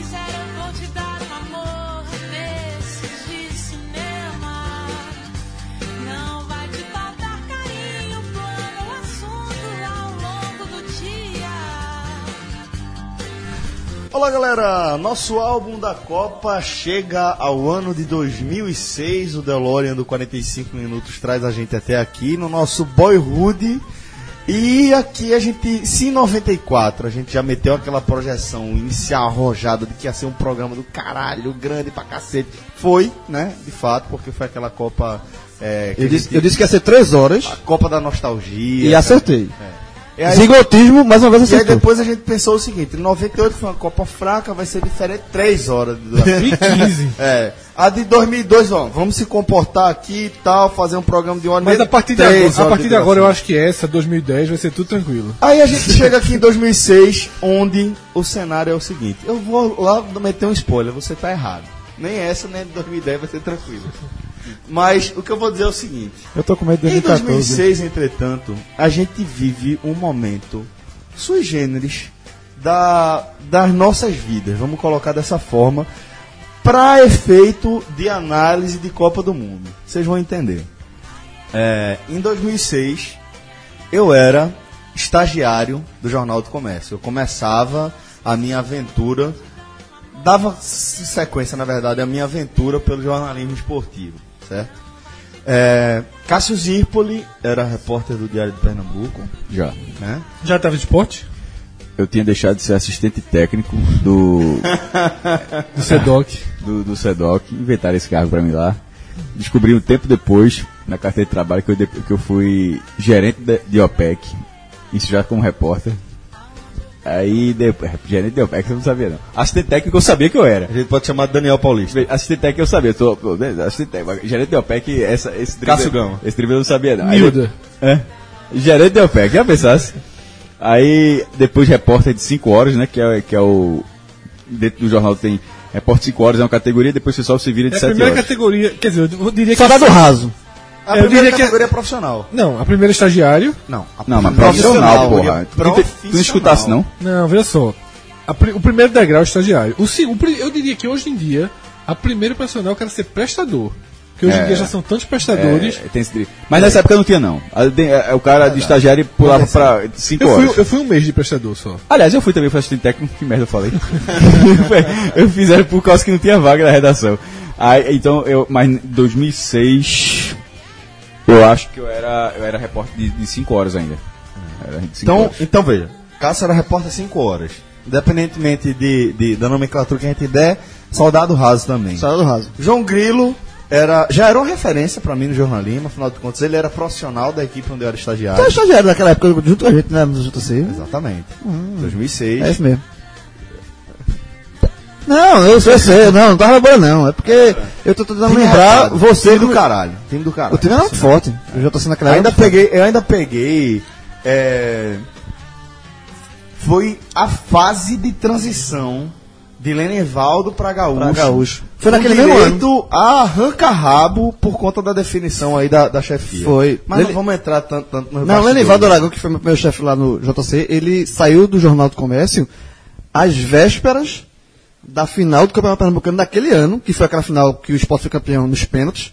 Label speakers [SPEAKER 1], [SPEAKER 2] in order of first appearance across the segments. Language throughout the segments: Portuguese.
[SPEAKER 1] um
[SPEAKER 2] Olá galera, nosso álbum da Copa chega ao ano de 2006. O DeLorean do 45 Minutos traz a gente até aqui no nosso Boyhood. E aqui a gente, se em 94 a gente já meteu aquela projeção inicial arrojada de que ia ser um programa do caralho, grande pra cacete. Foi, né? De fato, porque foi aquela Copa. é, que
[SPEAKER 3] Eu
[SPEAKER 2] a
[SPEAKER 3] disse,
[SPEAKER 2] gente-
[SPEAKER 3] eu disse que ia ser três horas
[SPEAKER 4] Ah,
[SPEAKER 2] A Copa da Nostalgia.
[SPEAKER 3] e acertei.
[SPEAKER 4] é.
[SPEAKER 2] E É, aí-
[SPEAKER 3] Zigotismo, mais uma vez
[SPEAKER 2] E aí
[SPEAKER 3] acertou.
[SPEAKER 2] depois a gente pensou o seguinte, 98 foi uma Copa fraca, vai ser diferente 3 horas. do-
[SPEAKER 4] 2015.
[SPEAKER 2] é. A de 2002, ó, vamos se comportar aqui e tal, fazer um programa de uma hora e
[SPEAKER 4] Mas a
[SPEAKER 2] meia,
[SPEAKER 4] partir de
[SPEAKER 2] três
[SPEAKER 4] agora, a
[SPEAKER 2] horas
[SPEAKER 4] partir de
[SPEAKER 2] duração.
[SPEAKER 4] agora eu acho que essa, 2010, vai ser tudo tranquilo.
[SPEAKER 2] Aí a gente chega aqui em 2006, onde o cenário é o seguinte. Eu vou lá meter um spoiler, você tá errado. Nem essa, nem a de 2010 vai ser tranquilo. Mas o que eu vou dizer é o seguinte.
[SPEAKER 5] Eu tô com medo de
[SPEAKER 2] Em
[SPEAKER 4] tá
[SPEAKER 5] 2014.
[SPEAKER 2] 2006, entretanto, a gente vive um momento sui generis da, das nossas vidas, vamos colocar dessa forma, para efeito de análise de Copa do Mundo. Vocês vão entender. É, em 2006, eu era estagiário do Jornal do Comércio. Eu começava a minha aventura, dava sequência, na verdade, a minha aventura pelo jornalismo esportivo, certo? É, Cássio Zirpoli era repórter do Diário de Pernambuco,
[SPEAKER 6] Já.
[SPEAKER 2] né?
[SPEAKER 4] Já tava de esporte?
[SPEAKER 6] Eu tinha deixado de ser assistente técnico do,
[SPEAKER 4] Do SEDOC.
[SPEAKER 6] do, do SEDOC, inventaram esse cargo pra mim lá. Descobri um tempo depois, na carteira de trabalho, que eu, de- que eu fui gerente de, de OPEC, isso já como repórter. Aí, de, gerente de OPEC eu não sabia não. Assistente técnico eu sabia que eu era.
[SPEAKER 2] A gente pode chamar de Daniel Paulista.
[SPEAKER 6] Assistente técnico eu sabia, eu tô, pô, beleza, assistente técnico. Mas Gerente de OPEC, essa, esse drible,
[SPEAKER 2] Cássio Gama.
[SPEAKER 6] Esse drible eu não sabia não. Aí eu-
[SPEAKER 4] Nilda.
[SPEAKER 6] é. Gerente de OPEC, já pensasse? assim. Aí, depois repórter de 5 horas, né? Que é, que é o. Dentro do jornal tem repórter de 5 horas, é uma categoria, depois você só se vira
[SPEAKER 4] É
[SPEAKER 6] de
[SPEAKER 4] a
[SPEAKER 6] 7
[SPEAKER 4] primeira
[SPEAKER 6] horas.
[SPEAKER 4] categoria, quer dizer, eu diria que...
[SPEAKER 3] Só dá do raso.
[SPEAKER 2] A
[SPEAKER 4] Eu
[SPEAKER 2] primeira
[SPEAKER 4] diria que-
[SPEAKER 2] categoria é profissional.
[SPEAKER 4] Não, a primeira é estagiário.
[SPEAKER 2] Não, a é
[SPEAKER 6] Não, mas profissional, porra. Tu não te- Tu não
[SPEAKER 2] Profissional.
[SPEAKER 6] escutasse, não?
[SPEAKER 4] Não, veja só. A pri- o primeiro degrau é estagiário. O, se- o pri- eu diria que hoje em dia, a primeira profissional quer ser prestador. Porque hoje em
[SPEAKER 6] É.
[SPEAKER 4] dia já são tantos
[SPEAKER 6] É,
[SPEAKER 4] prestadores.
[SPEAKER 6] tem esse drible. Mas nessa época não tinha, não. A- de- a- O cara de estagiário pulava pra
[SPEAKER 2] É,
[SPEAKER 6] 5
[SPEAKER 4] Eu,
[SPEAKER 6] horas.
[SPEAKER 4] fui, eu fui um mês de prestador só.
[SPEAKER 6] Aliás, eu fui também para assistente técnico, que merda eu falei. eu fiz era por causa que não tinha vaga na redação. Aí, então, eu, mas em 2006, eu acho que eu era, eu era repórter de 5 horas ainda. Era de cinco
[SPEAKER 2] Então,
[SPEAKER 6] horas.
[SPEAKER 2] então veja, Cássio era repórter 5 horas. Independentemente de, de- da nomenclatura que a gente der, soldado raso também.
[SPEAKER 3] Só dá do raso.
[SPEAKER 2] João Grilo era, já era uma referência pra mim no jornalismo, afinal de contas, ele era profissional da equipe onde eu era
[SPEAKER 3] Tu
[SPEAKER 2] estagiário.
[SPEAKER 3] é
[SPEAKER 6] Então,
[SPEAKER 3] estagiário daquela época junto com a gente, né? Junto assim.
[SPEAKER 2] Exatamente.
[SPEAKER 6] hum.
[SPEAKER 3] É
[SPEAKER 2] 2006.
[SPEAKER 3] isso mesmo. Não, eu sei, eu sei, não, não tava lembrando não. É porque eu tô tentando lembrar
[SPEAKER 2] arretado.
[SPEAKER 3] você
[SPEAKER 2] Time do
[SPEAKER 3] do
[SPEAKER 2] caralho. Time do caralho.
[SPEAKER 3] O time era muito forte. Eu já tô sendo naquela
[SPEAKER 2] ainda
[SPEAKER 3] época.
[SPEAKER 2] peguei, eu ainda peguei. é, foi a fase de transição de Lenivaldo para Gaúcho.
[SPEAKER 3] Pra Gaúcho. Foi
[SPEAKER 2] Com
[SPEAKER 3] naquele mesmo ano.
[SPEAKER 2] direito a arranca-rabo por conta da definição aí da, da chefia.
[SPEAKER 3] Foi.
[SPEAKER 2] Mas
[SPEAKER 3] Leni-
[SPEAKER 2] não vamos entrar tanto, tanto no
[SPEAKER 3] Não, o
[SPEAKER 2] bastidores.
[SPEAKER 3] Lenivaldo Aragão, que foi meu primeiro chefe lá no JC, ele saiu do Jornal do Comércio às vésperas da final do Campeonato Pernambucano daquele ano, que foi aquela final que o Sport foi campeão nos pênaltis,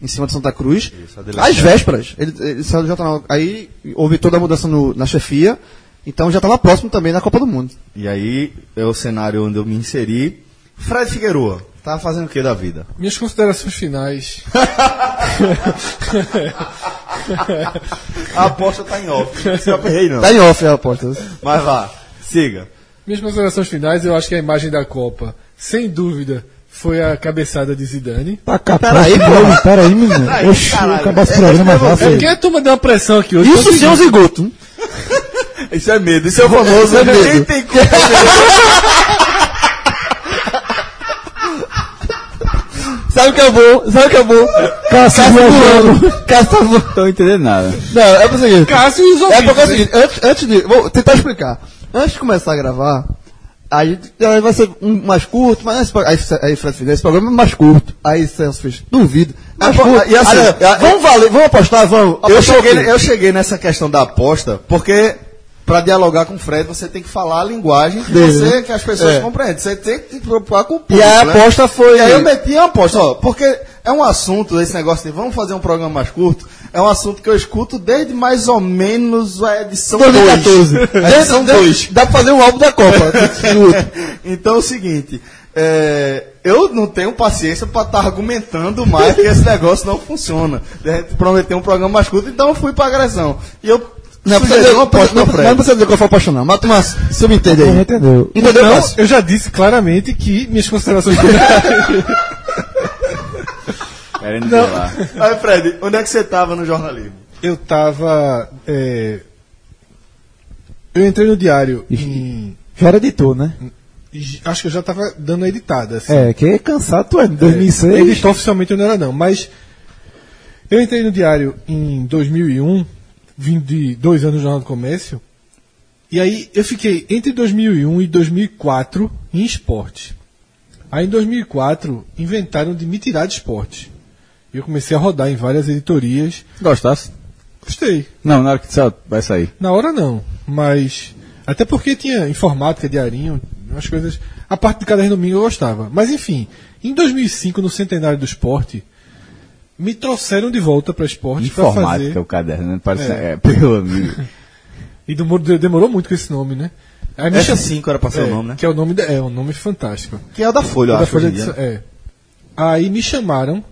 [SPEAKER 3] em cima de Santa Cruz.
[SPEAKER 2] Isso, a é deleção.
[SPEAKER 3] às vésperas, ele, ele saiu do Jornal. Aí houve toda a mudança no- na chefia, então já estava próximo também da Copa do Mundo.
[SPEAKER 2] E aí é o cenário onde eu me inseri. Fred Figueroa, tava fazendo o que da vida?
[SPEAKER 4] Minhas considerações finais.
[SPEAKER 2] A aposta tá em off. Eu errei não.
[SPEAKER 3] Tá em off a aposta.
[SPEAKER 2] Mas vá, siga.
[SPEAKER 4] Minhas considerações finais, eu acho que a imagem da Copa, sem dúvida, foi a cabeçada de Zidane.
[SPEAKER 5] Tá capaz.
[SPEAKER 3] Peraí,
[SPEAKER 5] Peraí, peraí, menino. Oxi,
[SPEAKER 2] caralho.
[SPEAKER 5] acabar esse programa já
[SPEAKER 4] É porque
[SPEAKER 5] foi.
[SPEAKER 4] a turma deu uma pressão aqui hoje.
[SPEAKER 3] Isso sim é um zigoto. hein?
[SPEAKER 2] Isso é medo, isso é o famoso é medo. Quem tem culpa
[SPEAKER 3] Sabe o que é bom? Sabe o que é bom?
[SPEAKER 5] Cássio viajando.
[SPEAKER 3] Cássio tá voando.
[SPEAKER 6] Não tô entendendo nada.
[SPEAKER 3] Não, é pro seguinte.
[SPEAKER 4] Cássio e os
[SPEAKER 3] É
[SPEAKER 4] ouvintes,
[SPEAKER 3] porque é o
[SPEAKER 4] hein?
[SPEAKER 3] seguinte, antes, antes de. Vou tentar explicar. Antes de começar a gravar, a gente aí vai ser um mais curto, mas esse, pro- aí, Fe- aí Fred fez, esse programa é mais curto. Aí Celso fez, duvido. Mais
[SPEAKER 2] Ah,
[SPEAKER 3] curto.
[SPEAKER 2] e assim,
[SPEAKER 3] Aí,
[SPEAKER 2] ah,
[SPEAKER 3] vamos valer, vamos apostar, vamos.
[SPEAKER 2] Eu
[SPEAKER 3] é, Apostar o
[SPEAKER 2] cheguei,
[SPEAKER 3] quê?
[SPEAKER 2] eu cheguei nessa questão da aposta porque para dialogar com o Fred você tem que falar a linguagem que,
[SPEAKER 3] Dele,
[SPEAKER 2] você,
[SPEAKER 3] né?
[SPEAKER 2] que as pessoas
[SPEAKER 3] É.
[SPEAKER 2] compreendem. Você tem que se preocupar com o
[SPEAKER 3] E
[SPEAKER 2] público.
[SPEAKER 3] a
[SPEAKER 2] né?
[SPEAKER 3] aposta foi.
[SPEAKER 2] é E aí eu meti a aposta, ó, porque é um assunto, esse negócio de vamos fazer um programa mais curto, é um assunto que eu escuto desde mais ou menos a edição
[SPEAKER 3] 2014.
[SPEAKER 2] 2.
[SPEAKER 3] Dentro-
[SPEAKER 2] edição
[SPEAKER 3] dentro-
[SPEAKER 2] 2.
[SPEAKER 3] Dá pra fazer um álbum da Copa.
[SPEAKER 2] então é o seguinte, é, eu não tenho paciência para estar argumentando mais que esse negócio não funciona. A gente prometeu um programa mais curto, então eu fui para agressão. E eu
[SPEAKER 3] Não precisa
[SPEAKER 2] sugeri
[SPEAKER 3] dizer,
[SPEAKER 2] uma
[SPEAKER 3] não,
[SPEAKER 2] aposta
[SPEAKER 3] precisa-
[SPEAKER 2] para
[SPEAKER 3] não, não
[SPEAKER 2] Fred.
[SPEAKER 3] precisa dizer qual foi a paixão, não. Mata uma. Você me entende
[SPEAKER 5] Não
[SPEAKER 3] aí.
[SPEAKER 5] entendeu.
[SPEAKER 3] Entendeu,
[SPEAKER 4] Não,
[SPEAKER 3] Cássio?
[SPEAKER 4] eu já disse claramente que minhas considerações.
[SPEAKER 6] Querendo ver lá.
[SPEAKER 2] Aí, Fred, onde é que você estava no jornalismo?
[SPEAKER 4] eu tava. é, Eu entrei no diário em.
[SPEAKER 5] Já era editor, né?
[SPEAKER 4] Acho que eu já tava dando a editada. assim.
[SPEAKER 5] É, que é cansado, tu é. 2006.
[SPEAKER 4] Editor oficialmente eu não era, não. Mas eu entrei no diário em 2001, vim um, de dois anos no Jornal do Comércio. E aí eu fiquei entre 2001 e 2004 em esporte. Aí em 2004 inventaram de me tirar de esporte. E eu comecei a rodar em várias editorias.
[SPEAKER 6] Gostasse?
[SPEAKER 4] Gostei.
[SPEAKER 6] Não, na hora que tu saiu, vai sair.
[SPEAKER 4] Na hora não, mas. Até porque tinha informática, diarinho, umas coisas. A parte de cada domingo eu gostava. Mas enfim, em 2005, no centenário do esporte, me trouxeram de volta para esporte para
[SPEAKER 6] Informática,
[SPEAKER 4] fazer.
[SPEAKER 6] o caderno, né? Parece,
[SPEAKER 4] É.
[SPEAKER 6] é. pelo amigo.
[SPEAKER 4] E demorou, demorou muito com esse nome, né? Aí me cham-
[SPEAKER 2] F5 era para ser
[SPEAKER 4] é,
[SPEAKER 2] o nome, né?
[SPEAKER 4] Que é o nome. da- é, um nome fantástico.
[SPEAKER 2] Que é o da Folha, eu
[SPEAKER 4] Da
[SPEAKER 2] acho.
[SPEAKER 4] Folha
[SPEAKER 2] hoje em
[SPEAKER 4] de
[SPEAKER 2] dia. né?
[SPEAKER 4] São- é. Aí me chamaram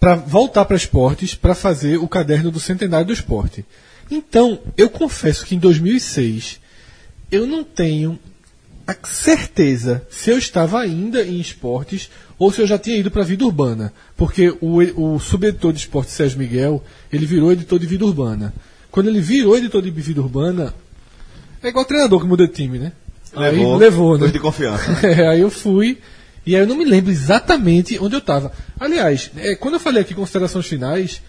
[SPEAKER 4] para voltar para esportes para fazer o caderno do centenário do esporte. Então, eu confesso que em 2006 eu não tenho a certeza se eu estava ainda em esportes ou se eu já tinha ido para vida urbana, porque o, e- o subeditor de esportes Sérgio Miguel, ele virou editor de vida urbana. Quando ele virou editor de vida urbana, é igual treinador que muda de time, né?
[SPEAKER 2] Levou,
[SPEAKER 4] Aí levou, né?
[SPEAKER 2] dois de confiança.
[SPEAKER 4] É, aí eu fui. E aí eu não me lembro exatamente onde eu tava. Aliás, é, quando eu falei aqui considerações finais,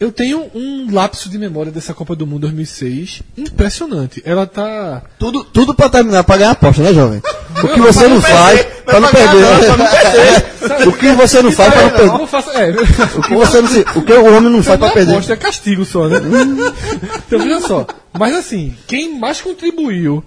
[SPEAKER 4] eu tenho um lapso de memória dessa Copa do Mundo 2006 impressionante. Ela tá.
[SPEAKER 3] Tudo, tudo pra terminar, pra ganhar a aposta, né, jovem? O que você não faz, pra não
[SPEAKER 2] ganhar,
[SPEAKER 3] perder. né? O que você não faz, pra não perder.
[SPEAKER 4] Não faço- é,
[SPEAKER 3] O que você não se- o que o homem não faz
[SPEAKER 4] Não
[SPEAKER 3] pra
[SPEAKER 4] é
[SPEAKER 3] perder.
[SPEAKER 4] aposta, é castigo só, né? então veja só. Mas assim, quem mais contribuiu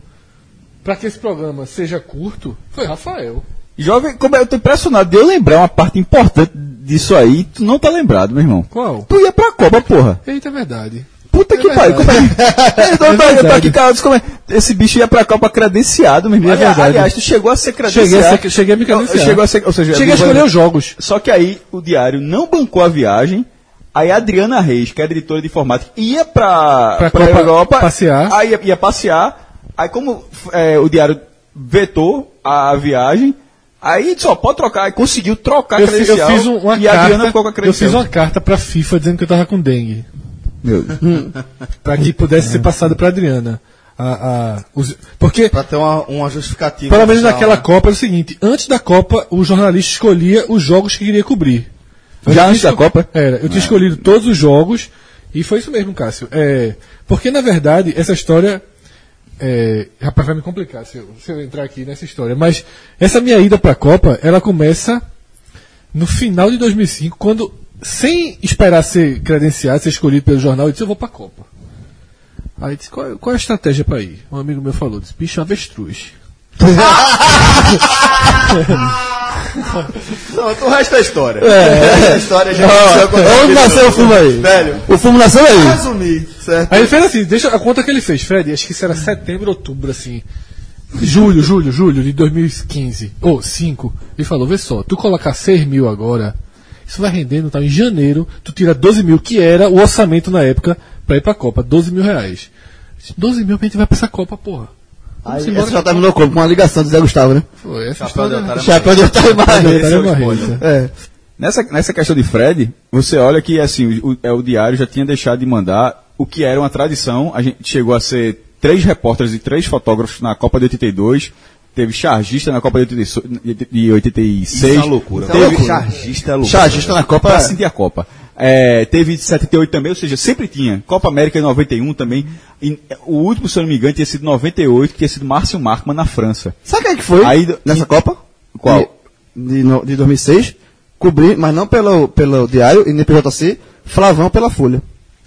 [SPEAKER 4] para que esse programa seja curto foi Rafael.
[SPEAKER 6] Jovem, como é- eu tô impressionado de eu lembrar uma parte importante disso aí, tu não tá lembrado, meu irmão.
[SPEAKER 4] Qual?
[SPEAKER 6] Tu ia pra Copa, porra.
[SPEAKER 4] Eita, é verdade.
[SPEAKER 6] Puta que
[SPEAKER 4] verdade.
[SPEAKER 6] pariu, como é? Eu tô- eu tô, eu tô aqui calado, como é? Esse bicho ia pra Copa credenciado, meu irmão.
[SPEAKER 5] É
[SPEAKER 6] Aliás-
[SPEAKER 5] verdade.
[SPEAKER 6] Aliás, tu chegou a ser
[SPEAKER 4] Cheguei
[SPEAKER 6] credenciado.
[SPEAKER 4] a, ser- cheguei a me credenciar.
[SPEAKER 6] Chegou a ser, ou seja,
[SPEAKER 4] Cheguei a escolher os jogos.
[SPEAKER 6] Só que aí o diário não bancou a viagem. Aí a Adriana Reis, que era editora de informática, ia pra,
[SPEAKER 4] Pra Copa- passear.
[SPEAKER 6] Aí ia, ia passear. Aí como f- é, o diário vetou a viagem, aí só pode trocar. Aí conseguiu trocar a
[SPEAKER 4] Eu, fi- eu
[SPEAKER 6] credencial.
[SPEAKER 4] fiz um- uma
[SPEAKER 6] e a Adriana
[SPEAKER 4] carta.
[SPEAKER 6] ficou com a
[SPEAKER 4] eu fiz
[SPEAKER 6] credencial.
[SPEAKER 4] uma carta pra FIFA dizendo que eu tava com dengue.
[SPEAKER 6] Meu Deus.
[SPEAKER 4] Pra que pudesse ser passada pra Adriana. A- a- os- porque,
[SPEAKER 2] Pra ter uma, uma justificativa.
[SPEAKER 4] pelo menos
[SPEAKER 2] oficial,
[SPEAKER 4] naquela
[SPEAKER 2] né?
[SPEAKER 4] Copa, era o seguinte: antes da Copa, o jornalista escolhia os jogos que queria cobrir.
[SPEAKER 6] Já
[SPEAKER 4] Eu
[SPEAKER 6] antes
[SPEAKER 4] tinha
[SPEAKER 6] da
[SPEAKER 4] esco-
[SPEAKER 6] Copa? É.
[SPEAKER 4] Era, eu tinha escolhido todos os jogos. E foi isso mesmo, Cássio. É, porque, na verdade, essa história. é, rapaz, vai me complicar se eu, se eu entrar aqui nessa história. Mas essa minha ida pra Copa, ela começa no final de 2005, quando, sem esperar ser credenciado, ser escolhido pelo jornal, eu disse: eu vou pra Copa. Aí disse: qual, é- qual é a estratégia pra ir? Um amigo meu falou: disse, bicho, avestruz.
[SPEAKER 2] Pronto, o resto é história. O resto é história, já aconteceu com
[SPEAKER 3] Onde
[SPEAKER 2] a
[SPEAKER 3] nasceu o fumo aí?
[SPEAKER 2] Velho,
[SPEAKER 3] O fumo nasceu aí.
[SPEAKER 2] resumir, certo?
[SPEAKER 4] Aí ele fez assim, deixa a conta que ele fez, Fred, acho que isso era setembro, outubro, assim. Julho, julho, julho de 2015. Ou 5. Ele falou, vê só, tu colocar 6 mil agora, isso vai rendendo, tá? Em janeiro, tu tira 12 mil, que era o orçamento na época pra ir pra Copa, 12 mil reais. 12 mil pra gente vai pra essa Copa, porra. Vamos
[SPEAKER 3] Aí,
[SPEAKER 4] embora.
[SPEAKER 3] essa já terminou como? Com uma ligação do Zé Gustavo, né?
[SPEAKER 4] Foi essa
[SPEAKER 2] Chapéu de
[SPEAKER 4] história. é
[SPEAKER 2] otário.
[SPEAKER 3] Chapéu de Otávio Marreiro.
[SPEAKER 4] tá, Esse é o
[SPEAKER 6] Esse é o
[SPEAKER 4] spoiler.
[SPEAKER 3] tá É.
[SPEAKER 6] Nessa, nessa questão de Fred, você olha que assim, o, o- é, o diário já tinha deixado de mandar o que era uma tradição. A gente chegou a ser três repórteres e três fotógrafos na Copa de 82. Teve chargista na Copa de 86. De 86
[SPEAKER 2] Isso é uma loucura. Isso é
[SPEAKER 6] Teve
[SPEAKER 2] uma loucura. Chargista é loucura.
[SPEAKER 6] Chargista na Copa. Pra sentir a Copa. É, teve de 78 também, ou seja, sempre tinha. Copa América em 91 também. E, é, o último, se eu não me engano, tinha sido 98, que tinha sido Márcio Markman na França.
[SPEAKER 3] Sabe quem é que foi?
[SPEAKER 6] Aí, do-
[SPEAKER 3] nessa
[SPEAKER 6] e-
[SPEAKER 3] Copa?
[SPEAKER 6] Qual?
[SPEAKER 3] De, de, no- de 2006. Cobri, mas não pelo, pelo Diário e nem pelo JC. Flavão pela Folha.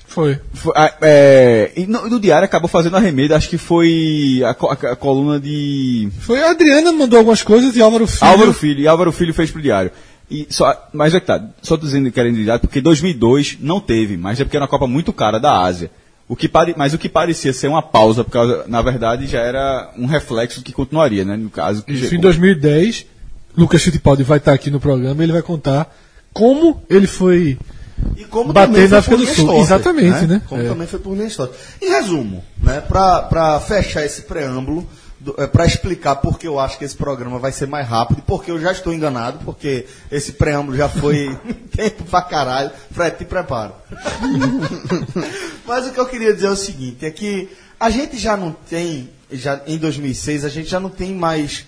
[SPEAKER 4] Foi.
[SPEAKER 6] Foi, ah, é, e no, e no diário acabou fazendo arremedo, acho que foi a, co- a- a coluna de
[SPEAKER 4] Foi a Adriana mandou algumas coisas e Álvaro Filho.
[SPEAKER 6] Álvaro Filho. E Álvaro Filho fez pro diário. E só, mas é que tá, só tô dizendo que era individualidade, porque 2002 não teve, mas é porque era uma Copa muito cara da Ásia. O que pare, mas o que parecia ser uma pausa, por causa, na verdade, já era um reflexo que continuaria, né? No caso, que
[SPEAKER 4] Isso,
[SPEAKER 6] chegou.
[SPEAKER 4] em 2010, Lucas Fittipaldi vai estar aqui no programa e ele vai contar como ele foi.
[SPEAKER 2] E como
[SPEAKER 4] Bater
[SPEAKER 2] também
[SPEAKER 4] na
[SPEAKER 2] foi
[SPEAKER 4] África
[SPEAKER 2] por
[SPEAKER 4] do
[SPEAKER 2] linhas
[SPEAKER 4] Sul,
[SPEAKER 2] tortas,
[SPEAKER 4] exatamente, né?
[SPEAKER 2] Como
[SPEAKER 4] É.
[SPEAKER 2] também foi por linhas tortas. Em resumo, né, para fechar esse preâmbulo, para explicar porque eu acho que esse programa vai ser mais rápido, porque eu já estou enganado, porque esse preâmbulo já foi tempo pra caralho. Fred, te prepara. Mas o que eu queria dizer é o seguinte, é que a gente já não tem, já em 2006, a gente já não tem mais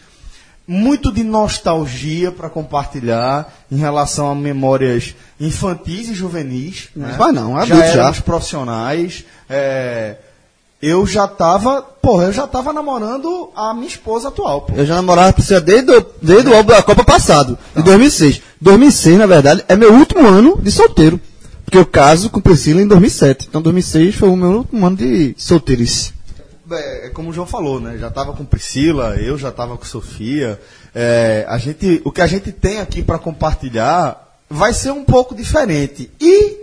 [SPEAKER 2] muito de nostalgia para compartilhar em relação a memórias infantis e juvenis. Né?
[SPEAKER 3] Mas não, é
[SPEAKER 2] já
[SPEAKER 3] adulto já.
[SPEAKER 2] éramos profissionais. é, eu já tava, porra, eu já tava namorando a minha esposa atual, pô.
[SPEAKER 3] Eu já namorava Priscila desde, o- desde o álbum da Copa passado, de 2006. 2006, na verdade, é meu último ano de solteiro. Porque eu caso com Priscila em 2007. Então 2006 foi o meu último ano de solteirice.
[SPEAKER 2] É, é como o João falou, né? Já estava com Priscila, eu já estava com Sofia. É, a gente, o que a gente tem aqui para compartilhar vai ser um pouco diferente. E,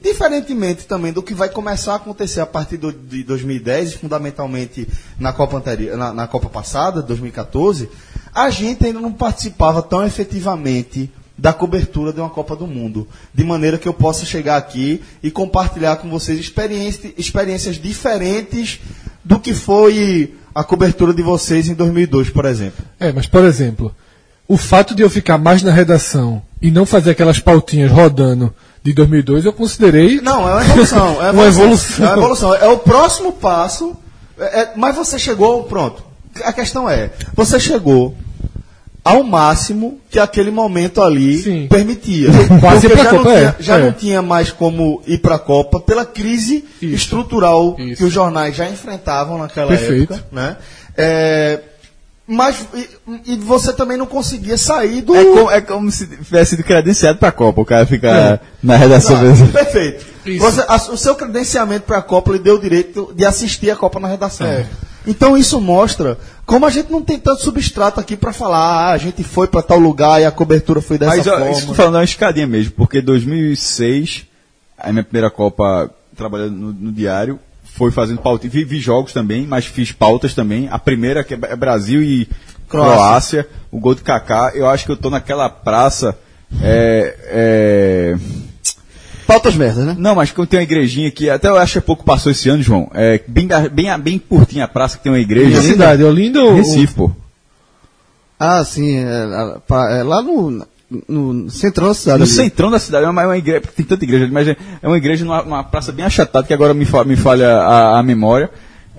[SPEAKER 2] diferentemente também do que vai começar a acontecer a partir do, de 2010, e fundamentalmente na Copa, anterior, na, na Copa passada, 2014, a gente ainda não participava tão efetivamente da cobertura de uma Copa do Mundo, de maneira que eu possa chegar aqui e compartilhar com vocês experiência- experiências diferentes do que foi a cobertura de vocês em 2002, por exemplo.
[SPEAKER 4] É, mas por exemplo, o fato de eu ficar mais na redação e não fazer aquelas pautinhas rodando de 2002, eu considerei.
[SPEAKER 2] Não, é uma evolução. É
[SPEAKER 4] Uma
[SPEAKER 2] É
[SPEAKER 4] evolução.
[SPEAKER 2] uma evolução. É o próximo passo. é- é- mas você chegou, pronto. A questão é, você chegou ao máximo que aquele momento ali
[SPEAKER 4] Sim.
[SPEAKER 2] permitia. Porque
[SPEAKER 4] Quase ir pra
[SPEAKER 2] já,
[SPEAKER 4] Copa,
[SPEAKER 2] não, tinha,
[SPEAKER 4] é,
[SPEAKER 2] já
[SPEAKER 4] é.
[SPEAKER 2] não tinha mais como ir para a Copa pela crise
[SPEAKER 4] Isso.
[SPEAKER 2] estrutural que
[SPEAKER 4] Isso.
[SPEAKER 2] os jornais já enfrentavam naquela
[SPEAKER 4] Perfeito.
[SPEAKER 2] época, né? É, mas e, e você também não conseguia sair do
[SPEAKER 6] É, como, é como se tivesse sido credenciado pra Copa, o cara
[SPEAKER 4] É.
[SPEAKER 6] fica na redação
[SPEAKER 2] Tá,
[SPEAKER 6] mesmo.
[SPEAKER 2] perfeito.
[SPEAKER 4] Isso.
[SPEAKER 2] Você- a- o seu credenciamento para a Copa lhe deu o direito de assistir a Copa na redação.
[SPEAKER 4] É.
[SPEAKER 2] Então isso mostra como a gente não tem tanto substrato aqui para falar, ah, a gente foi para tal lugar e a cobertura foi dessa
[SPEAKER 6] Mas ó,
[SPEAKER 2] forma.
[SPEAKER 6] isso que eu tô falando é uma escadinha mesmo, porque 2006, a minha primeira Copa trabalhando no, no diário, foi fazendo pauta. Vi, vi jogos também, mas fiz pautas também. A primeira que é Bra- é Brasil e
[SPEAKER 2] Croácia.
[SPEAKER 6] Croácia, o gol de Kaká. Eu acho que eu tô naquela praça. É, é,
[SPEAKER 3] Pautas merdas, né?
[SPEAKER 6] Não, mas que eu tenho uma igrejinha que até eu acho que é pouco passou esse ano, João. É bem, da- bem, a- bem curtinha a praça que tem uma
[SPEAKER 4] Minha
[SPEAKER 6] igreja. assim, né?
[SPEAKER 4] cidade, Olinda ou.
[SPEAKER 6] Recife, pô.
[SPEAKER 3] Ah, sim. É, é, pa- é lá no, no centrão da cidade.
[SPEAKER 6] No
[SPEAKER 3] ali.
[SPEAKER 6] centrão da cidade, é uma, é uma igreja, tem tanta igreja, ali, mas é, é uma igreja numa, numa praça bem achatada, que agora me, fa- me falha a, a memória.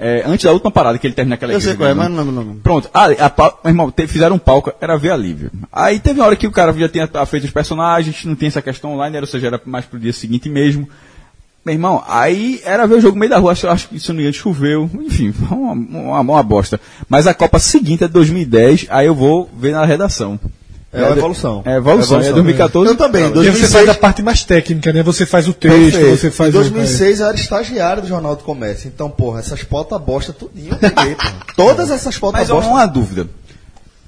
[SPEAKER 6] É, antes da última parada que ele termina aquela
[SPEAKER 3] Eu
[SPEAKER 6] igreja.
[SPEAKER 3] sei qual é,
[SPEAKER 6] né?
[SPEAKER 3] mas não lembro o nome.
[SPEAKER 6] Pronto, ah, a, pau- meu irmão, te- fizeram um palco, era ver alívio. Aí teve uma hora que o cara já tinha tá, feito os personagens, não tinha essa questão online, era, ou seja, era mais pro dia seguinte mesmo. Meu irmão, aí era ver o jogo no meio da rua, acho, acho que isso não ia choveu, enfim, foi uma, uma, uma bosta. Mas a Copa seguinte é 2010, aí eu vou ver na redação.
[SPEAKER 2] É uma evolução.
[SPEAKER 6] É evolução,
[SPEAKER 2] É evolução,
[SPEAKER 6] é 2014.
[SPEAKER 2] Eu também,
[SPEAKER 6] Cara,
[SPEAKER 4] E aí você
[SPEAKER 2] 2006
[SPEAKER 4] faz a parte mais técnica, né? Você faz o texto,
[SPEAKER 2] Perfeito.
[SPEAKER 4] você faz
[SPEAKER 2] em
[SPEAKER 4] o- É.
[SPEAKER 2] 2006 eu era estagiário do Jornal do Comércio. Então, porra, essas pautas bosta tudinho eu peguei, porra. Todas essas pautas
[SPEAKER 6] Mas ó,
[SPEAKER 2] bosta.
[SPEAKER 6] uma dúvida.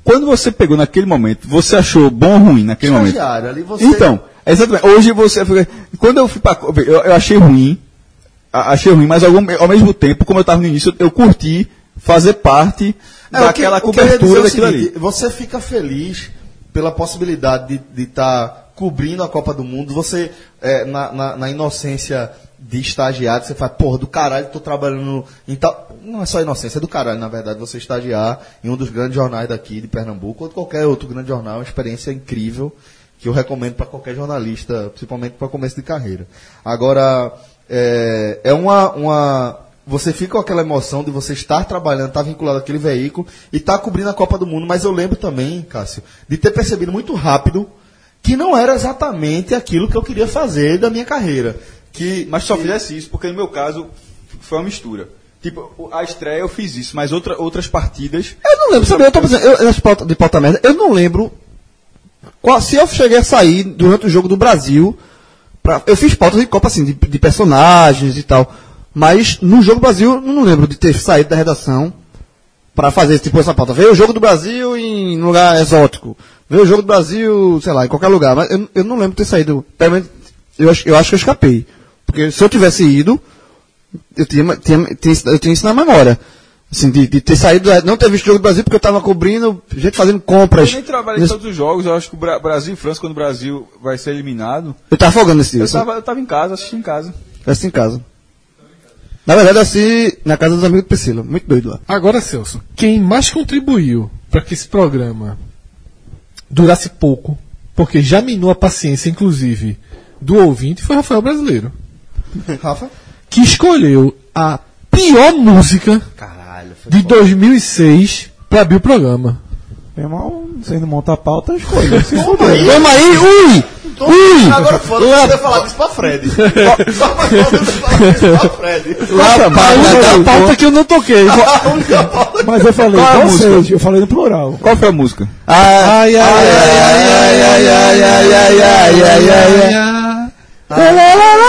[SPEAKER 6] Quando você pegou naquele momento, você achou bom ou ruim naquele momento?
[SPEAKER 2] Estagiário, ali você
[SPEAKER 6] Então, exatamente. Hoje você. fica- Quando eu fui pra. co- Eu, eu achei ruim. a- Achei ruim, mas algum- ao mesmo tempo, como eu estava no início, eu curti fazer parte
[SPEAKER 2] É, o que-
[SPEAKER 6] daquela
[SPEAKER 2] o que eu ia dizer é
[SPEAKER 6] cobertura
[SPEAKER 2] o
[SPEAKER 6] daquilo
[SPEAKER 2] seguinte,
[SPEAKER 6] ali.
[SPEAKER 2] Você fica feliz pela possibilidade de estar cobrindo a Copa do Mundo. Você, é, na, na- na inocência de estagiário, você fala, porra, do caralho, tô trabalhando em tal... Não é só inocência, é do caralho, na verdade, você estagiar em um dos grandes jornais daqui de Pernambuco ou de qualquer outro grande jornal, é uma experiência incrível que eu recomendo para qualquer jornalista, principalmente para começo de carreira. Agora, é, é uma, uma. Você fica com aquela emoção de você estar trabalhando, estar vinculado àquele veículo e estar cobrindo a Copa do Mundo, mas eu lembro também, Cássio, de ter percebido muito rápido que não era exatamente aquilo que eu queria fazer da minha carreira. Que,
[SPEAKER 6] Mas só
[SPEAKER 2] que-
[SPEAKER 6] fizesse isso, porque no meu caso foi uma mistura. Tipo, o- a estreia eu fiz isso, mas outra- outras partidas.
[SPEAKER 3] Eu não lembro, sabe? Eu tô pensando, eu, nas pauta, de pauta merda, eu não lembro qual- se eu cheguei a sair durante o jogo do Brasil. pra- eu fiz pautas de Copa, assim, de, de personagens e tal. Mas no jogo do Brasil, eu não lembro de ter saído da redação Pra fazer tipo essa pauta. Veio o jogo do Brasil em um lugar exótico. Veio o jogo do Brasil, sei lá, em qualquer lugar. Mas eu, eu não lembro de ter saído. Pelo menos, eu, acho- eu acho que eu escapei. Porque se eu tivesse ido, eu tinha, tinha- tinha isso- eu tinha isso na memória. Assim, de, de ter saído, não ter visto o jogo do Brasil porque eu tava cobrindo, gente fazendo compras.
[SPEAKER 7] Eu nem trabalhei em todos os jogos, eu acho que o Bra- Brasil e França, quando o Brasil vai ser eliminado,
[SPEAKER 3] Eu tava folgando nesse dia.
[SPEAKER 7] eu tava, eu tava em casa, assisti em casa.
[SPEAKER 3] Assisti em casa. Na verdade, eu assisti na casa dos amigos de Priscila. Muito doido lá.
[SPEAKER 4] Agora, Celso, quem mais contribuiu para que esse programa durasse pouco, porque já minou a paciência, inclusive, do ouvinte, foi Rafael Brasileiro,
[SPEAKER 3] Rafa?
[SPEAKER 4] que escolheu a pior música
[SPEAKER 2] Caralho, foi
[SPEAKER 4] de 2006 para abrir o programa.
[SPEAKER 5] Meu irmão, você não monta a pauta, escolha. Se
[SPEAKER 3] Toma aí, toma aí, ui! Ui!
[SPEAKER 2] Agora foda-se você falar disso pra Fred. Só pra foda-se falar disso pra Fred.
[SPEAKER 3] Lá
[SPEAKER 4] A única pauta que eu não toquei.
[SPEAKER 5] Mas eu falei,
[SPEAKER 7] Qual é a
[SPEAKER 5] ou
[SPEAKER 7] música?
[SPEAKER 5] seja, eu falei no plural.
[SPEAKER 7] Qual foi a música?
[SPEAKER 4] Ai, ai, ai, ai, ai, ai, ai, ai, ai, ai, ai, ai.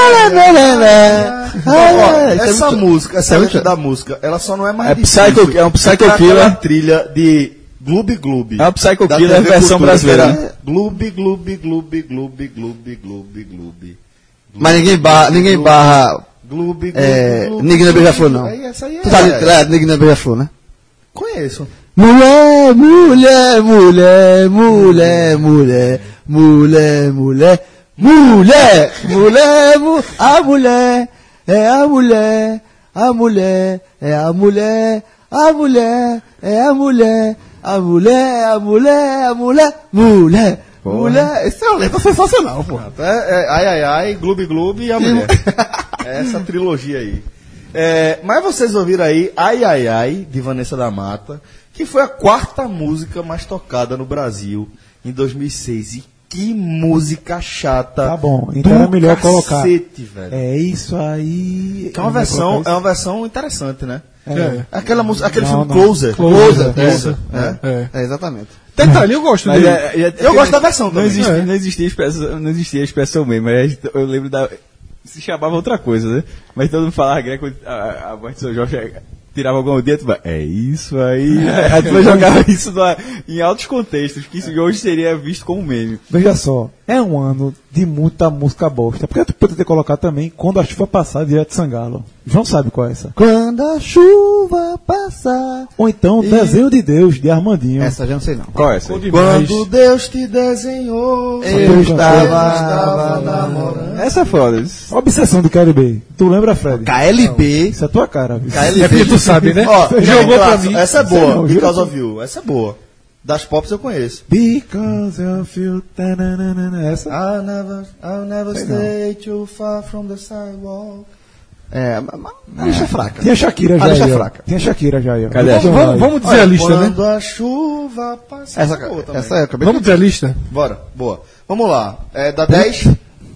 [SPEAKER 2] essa música, essa
[SPEAKER 3] é
[SPEAKER 2] letra
[SPEAKER 3] muito-
[SPEAKER 2] da música, ela só não é mais
[SPEAKER 6] É Psycho, é um
[SPEAKER 2] É
[SPEAKER 6] Psycho
[SPEAKER 2] aquela
[SPEAKER 6] Killer.
[SPEAKER 2] trilha de Gloob Gloob.
[SPEAKER 6] É o Psycho
[SPEAKER 2] da né?
[SPEAKER 6] Killer
[SPEAKER 2] TV
[SPEAKER 6] versão
[SPEAKER 2] Cultura,
[SPEAKER 6] brasileira.
[SPEAKER 2] que era Gloob Gloob Gloob Gloob Gloob Gloob Gloob.
[SPEAKER 3] Mas ninguém barra, ninguém barra,
[SPEAKER 2] Gloob Gloob.
[SPEAKER 3] é,
[SPEAKER 2] Gloob,
[SPEAKER 3] Nigga na
[SPEAKER 2] Gloob.
[SPEAKER 3] Beija-Flor, não.
[SPEAKER 2] Aí essa aí é.
[SPEAKER 3] Tu tá ligado, Nigga na Beija-Flor, né?
[SPEAKER 2] Conheço.
[SPEAKER 3] Mulher, mulher, mulher, mulher, mulher, mulher, mulher, mulher, mulher, mu- a mulher, é a mulher, a mulher, é a mulher, a mulher, é a mulher, a mulher, a mulher, a mulher, mulher, mulher. Esse é uma letra sensacional, pô.
[SPEAKER 2] É, é, ai, ai, ai, Gloob Gloob e a mulher. é essa trilogia aí. É, mas vocês ouviram aí Ai Ai Ai, de Vanessa da Mata, que foi a quarta música mais tocada no Brasil em 2006. E que música chata.
[SPEAKER 5] Tá bom, então
[SPEAKER 2] do
[SPEAKER 5] é melhor colocar.
[SPEAKER 2] cacete, velho.
[SPEAKER 5] É isso aí.
[SPEAKER 2] Que é uma
[SPEAKER 5] Eu vou
[SPEAKER 2] versão,
[SPEAKER 5] colocar
[SPEAKER 2] é uma versão interessante, né?
[SPEAKER 5] isso. É.
[SPEAKER 2] Aquela música, aquele
[SPEAKER 5] Não,
[SPEAKER 2] filme
[SPEAKER 5] não.
[SPEAKER 2] Closer.
[SPEAKER 4] Closer,
[SPEAKER 2] é,
[SPEAKER 4] Closer,
[SPEAKER 2] é.
[SPEAKER 4] É.
[SPEAKER 3] É, exatamente.
[SPEAKER 4] Detalhe, eu gosto
[SPEAKER 6] Mas
[SPEAKER 4] dele.
[SPEAKER 6] é- é- é-
[SPEAKER 2] Eu gosto da versão
[SPEAKER 6] Não
[SPEAKER 2] também.
[SPEAKER 6] existia,
[SPEAKER 4] É.
[SPEAKER 6] não existia, expressão, não existia a expressão mesmo, mas eu lembro da. Se chamava outra coisa, né? Mas todo mundo falava greco, a, a voz de São Jorge é, tirava algum dia, tu vai, é isso aí. A turma jogava isso na- em altos contextos, que isso hoje seria visto como meme.
[SPEAKER 5] Veja só, é um ano de muita música bosta. Porque tu podia ter colocado também quando a chuva passar direto de Sangalo. João sabe qual é essa.
[SPEAKER 3] Quando a chuva passar.
[SPEAKER 5] Ou então Desenho de Deus, de Armandinho.
[SPEAKER 3] Essa eu já não sei não.
[SPEAKER 6] Qual é essa? aí?
[SPEAKER 2] Quando Deus te desenhou,
[SPEAKER 3] Eu
[SPEAKER 2] estava
[SPEAKER 3] estava
[SPEAKER 2] namorando.
[SPEAKER 6] Essa é foda. isso.
[SPEAKER 5] Obsessão de Caribe. Tu lembra, Fred?
[SPEAKER 3] KLB.
[SPEAKER 5] Isso é tua cara. viu?
[SPEAKER 4] É porque tu sabe, né?
[SPEAKER 2] Ó,
[SPEAKER 4] Jogou pra
[SPEAKER 2] Clássico,
[SPEAKER 4] mim.
[SPEAKER 2] Essa é
[SPEAKER 5] Sei
[SPEAKER 2] boa,
[SPEAKER 5] não, juro
[SPEAKER 2] Because
[SPEAKER 5] que-
[SPEAKER 2] of You. Essa é boa. Das Pops eu conheço.
[SPEAKER 5] Because of you. tananana, Essa. é
[SPEAKER 2] I'll never, I'll never stay too far from the sidewalk.
[SPEAKER 3] É, mas a lista é fraca.
[SPEAKER 5] Tinha Shakira já.
[SPEAKER 3] A lista
[SPEAKER 5] aí,
[SPEAKER 3] é
[SPEAKER 5] ó.
[SPEAKER 3] fraca.
[SPEAKER 5] Tinha Shakira já. aí, ó.
[SPEAKER 6] Cadê?
[SPEAKER 5] Então vai.
[SPEAKER 4] Vamos, vamos dizer a lista, né?
[SPEAKER 2] Quando a chuva passa.
[SPEAKER 3] Essa,
[SPEAKER 2] é boa também.
[SPEAKER 3] essa eu acabei
[SPEAKER 4] Vamos dizer a lista?
[SPEAKER 2] Bora, boa. Vamos lá. É da 10.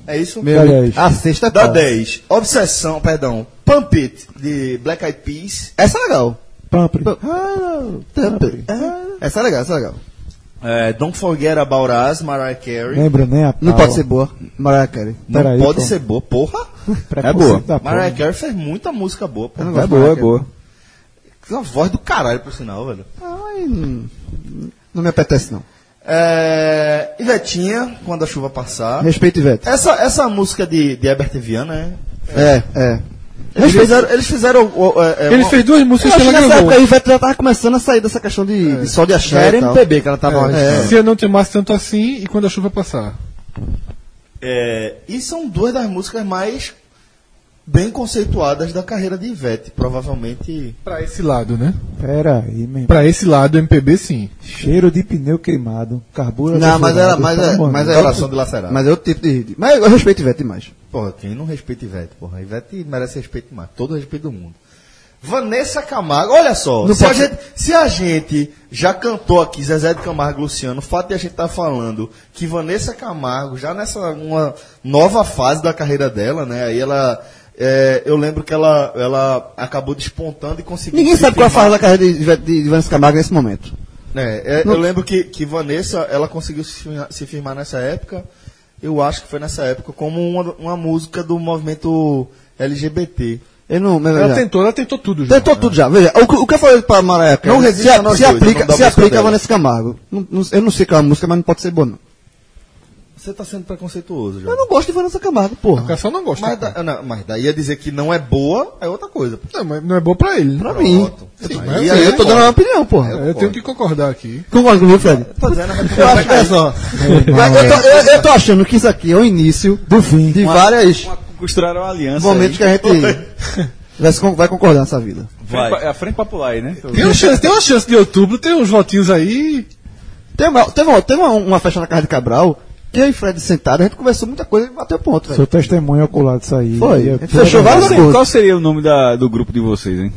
[SPEAKER 2] É isso?
[SPEAKER 3] Meu,
[SPEAKER 5] Olha aí.
[SPEAKER 3] a sexta é
[SPEAKER 2] Da
[SPEAKER 3] top.
[SPEAKER 2] 10. Obsessão, perdão. Pump It, de Black Eyed Peas.
[SPEAKER 3] Essa é legal.
[SPEAKER 5] Pampri.
[SPEAKER 3] Ah, Essa é legal, essa é legal.
[SPEAKER 2] É, Don't Forget About Us, Mariah Carey.
[SPEAKER 5] Lembra, né? a
[SPEAKER 3] Não
[SPEAKER 5] pau,
[SPEAKER 3] pode
[SPEAKER 5] ó.
[SPEAKER 3] ser boa. Mariah Carey.
[SPEAKER 2] Não
[SPEAKER 5] peraí,
[SPEAKER 2] pode
[SPEAKER 5] pô.
[SPEAKER 2] ser boa, porra.
[SPEAKER 6] É boa.
[SPEAKER 5] Da porra.
[SPEAKER 2] Mariah Carey fez muita música boa, pô.
[SPEAKER 3] Tá
[SPEAKER 6] É boa, é boa.
[SPEAKER 2] Que Uma voz do caralho, por sinal, velho.
[SPEAKER 3] Ai, hum, não me apetece, não.
[SPEAKER 2] É, Ivetinha, Quando a Chuva Passar.
[SPEAKER 3] Respeito, Ivete.
[SPEAKER 2] Essa, essa música de, de Herbert Viana, né?
[SPEAKER 3] É, é.
[SPEAKER 2] Eles fizeram... Eles fizeram o- o- é, é,
[SPEAKER 4] Ele
[SPEAKER 2] uma-
[SPEAKER 4] fez duas
[SPEAKER 3] Eu
[SPEAKER 4] músicas que
[SPEAKER 3] acho que
[SPEAKER 4] ela
[SPEAKER 3] nessa
[SPEAKER 4] gravou.
[SPEAKER 3] época a Ivete já tava começando a sair dessa questão de, de sol de axé
[SPEAKER 5] Era
[SPEAKER 3] e tal.
[SPEAKER 5] MPB que ela tava
[SPEAKER 3] É.
[SPEAKER 4] Se eu não te amasse tanto assim e quando a chuva passar.
[SPEAKER 2] é, e são duas das músicas mais bem conceituadas da carreira de Ivete. Provavelmente...
[SPEAKER 4] Pra esse lado, né?
[SPEAKER 3] É.
[SPEAKER 5] Pera aí, meu irmão.
[SPEAKER 4] Pra esse lado, MPB sim.
[SPEAKER 5] Cheiro de pneu queimado. Carbura
[SPEAKER 3] Não, mas era,
[SPEAKER 5] defurado,
[SPEAKER 3] mas
[SPEAKER 5] tá
[SPEAKER 3] é,
[SPEAKER 5] bom,
[SPEAKER 3] mas
[SPEAKER 5] né?
[SPEAKER 3] é,
[SPEAKER 2] Coração
[SPEAKER 3] outro,
[SPEAKER 2] dilacerado.
[SPEAKER 3] mas é outro tipo de, de- Mas eu respeito Ivete demais.
[SPEAKER 2] Porra, quem não respeita Ivete, porra? Ivete merece respeito demais, todo o respeito do mundo. Vanessa Camargo, olha só,
[SPEAKER 3] Não
[SPEAKER 2] se a,
[SPEAKER 3] pode-
[SPEAKER 2] gente, se a gente já cantou aqui Zezé de Camargo e Luciano, o fato de a gente estar falando que Vanessa Camargo, já nessa uma nova fase da carreira dela, né? Aí ela. é, eu lembro que ela, ela acabou despontando e conseguiu.
[SPEAKER 3] Ninguém
[SPEAKER 2] se
[SPEAKER 3] sabe qual é a
[SPEAKER 2] firmar.
[SPEAKER 3] fase da carreira de, Ivete- de, de Vanessa Camargo nesse momento.
[SPEAKER 2] É, é,
[SPEAKER 3] Não-
[SPEAKER 2] Eu lembro que, que Vanessa, ela conseguiu se firmar, se firmar nessa época, eu acho que foi nessa época, como uma, uma música do movimento LGBT.
[SPEAKER 3] Ele não. mas
[SPEAKER 4] Ela
[SPEAKER 3] já-
[SPEAKER 4] tentou, ela tentou tudo já.
[SPEAKER 3] Tentou tudo já. Veja, o, que- o que eu falei pra Mariah Carey
[SPEAKER 2] Não resiste
[SPEAKER 3] se,
[SPEAKER 2] a nós
[SPEAKER 3] se
[SPEAKER 2] dois,
[SPEAKER 3] aplica,
[SPEAKER 2] vamos dar
[SPEAKER 3] se
[SPEAKER 2] a música
[SPEAKER 3] aplica a
[SPEAKER 2] dela.
[SPEAKER 3] Vanessa Camargo. Não- não- eu não sei qual é a música, mas não pode ser boa, não.
[SPEAKER 2] Você tá sendo preconceituoso, já.
[SPEAKER 3] Eu não gosto de Vanessa Camargo,
[SPEAKER 4] O
[SPEAKER 3] porra.
[SPEAKER 4] cara só não gosta.
[SPEAKER 2] Mas,
[SPEAKER 4] cara.
[SPEAKER 2] da- não, mas daí ia dizer que não é boa, é outra coisa. pô.
[SPEAKER 4] Não, mas não é bom pra ele.
[SPEAKER 3] Pra mim. é,
[SPEAKER 2] Pronto.
[SPEAKER 4] Sim,
[SPEAKER 2] Aí-
[SPEAKER 4] mas
[SPEAKER 3] E
[SPEAKER 4] eu
[SPEAKER 3] aí
[SPEAKER 4] sei.
[SPEAKER 3] eu tô
[SPEAKER 2] né?
[SPEAKER 3] dando uma opinião, porra.
[SPEAKER 4] Eu tenho que concordar aqui.
[SPEAKER 3] Concorda comigo, Fred?
[SPEAKER 2] É. Tô dizendo,
[SPEAKER 3] Eu acho que é só. Eu tô, eu- eu tô achando que isso aqui é o início
[SPEAKER 5] Do fim.
[SPEAKER 3] de vários
[SPEAKER 7] Uma- costuraram uma aliança.
[SPEAKER 3] momentos que a gente vai, se con- vai concordar nessa vida.
[SPEAKER 7] Vai. É a frente popular aí, né?
[SPEAKER 4] Tem uma chance, tem uma chance de outubro, tem uns votinhos aí.
[SPEAKER 3] Teve, uma, teve, uma, teve uma, uma festa na casa de Cabral, que eu e Fred sentaram, a gente conversou muita coisa e bateu ponto, velho.
[SPEAKER 5] Seu testemunho ocular disso aí.
[SPEAKER 3] Foi.
[SPEAKER 5] É,
[SPEAKER 6] Então,
[SPEAKER 3] Fechou
[SPEAKER 7] Qual,
[SPEAKER 3] vários
[SPEAKER 7] se-
[SPEAKER 3] acordos.
[SPEAKER 7] qual seria o nome da- do grupo de vocês, hein?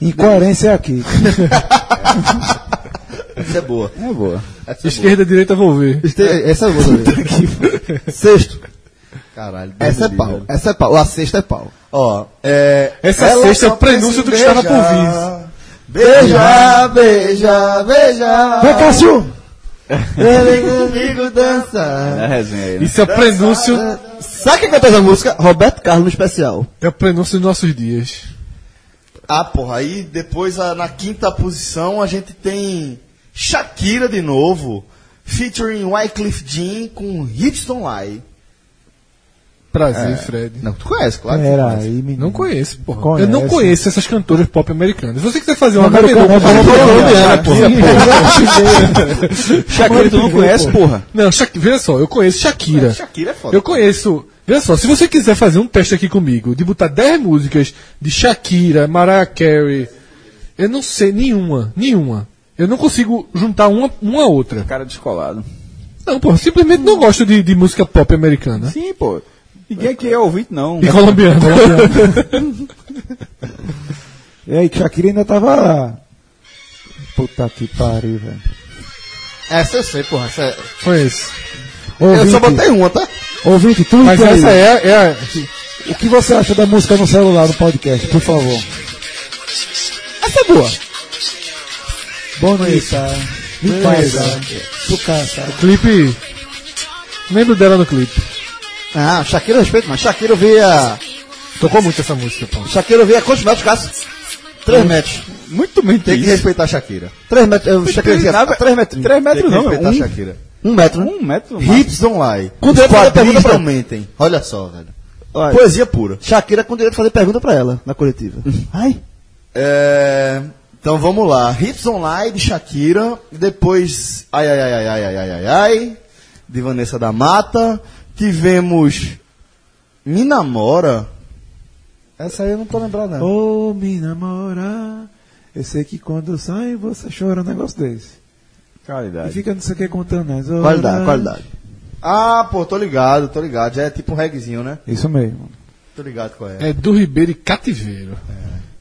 [SPEAKER 5] Incoerência é aqui.
[SPEAKER 2] Essa é boa.
[SPEAKER 7] É boa.
[SPEAKER 2] Essa é boa.
[SPEAKER 4] Esquerda, direita, vou ver.
[SPEAKER 3] Este- Essa é outra. Sexto.
[SPEAKER 2] Caralho. Deus
[SPEAKER 3] Essa é
[SPEAKER 2] me
[SPEAKER 3] pau.
[SPEAKER 2] livre.
[SPEAKER 3] Essa é pau. A sexta é pau.
[SPEAKER 2] Ó, é,
[SPEAKER 4] Essa
[SPEAKER 2] ela
[SPEAKER 4] sexta é o
[SPEAKER 2] só
[SPEAKER 4] prenúncio do que
[SPEAKER 2] precisa
[SPEAKER 4] estava por vir.
[SPEAKER 2] beijar, Beijar, beijar, beijar.
[SPEAKER 5] Vai, Cássio!
[SPEAKER 3] Vem comigo dançar.
[SPEAKER 7] É a resenha aí, né?
[SPEAKER 4] Isso é o prenúncio,
[SPEAKER 3] Sabe quem cantou essa música? Roberto Carlos no especial.
[SPEAKER 4] é o prenúncio dos nossos dias.
[SPEAKER 2] Ah, porra, aí depois a- na quinta posição a gente tem Shakira de novo, featuring Wycliffe Jean com Hipston Lai.
[SPEAKER 4] Prazer, Fred.
[SPEAKER 2] Não, tu conhece, claro. que tu
[SPEAKER 5] Era
[SPEAKER 2] conhece.
[SPEAKER 5] aí, menino.
[SPEAKER 4] Não conheço, porra.
[SPEAKER 5] Conhece.
[SPEAKER 4] Eu não conheço essas cantoras pop americanas. Se você quiser fazer uma
[SPEAKER 5] Americana,
[SPEAKER 4] gabiru-
[SPEAKER 3] colombiana,
[SPEAKER 5] é
[SPEAKER 7] Shakira, tu não conhece, porra.
[SPEAKER 4] Não, Shak... veja só, eu conheço Shakira.
[SPEAKER 2] Shakira é foda.
[SPEAKER 4] Eu conheço. Veja só, se você quiser fazer um teste aqui comigo, de botar 10 músicas de Shakira, Mariah Carey, eu não sei nenhuma, nenhuma. Eu não consigo juntar uma, uma a outra.
[SPEAKER 7] Cara descolado.
[SPEAKER 4] Não, porra, simplesmente não gosto de, de música pop
[SPEAKER 2] Né?
[SPEAKER 4] americana.
[SPEAKER 7] Sim, pô. Ninguém aqui é ouvinte, não.
[SPEAKER 4] E colombiana.
[SPEAKER 5] E aí, que Shakira ainda tava lá. Puta que pariu, velho.
[SPEAKER 3] Essa eu sei, porra. Essa é...
[SPEAKER 4] Conheço.
[SPEAKER 2] Eu
[SPEAKER 5] Ouvinte,
[SPEAKER 2] só botei uma, tá?
[SPEAKER 5] ouvinte, tu
[SPEAKER 4] Mas
[SPEAKER 5] aí.
[SPEAKER 4] essa é, é a.
[SPEAKER 5] O que você acha da música no celular, no podcast, por favor?
[SPEAKER 3] Essa é boa.
[SPEAKER 5] Bonita. Me
[SPEAKER 4] Beleza.
[SPEAKER 5] passa. Tu caça.
[SPEAKER 4] Clipe. Lembro dela no clipe.
[SPEAKER 3] Ah, Shakira eu respeito, mas Shakira eu via...
[SPEAKER 4] Tocou muito essa música, pô.
[SPEAKER 3] Shakira eu via quantos metros, Cássio? Três metros.
[SPEAKER 7] Muito bem,
[SPEAKER 2] Tem que respeitar a Shakira.
[SPEAKER 3] Três metros. Eu, Shakira dizia,
[SPEAKER 7] nada-
[SPEAKER 3] três metros.
[SPEAKER 7] Três
[SPEAKER 2] Tem que
[SPEAKER 7] metros não, é
[SPEAKER 2] respeitar a
[SPEAKER 7] um,
[SPEAKER 2] Shakira.
[SPEAKER 3] Um metro, né?
[SPEAKER 7] um metro. no máximo.
[SPEAKER 2] Hips don't lie.
[SPEAKER 3] Com
[SPEAKER 2] Os
[SPEAKER 3] direito a fazer
[SPEAKER 2] quadris
[SPEAKER 3] pergunta pra-
[SPEAKER 2] não mentem. Olha só, velho.
[SPEAKER 3] Olha.
[SPEAKER 2] Poesia pura. Uhum.
[SPEAKER 3] Shakira com direito de fazer pergunta pra ela, na coletiva. Ai.
[SPEAKER 2] É, então vamos lá. Hips Online de Shakira. Depois. Ai, ai, ai, ai, ai, ai, ai, ai, ai. De Vanessa da Mata. Tivemos. Me Namora.
[SPEAKER 5] Essa aí eu não tô lembrando, não. Ô, me namora. Eu sei que quando eu saio, você chora um negócio desse. E
[SPEAKER 7] Qualidade.
[SPEAKER 5] fica não sei o que contando né? as horas.
[SPEAKER 3] Qualidade, qualidade.
[SPEAKER 2] Ah, pô, tô ligado, tô ligado. Já é tipo um regzinho, né?
[SPEAKER 5] Isso mesmo.
[SPEAKER 2] Tô ligado qual é.
[SPEAKER 4] É do Ribeiro e Cativeiro.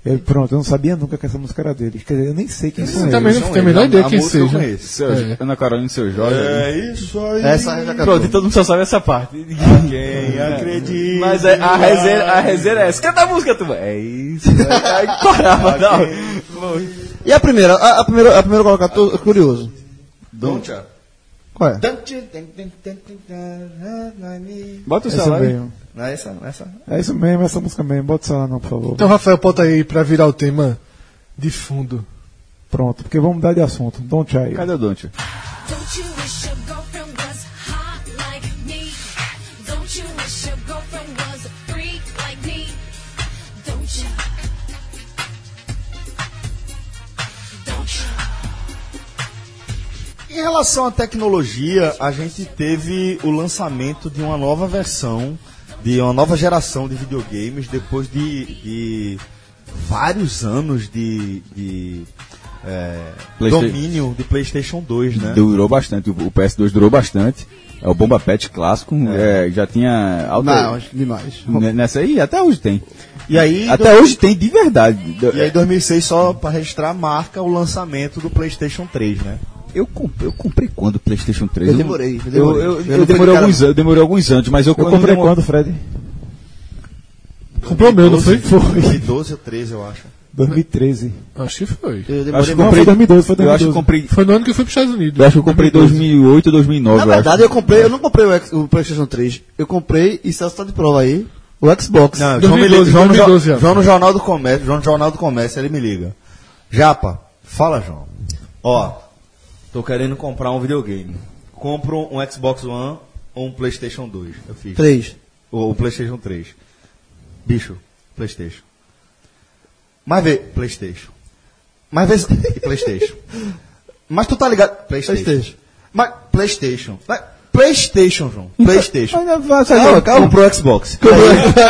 [SPEAKER 5] Eu, pronto, eu não sabia nunca que essa música era dele. Quer dizer, eu É nem sei quem são
[SPEAKER 4] também
[SPEAKER 5] eles.
[SPEAKER 4] não
[SPEAKER 2] São
[SPEAKER 4] tenho a
[SPEAKER 2] eles,
[SPEAKER 4] menor ideia quem
[SPEAKER 2] música
[SPEAKER 4] seja.
[SPEAKER 2] Eu conheço.
[SPEAKER 7] Seu,
[SPEAKER 4] É.
[SPEAKER 7] Ana Carolina e seu Jorge.
[SPEAKER 2] É. isso aí.
[SPEAKER 3] Essa já cantou.
[SPEAKER 7] Pronto, e todo mundo só sabe essa parte.
[SPEAKER 2] Quem acredita.
[SPEAKER 7] Mas é- a resenha, a resenha é essa. Canta a música, tu. É isso. Aí parava, não.
[SPEAKER 3] E a primeira? A, a
[SPEAKER 2] É
[SPEAKER 3] primeira, a primeira colocada, tô tô curioso.
[SPEAKER 2] Don't ya?
[SPEAKER 3] Qual é?
[SPEAKER 2] Don't you think, think, think, think, that I need-
[SPEAKER 7] Bota o
[SPEAKER 5] É isso
[SPEAKER 7] celular aí.
[SPEAKER 5] mesmo.
[SPEAKER 2] Não é essa, não é essa.
[SPEAKER 5] É isso mesmo, essa música mesmo. Bota o celular não, por favor.
[SPEAKER 4] Então, Rafael, bota aí pra virar o tema de fundo.
[SPEAKER 5] Pronto, porque vamos mudar de assunto. Don't try.
[SPEAKER 7] Cadê o Doncho?
[SPEAKER 1] Don't you wish your girlfriend was hot like me? Don't you wish your girlfriend was a freak like me? Don't you? Don't you?
[SPEAKER 2] Em relação à tecnologia, a gente teve o lançamento de uma nova versão, de uma nova geração de videogames, depois de, de vários anos de, de, é,
[SPEAKER 7] Playsta-
[SPEAKER 2] domínio de PlayStation 2, né?
[SPEAKER 7] Durou bastante, o o PS2 durou bastante. É o Bomba Pet clássico, é, já tinha
[SPEAKER 3] Não,
[SPEAKER 7] alta.
[SPEAKER 3] Ah, acho que demais.
[SPEAKER 7] N- Nessa aí, até hoje tem.
[SPEAKER 2] E aí,
[SPEAKER 7] Até hoje tem de verdade.
[SPEAKER 2] e aí 2006 só para registrar marca o lançamento do PlayStation 3, né?
[SPEAKER 7] Eu comprei, eu comprei quando o PlayStation 3?
[SPEAKER 3] Eu demorei, eu
[SPEAKER 7] Eu,
[SPEAKER 3] demorei.
[SPEAKER 7] eu-
[SPEAKER 3] Eu
[SPEAKER 7] eu
[SPEAKER 3] não fui
[SPEAKER 7] demorei
[SPEAKER 3] de cara-
[SPEAKER 7] alguns anos, eu demorei alguns anos, mas eu,
[SPEAKER 5] Eu
[SPEAKER 7] quando
[SPEAKER 5] comprei
[SPEAKER 7] demorei-
[SPEAKER 5] quando, Fred?
[SPEAKER 4] Comprou o meu, não foi?
[SPEAKER 2] 12, 2012 ou 13, eu acho.
[SPEAKER 5] 2013.
[SPEAKER 4] Acho que foi.
[SPEAKER 3] Eu
[SPEAKER 7] Acho
[SPEAKER 3] demorei
[SPEAKER 7] que
[SPEAKER 5] Não,
[SPEAKER 7] comprei-
[SPEAKER 5] foi 2012,
[SPEAKER 7] Eu
[SPEAKER 5] foi
[SPEAKER 7] acho que
[SPEAKER 5] 2012.
[SPEAKER 7] comprei.
[SPEAKER 4] Foi no ano que eu fui para os Estados Unidos.
[SPEAKER 7] Eu acho que eu comprei 2008 ou 2009.
[SPEAKER 3] Na
[SPEAKER 7] eu acho.
[SPEAKER 3] verdade, eu comprei, eu não comprei o, X- o PlayStation 3. Eu comprei, e Celso tá de prova aí. O Xbox.
[SPEAKER 2] Não, João, me
[SPEAKER 4] 2012,
[SPEAKER 2] liga, João, no, Jor-
[SPEAKER 4] 2012, ó.
[SPEAKER 2] João no Jornal do Comércio, João no Jornal do Comércio, ele me liga. Japa, fala, João. Ó, tô querendo comprar um videogame. Compro um Xbox One ou um PlayStation 2. Eu fiz.
[SPEAKER 3] Três.
[SPEAKER 2] Ou o PlayStation 3. Bicho, PlayStation. Mas vê, PlayStation. Mas vê, se- e PlayStation. Mas tu tá ligado? PlayStation.
[SPEAKER 3] PlayStation.
[SPEAKER 2] Mas PlayStation. Mas PlayStation, João. PlayStation.
[SPEAKER 3] Ainda vai sair,
[SPEAKER 2] Calma, calma.
[SPEAKER 3] não, calma.
[SPEAKER 2] Comprou o Xbox.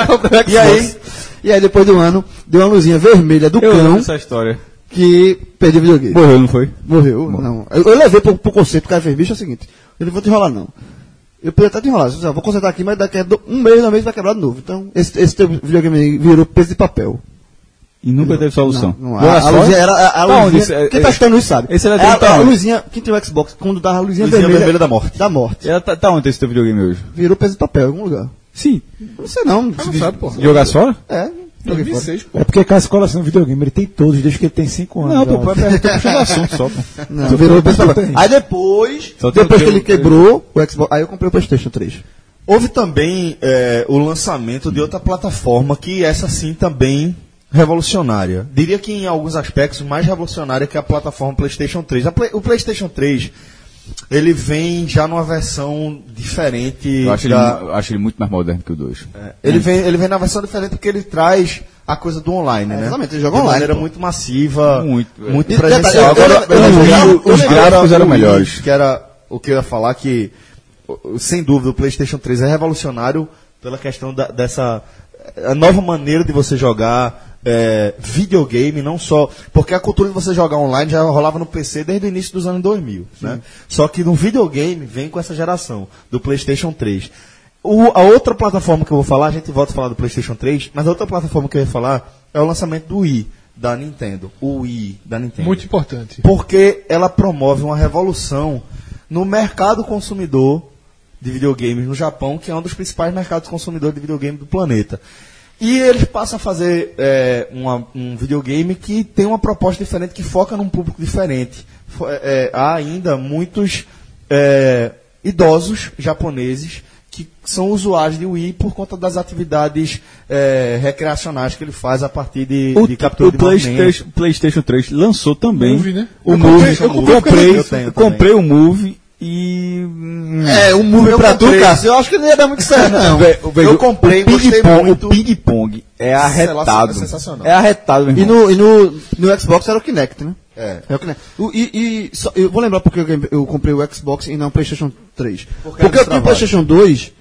[SPEAKER 3] Comprou o
[SPEAKER 2] E aí?
[SPEAKER 3] Xbox. E aí, depois do ano, deu uma luzinha vermelha do cão
[SPEAKER 6] história.
[SPEAKER 3] que perdeu o videogame.
[SPEAKER 6] Morreu, não foi?
[SPEAKER 3] Morreu? Não. Eu, eu levei pro, pro conceito, o cara fez bicho, é o seguinte. Eu não vou te enrolar, não. Eu podia até te enrolar. Eu disse, ó, vou consertar aqui, mas daqui a do- um mês, dois meses vai quebrar de novo. Então, esse, esse teu videogame aí virou peso de papel.
[SPEAKER 6] E nunca teve solução.
[SPEAKER 3] Não, não,
[SPEAKER 6] Boa
[SPEAKER 3] a, a
[SPEAKER 6] sorte.
[SPEAKER 3] luzinha era. A, a
[SPEAKER 6] Tá onde
[SPEAKER 3] luzinha,
[SPEAKER 6] isso? É-
[SPEAKER 3] quem
[SPEAKER 6] é-
[SPEAKER 3] tá escutando isso sabe.
[SPEAKER 6] Esse era
[SPEAKER 3] é a,
[SPEAKER 6] dele, tá
[SPEAKER 3] a
[SPEAKER 6] onde?
[SPEAKER 3] luzinha, quem tem o Xbox, quando dava a luzinha,
[SPEAKER 2] Luzinha
[SPEAKER 3] vermelha,
[SPEAKER 2] vermelha da morte.
[SPEAKER 3] é Da morte.
[SPEAKER 6] Ela tá, tá onde esse teu videogame hoje?
[SPEAKER 3] Virou peso de papel em algum lugar.
[SPEAKER 6] Sim.
[SPEAKER 3] Não sei não.
[SPEAKER 4] Ah, não sabe, porra.
[SPEAKER 6] Jogar só?
[SPEAKER 3] É. joguei fora.
[SPEAKER 4] 2006, pô.
[SPEAKER 5] É porque Cássio cola assim no videogame, ele tem todos, desde que ele tem 5 anos.
[SPEAKER 6] Não,
[SPEAKER 5] já.
[SPEAKER 6] pô, pô, eu tô puxando assunto só, pô.
[SPEAKER 3] Não,
[SPEAKER 2] um
[SPEAKER 3] virou peso de papel.
[SPEAKER 5] tem.
[SPEAKER 3] Aí depois,
[SPEAKER 6] Só tem o
[SPEAKER 3] depois que
[SPEAKER 6] teu-
[SPEAKER 3] ele
[SPEAKER 2] né?
[SPEAKER 3] quebrou o Xbox, aí eu comprei o PlayStation 3.
[SPEAKER 2] Houve também é, o lançamento de outra plataforma que é essa sim também revolucionária. Diria que em alguns aspectos mais revolucionária que a plataforma PlayStation 3. A Play- o PlayStation 3 ele vem já numa versão diferente.
[SPEAKER 6] Eu acho, ele,
[SPEAKER 2] da-
[SPEAKER 6] mu- eu acho ele muito mais moderno que o 2.
[SPEAKER 2] É. ele vem ele vem na versão diferente porque ele traz a coisa do online, né?
[SPEAKER 3] exatamente, ele joga
[SPEAKER 2] de
[SPEAKER 3] online,
[SPEAKER 2] maneira
[SPEAKER 3] pô.
[SPEAKER 2] muito massiva,
[SPEAKER 6] Muito, é.
[SPEAKER 2] muito
[SPEAKER 3] E detalhe,
[SPEAKER 2] presencial.
[SPEAKER 3] eu- eu- eu- eu-
[SPEAKER 2] o-
[SPEAKER 6] eu- os
[SPEAKER 2] o-
[SPEAKER 6] gráficos
[SPEAKER 2] era
[SPEAKER 6] eram
[SPEAKER 2] o
[SPEAKER 6] melhores.
[SPEAKER 2] Que era o que eu ia falar que o- o- sem dúvida o PlayStation 3 é revolucionário pela questão da- dessa a nova maneira de você jogar é, videogame, não só porque a cultura de você jogar online já rolava no PC desde o início dos anos 2000, né? Só que no videogame vem com essa geração do PlayStation 3. O- a outra plataforma que eu vou falar, a gente volta a falar do PlayStation 3, mas a outra plataforma que eu ia falar é o lançamento do Wii da Nintendo, o Wii da Nintendo
[SPEAKER 4] Muito importante.
[SPEAKER 2] porque ela promove uma revolução no mercado consumidor de videogames no Japão, que é um dos principais mercados consumidores de videogame do planeta. E eles passam a fazer é, uma- um videogame que tem uma proposta diferente, que foca num público diferente. Fo- é, é, há ainda muitos é, idosos japoneses que são usuários de Wii por conta das atividades é, recreacionais que ele faz a partir de,
[SPEAKER 6] O,
[SPEAKER 2] de captura
[SPEAKER 6] o
[SPEAKER 2] de movimento.
[SPEAKER 6] PlayStation, PlayStation 3 lançou também
[SPEAKER 4] Move, né?
[SPEAKER 6] o
[SPEAKER 2] Eu
[SPEAKER 6] Move.
[SPEAKER 2] comprei- eu
[SPEAKER 6] comprei,
[SPEAKER 2] comprei- eu tenho
[SPEAKER 6] eu comprei o Move e. hum,
[SPEAKER 3] É, um move pra tu,
[SPEAKER 2] comprei.
[SPEAKER 3] Cássio, eu acho que não ia dar muito certo, não.
[SPEAKER 6] Ve- veja,
[SPEAKER 2] eu comprei,
[SPEAKER 6] o ping
[SPEAKER 2] gostei
[SPEAKER 6] pong,
[SPEAKER 2] muito.
[SPEAKER 6] O ping-pong é arretado.
[SPEAKER 2] é sensacional.
[SPEAKER 6] É arretado, meu
[SPEAKER 3] E
[SPEAKER 6] irmão.
[SPEAKER 3] no, e no, no Xbox era o Kinect, né?
[SPEAKER 2] É.
[SPEAKER 3] o Kinect. O- e e só- eu vou lembrar porque eu, game- eu comprei o Xbox e não o PlayStation 3. Porque,
[SPEAKER 2] era do
[SPEAKER 3] eu tinha o
[SPEAKER 2] trabalho.
[SPEAKER 3] PlayStation 2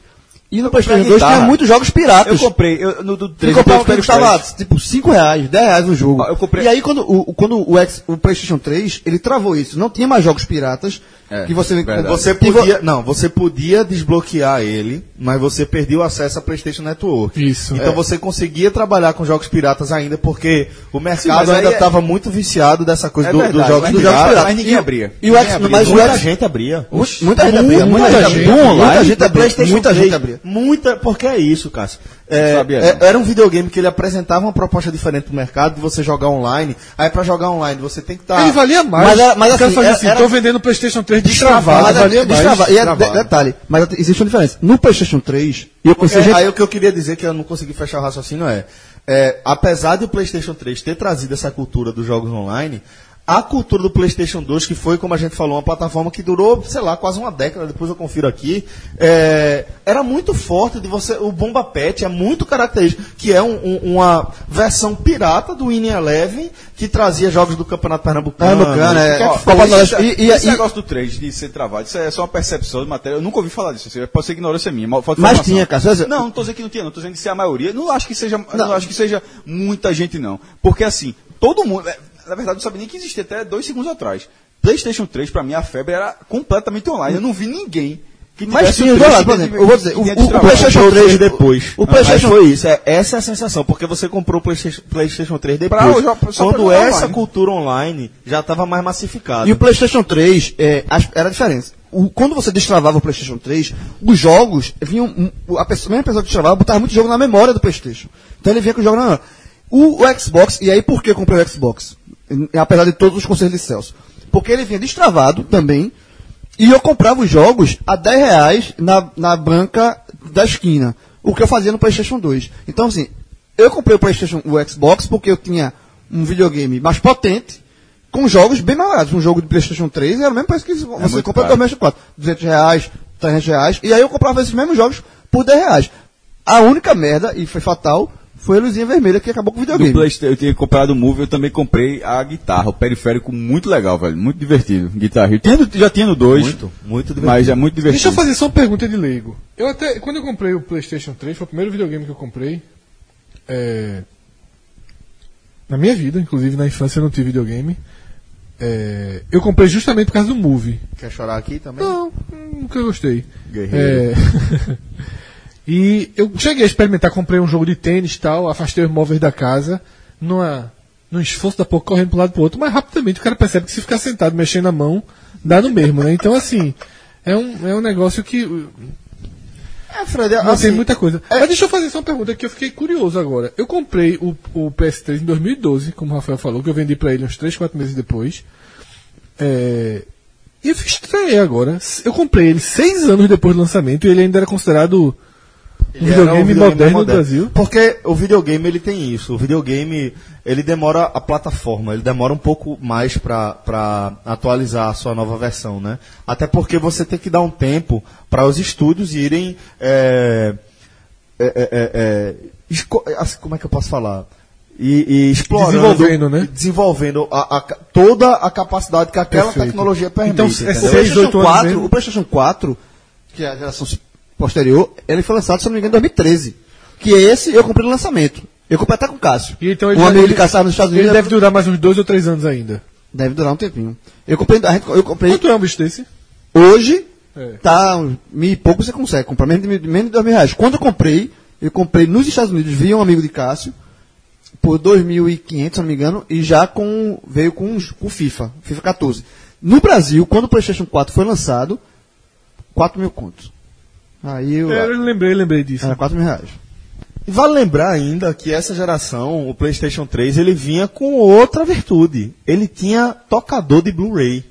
[SPEAKER 3] e no PlayStation 2 tinha
[SPEAKER 6] guitarra.
[SPEAKER 3] muitos jogos piratas.
[SPEAKER 6] Eu comprei, eu, no do
[SPEAKER 3] Eu
[SPEAKER 6] 3
[SPEAKER 3] comprava um que
[SPEAKER 6] eu
[SPEAKER 3] custava tipo 5 reais, 10 reais um jogo.
[SPEAKER 6] Ah, eu comprei-
[SPEAKER 3] E aí quando, o, o- quando o, X, o PlayStation 3 ele travou isso, não tinha mais jogos piratas
[SPEAKER 6] É,
[SPEAKER 3] que você
[SPEAKER 6] verdade.
[SPEAKER 2] Você
[SPEAKER 3] que vo-
[SPEAKER 2] podia, não, você podia desbloquear ele, mas você perdeu acesso à PlayStation Network.
[SPEAKER 4] Isso.
[SPEAKER 2] Então
[SPEAKER 4] É.
[SPEAKER 2] você conseguia trabalhar com jogos piratas ainda, porque o mercado
[SPEAKER 6] mas aí
[SPEAKER 2] ainda
[SPEAKER 6] é-
[SPEAKER 2] estava muito viciado dessa coisa
[SPEAKER 6] É
[SPEAKER 2] do- dos
[SPEAKER 6] verdade,
[SPEAKER 2] jogos
[SPEAKER 6] mas
[SPEAKER 2] piratas.
[SPEAKER 6] ninguém-
[SPEAKER 2] Pirata.
[SPEAKER 6] mas ninguém
[SPEAKER 2] E o-
[SPEAKER 6] abria.
[SPEAKER 3] E o X, mas o X,
[SPEAKER 2] gente abria.
[SPEAKER 3] muita gente abria, muita gente abria.
[SPEAKER 4] gente.
[SPEAKER 3] Do
[SPEAKER 2] Muita
[SPEAKER 3] online,
[SPEAKER 2] gente
[SPEAKER 3] do
[SPEAKER 2] abria.
[SPEAKER 3] PlayStation
[SPEAKER 2] muita gente
[SPEAKER 3] 3.
[SPEAKER 2] abria. Muita, porque é isso, Cássio. É,
[SPEAKER 6] Sabia,
[SPEAKER 2] é-
[SPEAKER 6] não.
[SPEAKER 2] era um videogame que ele apresentava uma proposta diferente pro mercado de você jogar online. Aí pra jogar online você tem que tá estar.
[SPEAKER 4] Ele valia mais.
[SPEAKER 3] Ah, Mas era- mas
[SPEAKER 4] o cara
[SPEAKER 3] assim,
[SPEAKER 4] fazia
[SPEAKER 3] era-
[SPEAKER 4] assim,
[SPEAKER 3] era-
[SPEAKER 4] tô vendendo o Playstation 3
[SPEAKER 3] Mas
[SPEAKER 4] destravado,
[SPEAKER 3] é-
[SPEAKER 4] valia mais.
[SPEAKER 3] destrava- E é, de-
[SPEAKER 2] travado.
[SPEAKER 3] detalhe, mas existe uma diferença. No PlayStation 3, e eu
[SPEAKER 2] Porque
[SPEAKER 3] conheci gente.
[SPEAKER 2] aí o que eu queria dizer que eu não consegui fechar o raciocínio é, é, apesar do PlayStation 3 ter trazido essa cultura dos jogos online, a cultura do PlayStation 2, que foi, como a gente falou, uma plataforma que durou, sei lá, quase uma década, depois eu confiro aqui, é, era muito forte de você. O Bomba Pet é muito característico, que é um- um- uma versão pirata do In Eleven, que trazia jogos do Campeonato Pernambucano.
[SPEAKER 3] Pernambucano, é,
[SPEAKER 2] Quer
[SPEAKER 3] ó,
[SPEAKER 2] que
[SPEAKER 3] Copa
[SPEAKER 2] fosse,
[SPEAKER 3] do Nordeste.
[SPEAKER 6] Esse-
[SPEAKER 3] E- e-
[SPEAKER 6] esse
[SPEAKER 3] e-
[SPEAKER 6] negócio do 3 de ser travado, isso é só uma percepção de matéria. Eu nunca ouvi falar disso. Assim, pode ser ignorância minha. Mas
[SPEAKER 3] Mas tinha, cara. Você-
[SPEAKER 6] Não, não tô dizendo que não tinha, não. Tô dizendo que se é a maioria. Não acho que seja, não. acho que seja muita gente, não. Porque assim, todo mundo. é, Na verdade, não sabia nem que existia até dois segundos atrás. PlayStation 3, pra mim, a febre era completamente online. Eu não vi ninguém. Que
[SPEAKER 3] Mas
[SPEAKER 6] tivesse
[SPEAKER 3] tinha,
[SPEAKER 6] o
[SPEAKER 3] os
[SPEAKER 6] 3
[SPEAKER 3] dois lados, por
[SPEAKER 6] que
[SPEAKER 3] exemplo,
[SPEAKER 6] tenha-
[SPEAKER 3] eu vou dizer,
[SPEAKER 6] que
[SPEAKER 3] o,
[SPEAKER 6] tenha
[SPEAKER 3] o- o
[SPEAKER 6] destravado.
[SPEAKER 3] PlayStation 3
[SPEAKER 2] depois.
[SPEAKER 3] O
[SPEAKER 2] Mas
[SPEAKER 3] PlayStation
[SPEAKER 2] foi isso. é- essa é a sensação, porque você comprou o PlayStation, PlayStation 3 depois.
[SPEAKER 6] Pra- já- só pra
[SPEAKER 2] quando
[SPEAKER 6] jogar
[SPEAKER 2] essa
[SPEAKER 6] online.
[SPEAKER 2] cultura online já estava mais massificada.
[SPEAKER 3] E o PlayStation 3 é, as- era a diferença. O- quando você destravava o PlayStation 3, os jogos vinham. hum, A pessoa- a mesma pessoa que destravava botava muito jogo na memória do PlayStation. Então ele vinha com o jogo na memória. O, o Xbox, e aí por que eu comprei o Xbox? Em- Apesar de todos os conselhos de Celso. Porque ele vinha destravado também. E eu comprava os jogos a 10 reais na, na banca da esquina. o que eu fazia no PlayStation 2. Então, assim, eu comprei o PlayStation, o Xbox, porque eu tinha um videogame mais potente, com jogos bem malados. Um jogo de PlayStation 3 era o mesmo preço que você
[SPEAKER 6] muito
[SPEAKER 3] compra do
[SPEAKER 6] caro.
[SPEAKER 3] PlayStation 4. 200 reais, 300 reais. E aí eu comprava esses mesmos jogos por 10 reais. A única merda, e foi fatal, foi a luzinha vermelha que acabou com o
[SPEAKER 6] Do
[SPEAKER 3] videogame.
[SPEAKER 6] Playstation, eu tinha comprado o Move, eu também comprei a guitarra, o periférico muito legal, velho. Muito divertido. Guitarra. Hero. Tinha no- já tinha no 2. Muito, muito divertido. Mas é muito divertido.
[SPEAKER 4] Deixa eu fazer só uma pergunta de leigo. Eu até, quando eu comprei o PlayStation 3, foi o primeiro videogame que eu comprei. é, na minha vida, inclusive na infância eu não tive videogame. É, eu comprei justamente por causa do Movie.
[SPEAKER 2] Quer chorar aqui também?
[SPEAKER 4] Não, nunca gostei.
[SPEAKER 6] Guerreiro.
[SPEAKER 4] É. e eu cheguei a experimentar, comprei um jogo de tênis e tal, afastei os móveis da casa, numa, num esforço da pouco correndo para um lado pro outro, mas rapidamente o cara percebe que se ficar sentado mexendo a mão, dá no mesmo, né? Então, assim, é um, é um negócio que uh,
[SPEAKER 2] É, Fred,
[SPEAKER 4] não
[SPEAKER 2] assim,
[SPEAKER 4] tem muita coisa. Mas deixa eu fazer só uma pergunta que eu fiquei curioso agora. Eu comprei o, o PS3 em 2012, como o Rafael falou, que eu vendi pra ele uns 3, 4 meses depois. É, E eu estranhei agora. Eu comprei ele seis anos depois do lançamento e ele ainda era considerado um
[SPEAKER 2] Ele era
[SPEAKER 4] videogame,
[SPEAKER 2] um
[SPEAKER 4] moderno no Brasil.
[SPEAKER 2] Porque o videogame ele tem isso. O videogame ele demora a plataforma, ele demora um pouco mais para atualizar a sua nova versão, né? Até porque você tem que dar um tempo para os estúdios irem é, é, é, é, é, esco- assim, como é que eu posso falar? E, e explorando,
[SPEAKER 4] Desenvolvendo, né?
[SPEAKER 2] desenvolvendo a- a ca- toda a capacidade que aquela
[SPEAKER 4] Perfeito.
[SPEAKER 2] tecnologia permite.
[SPEAKER 4] Então, é
[SPEAKER 2] entendeu?
[SPEAKER 3] O
[SPEAKER 4] Seis,
[SPEAKER 3] PlayStation
[SPEAKER 4] oito anos
[SPEAKER 3] 4,
[SPEAKER 4] mesmo.
[SPEAKER 3] o PlayStation 4, que é a geração posterior, ele foi lançado, se não me engano, em 2013. Que é esse eu comprei no lançamento. Eu comprei até com o Cássio.
[SPEAKER 4] E então ele
[SPEAKER 3] um
[SPEAKER 4] já-
[SPEAKER 3] amigo
[SPEAKER 4] ele-
[SPEAKER 3] de caçar nos Estados
[SPEAKER 4] Ele
[SPEAKER 3] Unidos
[SPEAKER 4] deve durar mais uns dois ou três anos ainda.
[SPEAKER 3] deve durar um tempinho. Eu comprei, a gente- eu comprei
[SPEAKER 4] Quanto é um bicho desse?
[SPEAKER 3] hoje,
[SPEAKER 4] É.
[SPEAKER 3] tá uns mil e pouco você consegue comprar, menos de, mil- menos de dois mil reais. Quando eu comprei, eu comprei nos Estados Unidos, via um amigo de Cássio, por 2.500, se não me engano, e já com veio com os- com o FIFA, FIFA 14. No Brasil, quando o PlayStation 4 foi lançado, 4 mil contos. Aí eu,
[SPEAKER 4] É, Eu lembrei, lembrei
[SPEAKER 2] Ah,
[SPEAKER 4] disso.
[SPEAKER 3] era 4 mil reais.
[SPEAKER 2] E vale lembrar ainda que essa geração, o PlayStation 3, ele vinha com outra virtude. Ele tinha tocador de Blu-ray.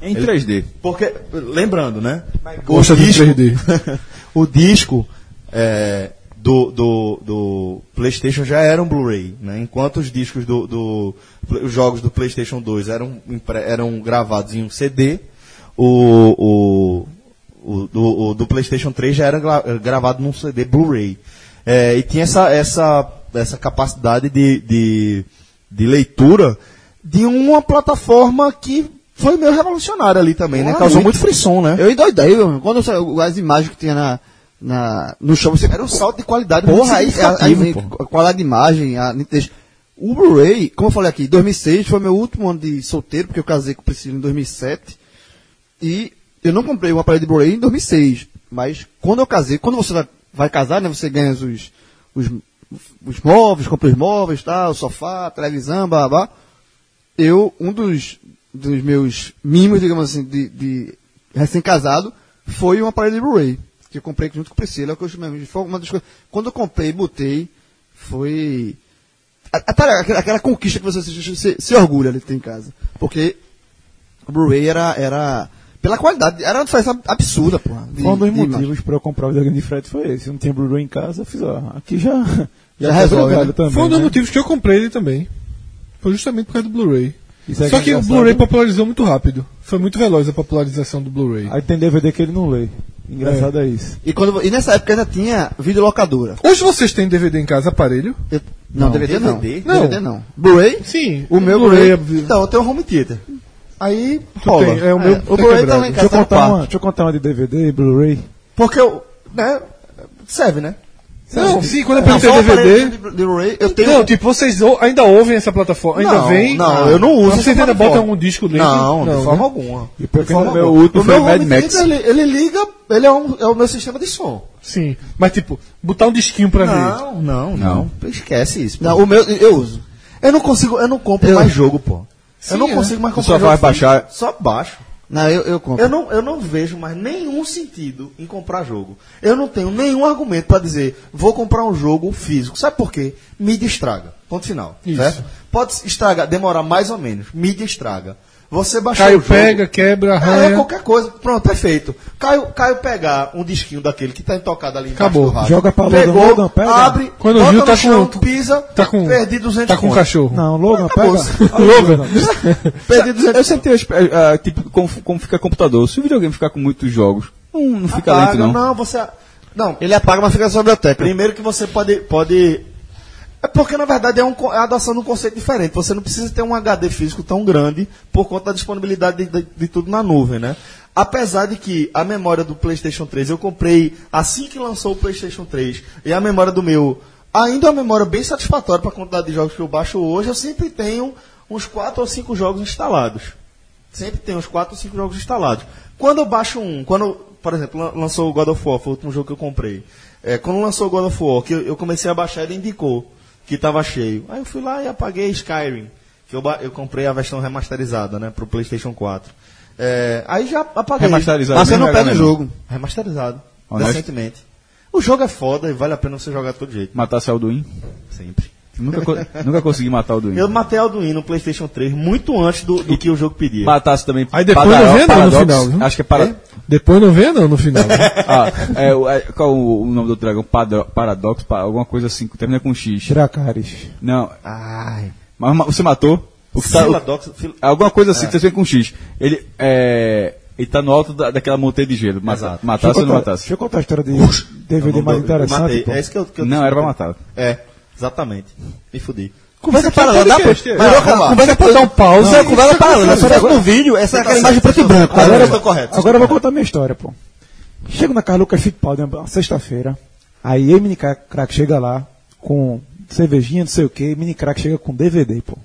[SPEAKER 6] Em 3D.
[SPEAKER 2] Porque, lembrando, né?
[SPEAKER 4] gosta
[SPEAKER 2] o
[SPEAKER 4] de
[SPEAKER 2] disco,
[SPEAKER 4] 3D.
[SPEAKER 2] o disco é, do, do, do PlayStation já era um Blu-ray. Né? Enquanto os discos do, do- os jogos do PlayStation 2 eram, impre- eram gravados em um CD, o, o, o, do, o do PlayStation 3 já era gra- gravado num CD Blu-ray. É, e tinha essa, essa, essa capacidade de, de, de leitura de uma plataforma que foi meio revolucionária ali também, né?
[SPEAKER 3] Ah,
[SPEAKER 2] Causou
[SPEAKER 3] muito.
[SPEAKER 2] muito frisson, né?
[SPEAKER 3] Eu endoidei, meu irmão. quando eu sa- as imagens que tinha na, na, no chão, você era um salto de qualidade
[SPEAKER 2] muito
[SPEAKER 3] porra, aí, aí,
[SPEAKER 2] significativo,
[SPEAKER 3] vem a qualidade de imagem, a nitidez. O Blu-ray, como eu falei aqui, 2006 foi meu último ano de solteiro, porque eu casei com o Priscila em 2007. E eu não comprei um aparelho de Blu-ray em 2006, mas quando eu casei, quando você vai- vai casar, né, você ganha os, os, os móveis, compra os móveis, tal, o sofá, a televisão, blá, blá, blá. Eu, um dos, dos meus mimos, digamos assim, de, de recém-casado, foi um aparelho de Blu-ray, que eu comprei junto com o Priscila, que eu mesmo, foi uma das coisas, quando eu comprei e botei, foi... a- a- tá, Aquela, aquela conquista que você se, se, se orgulha ali tem em casa. Porque o Blu-ray era, era. Pela qualidade, era uma diferença absurda, porra. de-
[SPEAKER 5] um dos
[SPEAKER 3] de imagem.
[SPEAKER 5] motivos pra eu comprar o videogame de Fred foi esse. Não tinha Blu-ray em casa, eu fiz, ó, aqui já.
[SPEAKER 3] Já
[SPEAKER 5] tá
[SPEAKER 3] resolve,
[SPEAKER 5] guardado
[SPEAKER 3] né?
[SPEAKER 5] também,
[SPEAKER 4] Foi um dos
[SPEAKER 5] né?
[SPEAKER 4] motivos que eu comprei ele também. Foi justamente por causa do Blu-ray.
[SPEAKER 5] Isso é
[SPEAKER 4] Só que o
[SPEAKER 5] engraçado.
[SPEAKER 4] Blu-ray popularizou muito rápido. Foi muito veloz a popularização do Blu-ray.
[SPEAKER 5] Aí tem DVD que ele não lê. Engraçado é, isso.
[SPEAKER 3] E, quando, e nessa época ainda tinha videolocadora.
[SPEAKER 4] Hoje vocês têm DVD em casa, aparelho?
[SPEAKER 3] Eu- não, DVD, não.
[SPEAKER 2] DVD?
[SPEAKER 4] Não.
[SPEAKER 3] DVD não. Blu-ray?
[SPEAKER 4] Sim.
[SPEAKER 3] O meu
[SPEAKER 4] é-
[SPEAKER 3] Blu-ray.
[SPEAKER 2] Então, eu tenho um home theater. Aí rola.
[SPEAKER 4] tem, é, o meu tá
[SPEAKER 3] o Blu-ray tá
[SPEAKER 4] quebrado.
[SPEAKER 3] lá em casa,
[SPEAKER 5] Deixa eu,
[SPEAKER 3] tá no
[SPEAKER 5] contar uma,
[SPEAKER 3] quarto.
[SPEAKER 5] deixa eu contar uma de DVD e Blu-ray.
[SPEAKER 2] Porque eu, né, serve, né?
[SPEAKER 4] Não, sim, quando eu
[SPEAKER 3] é Não,
[SPEAKER 4] perguntei
[SPEAKER 3] só o aparelho
[SPEAKER 4] DVD.
[SPEAKER 3] de Blu-ray, eu tenho.
[SPEAKER 4] Não, tipo, vocês ou- ainda ouvem essa plataforma? Ainda
[SPEAKER 2] um- não,
[SPEAKER 4] vem?
[SPEAKER 2] Não, eu não uso.
[SPEAKER 4] Mas vocês
[SPEAKER 2] essa
[SPEAKER 4] ainda botam
[SPEAKER 2] plataforma.
[SPEAKER 4] algum disco dentro?
[SPEAKER 2] Não, de forma
[SPEAKER 4] né?
[SPEAKER 2] alguma.
[SPEAKER 5] E pior que
[SPEAKER 2] De forma
[SPEAKER 3] é
[SPEAKER 5] no meu
[SPEAKER 2] alguma.
[SPEAKER 5] último
[SPEAKER 2] O
[SPEAKER 5] foi
[SPEAKER 2] meu
[SPEAKER 5] Mad
[SPEAKER 2] home
[SPEAKER 5] Max.
[SPEAKER 2] theater, Ele, ele liga, ele é, um- é o meu sistema de som.
[SPEAKER 4] Sim. Mas, tipo, botar um disquinho pra ver.
[SPEAKER 2] Não, é não, não, Esquece isso. pô.
[SPEAKER 3] Não, o meu, eu uso.
[SPEAKER 2] Eu não consigo, eu não compro
[SPEAKER 3] Eu-
[SPEAKER 2] mais jogo, pô.
[SPEAKER 4] Sim,
[SPEAKER 2] eu não
[SPEAKER 4] é.
[SPEAKER 2] consigo mais
[SPEAKER 6] Tu
[SPEAKER 2] comprar
[SPEAKER 6] só vai
[SPEAKER 2] jogo
[SPEAKER 6] baixar-
[SPEAKER 2] Só baixo.
[SPEAKER 3] Não, eu, eu compro.
[SPEAKER 2] Eu não, eu não vejo mais nenhum sentido em comprar jogo. Eu não tenho nenhum argumento pra dizer, vou comprar um jogo físico. Sabe por quê? Mídia estraga. Ponto final.
[SPEAKER 4] Isso.
[SPEAKER 2] Certo? Pode estragar, demorar mais ou menos. Mídia estraga. Você baixou
[SPEAKER 4] Caio
[SPEAKER 2] o jogo.
[SPEAKER 4] pega, quebra,
[SPEAKER 2] É,
[SPEAKER 4] arranha.
[SPEAKER 2] qualquer coisa. Pronto, perfeito. Caio, Caio pegar um disquinho daquele que tá intocado ali embaixo
[SPEAKER 4] Acabou.
[SPEAKER 2] do rádio.
[SPEAKER 5] Joga pra Logan,
[SPEAKER 2] Pegou,
[SPEAKER 5] Logan, pega.
[SPEAKER 2] abre,
[SPEAKER 4] Quando
[SPEAKER 2] bota
[SPEAKER 4] viu,
[SPEAKER 2] no
[SPEAKER 4] tá
[SPEAKER 2] chão,
[SPEAKER 4] com-
[SPEAKER 2] pisa,
[SPEAKER 4] tá com-
[SPEAKER 2] perdi 200
[SPEAKER 4] Tá com um
[SPEAKER 2] conto.
[SPEAKER 4] cachorro.
[SPEAKER 5] Não, Logan,
[SPEAKER 2] Acabou. Tá,
[SPEAKER 5] pega.
[SPEAKER 4] Logan.
[SPEAKER 2] Perdi 200
[SPEAKER 6] Eu sempre tenho, ah, tipo, como, como fica computador. Se o videogame ficar com muitos jogos, não, não
[SPEAKER 3] Ah,
[SPEAKER 6] fica
[SPEAKER 3] tá,
[SPEAKER 2] Apaga,
[SPEAKER 6] lento, não.
[SPEAKER 2] você. Não,
[SPEAKER 3] Ele apaga, mas fica na sua biblioteca.
[SPEAKER 2] primeiro que você pode. pode... É porque, na verdade, é, um, co- é a adoção de um conceito diferente. Você não precisa ter um HD físico tão grande por conta da disponibilidade de, de- de tudo na nuvem, né? Apesar de que a memória do PlayStation 3 eu comprei assim que lançou o PlayStation 3 e a memória do meu ainda é uma memória bem satisfatória para a quantidade de jogos que eu baixo hoje, eu sempre tenho uns 4 ou 5 jogos instalados. Sempre tem uns 4 ou 5 jogos instalados. Quando eu baixo um, quando, por exemplo, lan- lançou o God of War, foi o último jogo que eu comprei. É, quando lançou o God of War, que eu, eu comecei a baixar, ele indicou que estava cheio. Aí eu fui lá e apaguei Skyrim, que eu, ba- eu comprei a versão remasterizada, né, pro PlayStation 4. É, aí já apaguei.
[SPEAKER 6] Remasterizado,
[SPEAKER 2] Mas você
[SPEAKER 6] bem
[SPEAKER 2] não
[SPEAKER 6] legal
[SPEAKER 2] perde o
[SPEAKER 6] mesmo.
[SPEAKER 2] jogo. Remasterizado.
[SPEAKER 6] Honesto.
[SPEAKER 2] Recentemente. O jogo é foda e vale a pena você jogar de todo jeito.
[SPEAKER 6] Matar seu Alduin.
[SPEAKER 2] Sempre.
[SPEAKER 6] Nunca, co- nunca consegui matar o Alduin.
[SPEAKER 2] Eu matei Alduin no PlayStation 3 muito antes do, do que o jogo pedia.
[SPEAKER 6] Matasse também.
[SPEAKER 4] Aí depois não vê, não, no final, viu?
[SPEAKER 6] Acho que é para.
[SPEAKER 4] Depois não vê, não, no final.
[SPEAKER 6] Ah, é, o- é, qual o, o nome do dragão? Padro, paradoxo? pa- alguma coisa assim, que termina com X.
[SPEAKER 5] Dracarys.
[SPEAKER 6] Não,
[SPEAKER 2] Ai.
[SPEAKER 6] mas ma- você matou. O que tá, o-
[SPEAKER 2] Filadox- Fil-
[SPEAKER 6] alguma coisa assim, que termina com X. Ele é. Ele tá no alto da, daquela montanha de gelo. Mata-
[SPEAKER 2] Exato.
[SPEAKER 6] Matasse ou não
[SPEAKER 5] Deixa
[SPEAKER 6] matasse?
[SPEAKER 5] eu contar a história de
[SPEAKER 2] Eu
[SPEAKER 5] DVD
[SPEAKER 2] não
[SPEAKER 5] mais
[SPEAKER 2] dou-
[SPEAKER 5] interessante.
[SPEAKER 2] matei.
[SPEAKER 5] pô.
[SPEAKER 2] É isso que eu, que eu
[SPEAKER 6] Não, era pra matar.
[SPEAKER 2] É, exatamente. Me fudi.
[SPEAKER 3] Conversa paralela, dá pra.
[SPEAKER 2] Não, calma.
[SPEAKER 4] é
[SPEAKER 3] Conversa pra dar um pause. Não, conversa paralela. Só no vídeo, essa é aquela imagem preto e branco. tá?
[SPEAKER 2] Agora eu tô correto.
[SPEAKER 5] Agora eu vou contar minha história, pô. Chego na casa Lucas Fittipaldi, uma sexta-feira. Aí eu e Mini Cra- Crack chega lá com cervejinha, não sei o que, e Mini Crack chega com DVD, pô.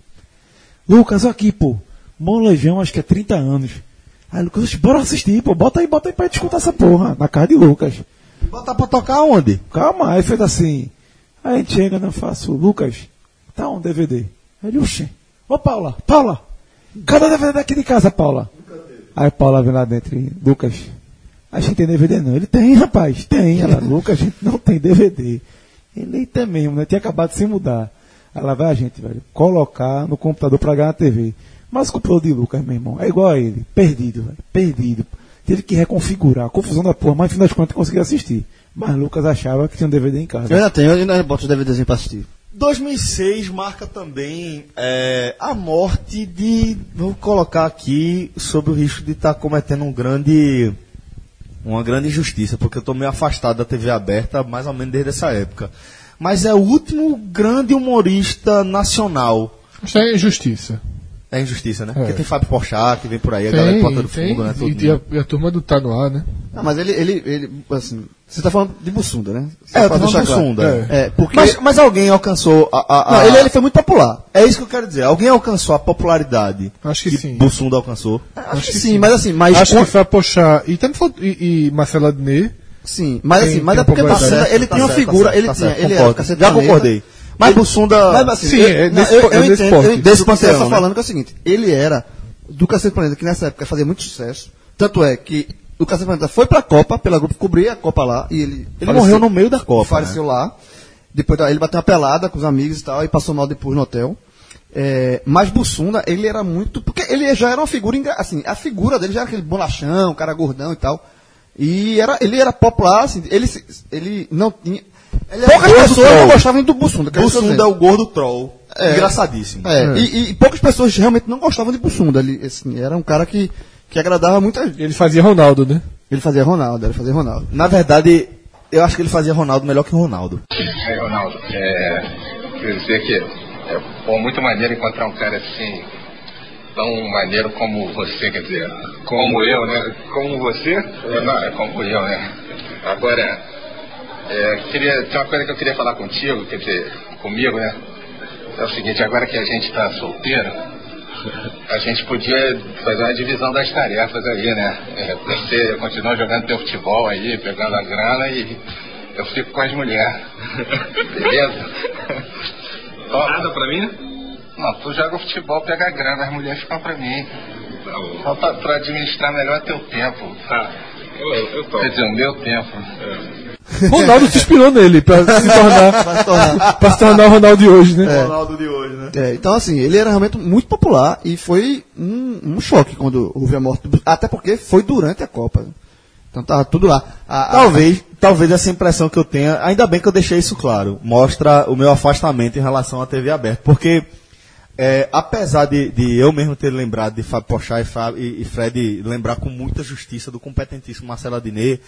[SPEAKER 5] Lucas, ó aqui, pô. Molejão, acho que é 30 anos. Aí Lucas, "Oxe, bora assistir, pô. Bota aí, bota aí pra gente escutar essa porra. Na casa de Lucas.
[SPEAKER 2] Bota pra tocar onde?
[SPEAKER 5] Calma, aí fez assim. Aí a gente chega, né? Eu faço, Lucas, tá um DVD. Aí ele, oxê. Ô Paula, Paula! Cadê o DVD daqui de casa, Paula? Aí Paula vem lá dentro e, Lucas, a gente tem DVD não. Ele tem, rapaz, tem. Ela, Lucas, a gente não tem DVD. Ele eita mesmo, né? Tinha acabado de se mudar. Ela vai a gente, velho, colocar no computador pra ganhar a TV. Mas o computador de Lucas, meu irmão, é igual a ele. Perdido, velho, perdido. Teve que reconfigurar, confusão da porra, mas no fim das contas conseguiu assistir. Mas Lucas achava que tinha um DVD em casa.
[SPEAKER 3] Eu ainda tenho, eu ainda boto os DVDzinhos pra assistir.
[SPEAKER 2] 2006 marca também é, a morte de. Vou colocar aqui sobre o risco de estar cometendo um grande. Uma grande injustiça, porque eu estou meio afastado da TV aberta, mais ou menos desde essa época. Mas é o último grande humorista nacional
[SPEAKER 4] Isso é injustiça.
[SPEAKER 2] É injustiça, né?
[SPEAKER 4] É.
[SPEAKER 2] Porque tem Fábio Porchat, que vem por aí, a galera
[SPEAKER 4] Tem,
[SPEAKER 2] de Porta do
[SPEAKER 4] tem.
[SPEAKER 2] Fundo, né?
[SPEAKER 4] e, e a, e a turma do Tá No Ar, né?
[SPEAKER 3] Ah, mas ele, ele, ele, assim, você tá falando de Bussunda, né? Só
[SPEAKER 2] É, eu
[SPEAKER 3] pra
[SPEAKER 2] tô falando
[SPEAKER 3] deixar
[SPEAKER 2] do
[SPEAKER 3] claro.
[SPEAKER 2] Sunda.
[SPEAKER 3] É, porque...
[SPEAKER 2] Mas, mas alguém alcançou a... a- a-
[SPEAKER 3] não, ele, ele foi muito popular.
[SPEAKER 2] É isso que eu quero dizer. Alguém alcançou a popularidade
[SPEAKER 4] Acho que sim.
[SPEAKER 2] Bussunda alcançou.
[SPEAKER 3] Acho que sim, mas assim, mas...
[SPEAKER 4] Acho que foi a Pochá e, tanto foi- e, e Marcelo Adnet.
[SPEAKER 3] Sim, mas
[SPEAKER 4] Tem-
[SPEAKER 3] assim, mas
[SPEAKER 4] tem
[SPEAKER 3] é porque
[SPEAKER 4] uma
[SPEAKER 3] Bussunda,
[SPEAKER 4] popularidade.
[SPEAKER 3] ele
[SPEAKER 2] Tá
[SPEAKER 3] tinha uma
[SPEAKER 2] certo,
[SPEAKER 3] figura,
[SPEAKER 2] tá certo,
[SPEAKER 3] ele
[SPEAKER 2] tá
[SPEAKER 3] tinha,
[SPEAKER 2] certo,
[SPEAKER 3] ele era
[SPEAKER 2] concordo.
[SPEAKER 3] cacete
[SPEAKER 2] Já
[SPEAKER 3] planeta.
[SPEAKER 2] concordei. Mas Bussunda...
[SPEAKER 3] Mas assim,
[SPEAKER 4] Sim,
[SPEAKER 3] eu,
[SPEAKER 4] é
[SPEAKER 3] não,
[SPEAKER 4] nesse
[SPEAKER 3] eu,
[SPEAKER 4] po-
[SPEAKER 3] eu
[SPEAKER 4] nesse
[SPEAKER 3] entendo,
[SPEAKER 4] porte.
[SPEAKER 3] eu entendo
[SPEAKER 2] Desse
[SPEAKER 3] o que você
[SPEAKER 2] panteão,
[SPEAKER 3] está
[SPEAKER 2] né?
[SPEAKER 3] falando que é o seguinte, ele era do Cacete Planeta, que nessa época fazia muito sucesso, tanto é que o Cacete Planeta foi pra Copa, pela grupo cobria a Copa lá, e ele...
[SPEAKER 2] Ele morreu no meio da Copa,
[SPEAKER 3] Faleceu lá, depois da- ele bateu uma pelada com os amigos e tal, e passou mal depois no hotel. É, mas Bussunda, ele era muito... Porque ele já era uma figura, engra- assim, a figura dele já era aquele bolachão, cara gordão e tal, e era, ele era popular, assim, ele, se- ele não tinha... ele era
[SPEAKER 2] Poucas
[SPEAKER 3] gordo,
[SPEAKER 2] pessoas
[SPEAKER 3] troll.
[SPEAKER 2] não
[SPEAKER 3] gostavam do Bussunda. que é isso que eu
[SPEAKER 2] Bussunda é
[SPEAKER 3] sei.
[SPEAKER 2] o gordo troll.
[SPEAKER 3] É.
[SPEAKER 2] Engraçadíssimo.
[SPEAKER 3] É, E, e poucas pessoas realmente não gostavam de Bussunda. Ele, assim, era um cara que, que agradava muita gente.
[SPEAKER 4] Ele fazia Ronaldo, né?
[SPEAKER 3] Ele fazia Ronaldo, ele fazia Ronaldo.
[SPEAKER 2] Na verdade, eu acho que ele fazia Ronaldo melhor que o Ronaldo.
[SPEAKER 8] Aí, Ronaldo, é, quer dizer que é pô, muito maneiro encontrar um cara assim, tão maneiro como você, quer dizer, como eu, né? Como você? É, não, é como eu, né? Agora, é, queria, tem uma coisa que eu queria falar contigo, quer dizer, comigo, né? É o seguinte, agora que a gente está solteiro, a gente podia fazer uma divisão das tarefas aí, né? É, você continua jogando teu futebol aí, pegando a grana e eu fico com as mulheres. Beleza? Nada pra mim? Não, tu joga futebol, pega a grana, as mulheres ficam pra mim. Só pra, Tá. pra administrar melhor teu tempo. Tá. Eu, Quer dizer, o meu tempo.
[SPEAKER 4] Ronaldo se inspirou nele pra se tornar, pra se tornar o Ronaldo de hoje, né?
[SPEAKER 2] Ronaldo de hoje, né?
[SPEAKER 3] É, então, assim, ele era realmente muito popular e foi um, um choque quando houve a morte. do- Até porque foi durante a Copa. Então tava tudo lá. A- a-
[SPEAKER 2] Talvez, talvez essa impressão que eu tenha, ainda bem que eu deixei isso claro, mostra o meu afastamento em relação à TV aberta. Porque, é, apesar de, de eu mesmo ter lembrado de Fábio Pochá e, Fábio- e- e Fred lembrar com muita justiça do competentíssimo Marcelo Adnet,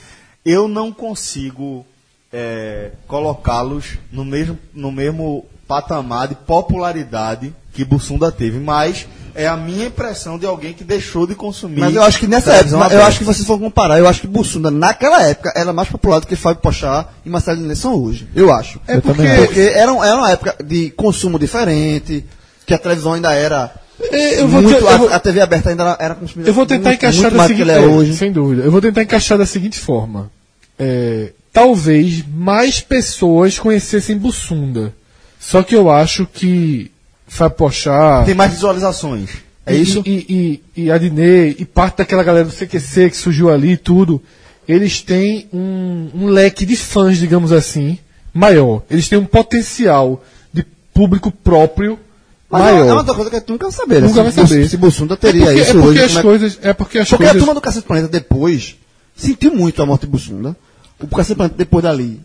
[SPEAKER 2] eu não consigo é, colocá-los no mesmo, no mesmo patamar de popularidade que Bussunda teve, mas é a minha impressão de alguém que deixou de consumir.
[SPEAKER 3] Mas eu acho que nessa
[SPEAKER 2] televisão
[SPEAKER 3] época, eu
[SPEAKER 2] aberta.
[SPEAKER 3] acho que vocês vão comparar, eu acho que Bussunda naquela época era mais popular do que Fábio Pochá e Marcelo Diné são hoje. Eu acho. É porque,
[SPEAKER 5] também acho.
[SPEAKER 3] porque era, um- era uma época de consumo diferente, que a televisão ainda era
[SPEAKER 4] É, eu vou
[SPEAKER 3] muito,
[SPEAKER 4] te- eu
[SPEAKER 3] a,
[SPEAKER 4] vou-
[SPEAKER 3] a TV aberta ainda era, era consumida
[SPEAKER 4] Eu vou tentar
[SPEAKER 3] muito,
[SPEAKER 4] encaixar
[SPEAKER 3] muito
[SPEAKER 4] da
[SPEAKER 3] mais do que
[SPEAKER 4] seguinte
[SPEAKER 3] ela é
[SPEAKER 4] é,
[SPEAKER 3] hoje.
[SPEAKER 4] Sem dúvida. Eu vou tentar encaixar da seguinte forma. É, talvez mais pessoas conhecessem Bussunda. Só que eu acho que Fábio Pochá,
[SPEAKER 2] Tem mais visualizações. É
[SPEAKER 4] e-
[SPEAKER 2] isso?
[SPEAKER 4] E, e, e Adnê, e parte daquela galera do CQC que surgiu ali e tudo, eles têm um, um leque de fãs, digamos assim, maior. Eles têm um potencial de público próprio
[SPEAKER 3] Mas é
[SPEAKER 4] maior.
[SPEAKER 3] uma- é uma coisa que tu nunca vai saber. né?
[SPEAKER 4] Nunca
[SPEAKER 3] se,
[SPEAKER 4] vai saber.
[SPEAKER 3] Se Bussunda
[SPEAKER 4] É
[SPEAKER 3] teria
[SPEAKER 4] porque, é
[SPEAKER 3] isso
[SPEAKER 4] porque
[SPEAKER 3] hoje.
[SPEAKER 4] as
[SPEAKER 3] como é que-
[SPEAKER 4] coisas. É porque as
[SPEAKER 3] Porque
[SPEAKER 4] coisas.
[SPEAKER 3] a turma do Cacete Planeta depois sentiu muito a morte de Bussunda. O Cacete Planeta depois dali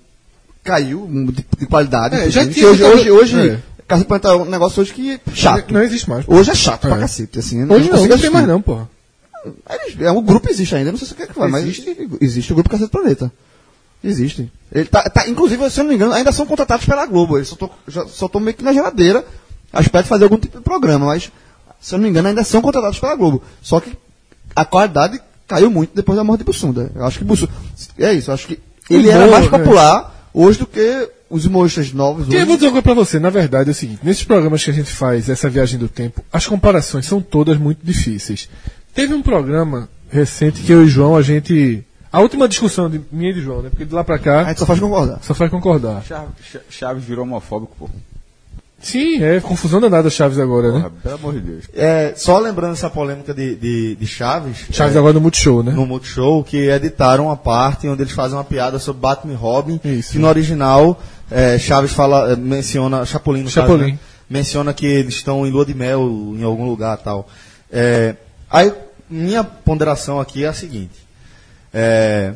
[SPEAKER 3] caiu um de, de qualidade.
[SPEAKER 4] É,
[SPEAKER 3] inclusive.
[SPEAKER 4] já
[SPEAKER 3] Que
[SPEAKER 4] tinha
[SPEAKER 3] hoje,
[SPEAKER 4] ficado-
[SPEAKER 3] hoje, hoje
[SPEAKER 4] é.
[SPEAKER 3] Cacete Planeta é um negócio hoje que é chato.
[SPEAKER 4] Não existe mais.
[SPEAKER 3] Hoje é chato pra
[SPEAKER 4] É.
[SPEAKER 3] cacete, assim. eu
[SPEAKER 4] Hoje não, não,
[SPEAKER 3] consigo
[SPEAKER 4] tem
[SPEAKER 3] assistir.
[SPEAKER 4] mais não, porra.
[SPEAKER 3] Eles- É um grupo existe ainda, não sei se o que é que vai, mas
[SPEAKER 4] Existe?
[SPEAKER 3] existe, existe o grupo Cacete Planeta. Existe. Ele tá, tá- inclusive, se eu não me engano, ainda são contratados pela Globo. Eles só estão já- só tão meio que na geladeira, a espera de fazer algum tipo de programa, mas, se eu não me engano, ainda são contratados pela Globo. Só que a qualidade caiu muito depois da morte de Bussunda. Eu acho que Bussunda. É isso, eu acho que ele era
[SPEAKER 4] Humor,
[SPEAKER 3] mais
[SPEAKER 4] né?
[SPEAKER 3] popular hoje do que os humoristas novos.
[SPEAKER 4] Que eu vou
[SPEAKER 3] hoje.
[SPEAKER 4] dizer uma coisa pra você, na verdade é o seguinte, nesses programas que a gente faz, essa viagem do tempo, as comparações são todas muito difíceis. Teve um programa recente que eu e João, a gente. A última discussão de minha e de João, né? Porque de lá pra
[SPEAKER 3] A
[SPEAKER 4] cá
[SPEAKER 3] gente só faz concordar.
[SPEAKER 4] só faz concordar.
[SPEAKER 6] Chaves virou homofóbico, pô.
[SPEAKER 4] Sim, é confusão danada Chaves agora, né?
[SPEAKER 6] Pelo amor de Deus.
[SPEAKER 2] É, só lembrando essa polêmica de, de, de Chaves,
[SPEAKER 4] Chaves
[SPEAKER 2] é,
[SPEAKER 4] agora no Multishow, né?
[SPEAKER 2] no Multishow, que editaram uma parte onde eles fazem uma piada sobre Batman e Robin,
[SPEAKER 4] Isso.
[SPEAKER 2] que no original é, Chaves fala, é, menciona, Chapolin, no caso,
[SPEAKER 4] Chapolin.
[SPEAKER 2] né? menciona que eles estão em lua de mel em algum lugar tal. É, aí, minha ponderação aqui é a seguinte. É,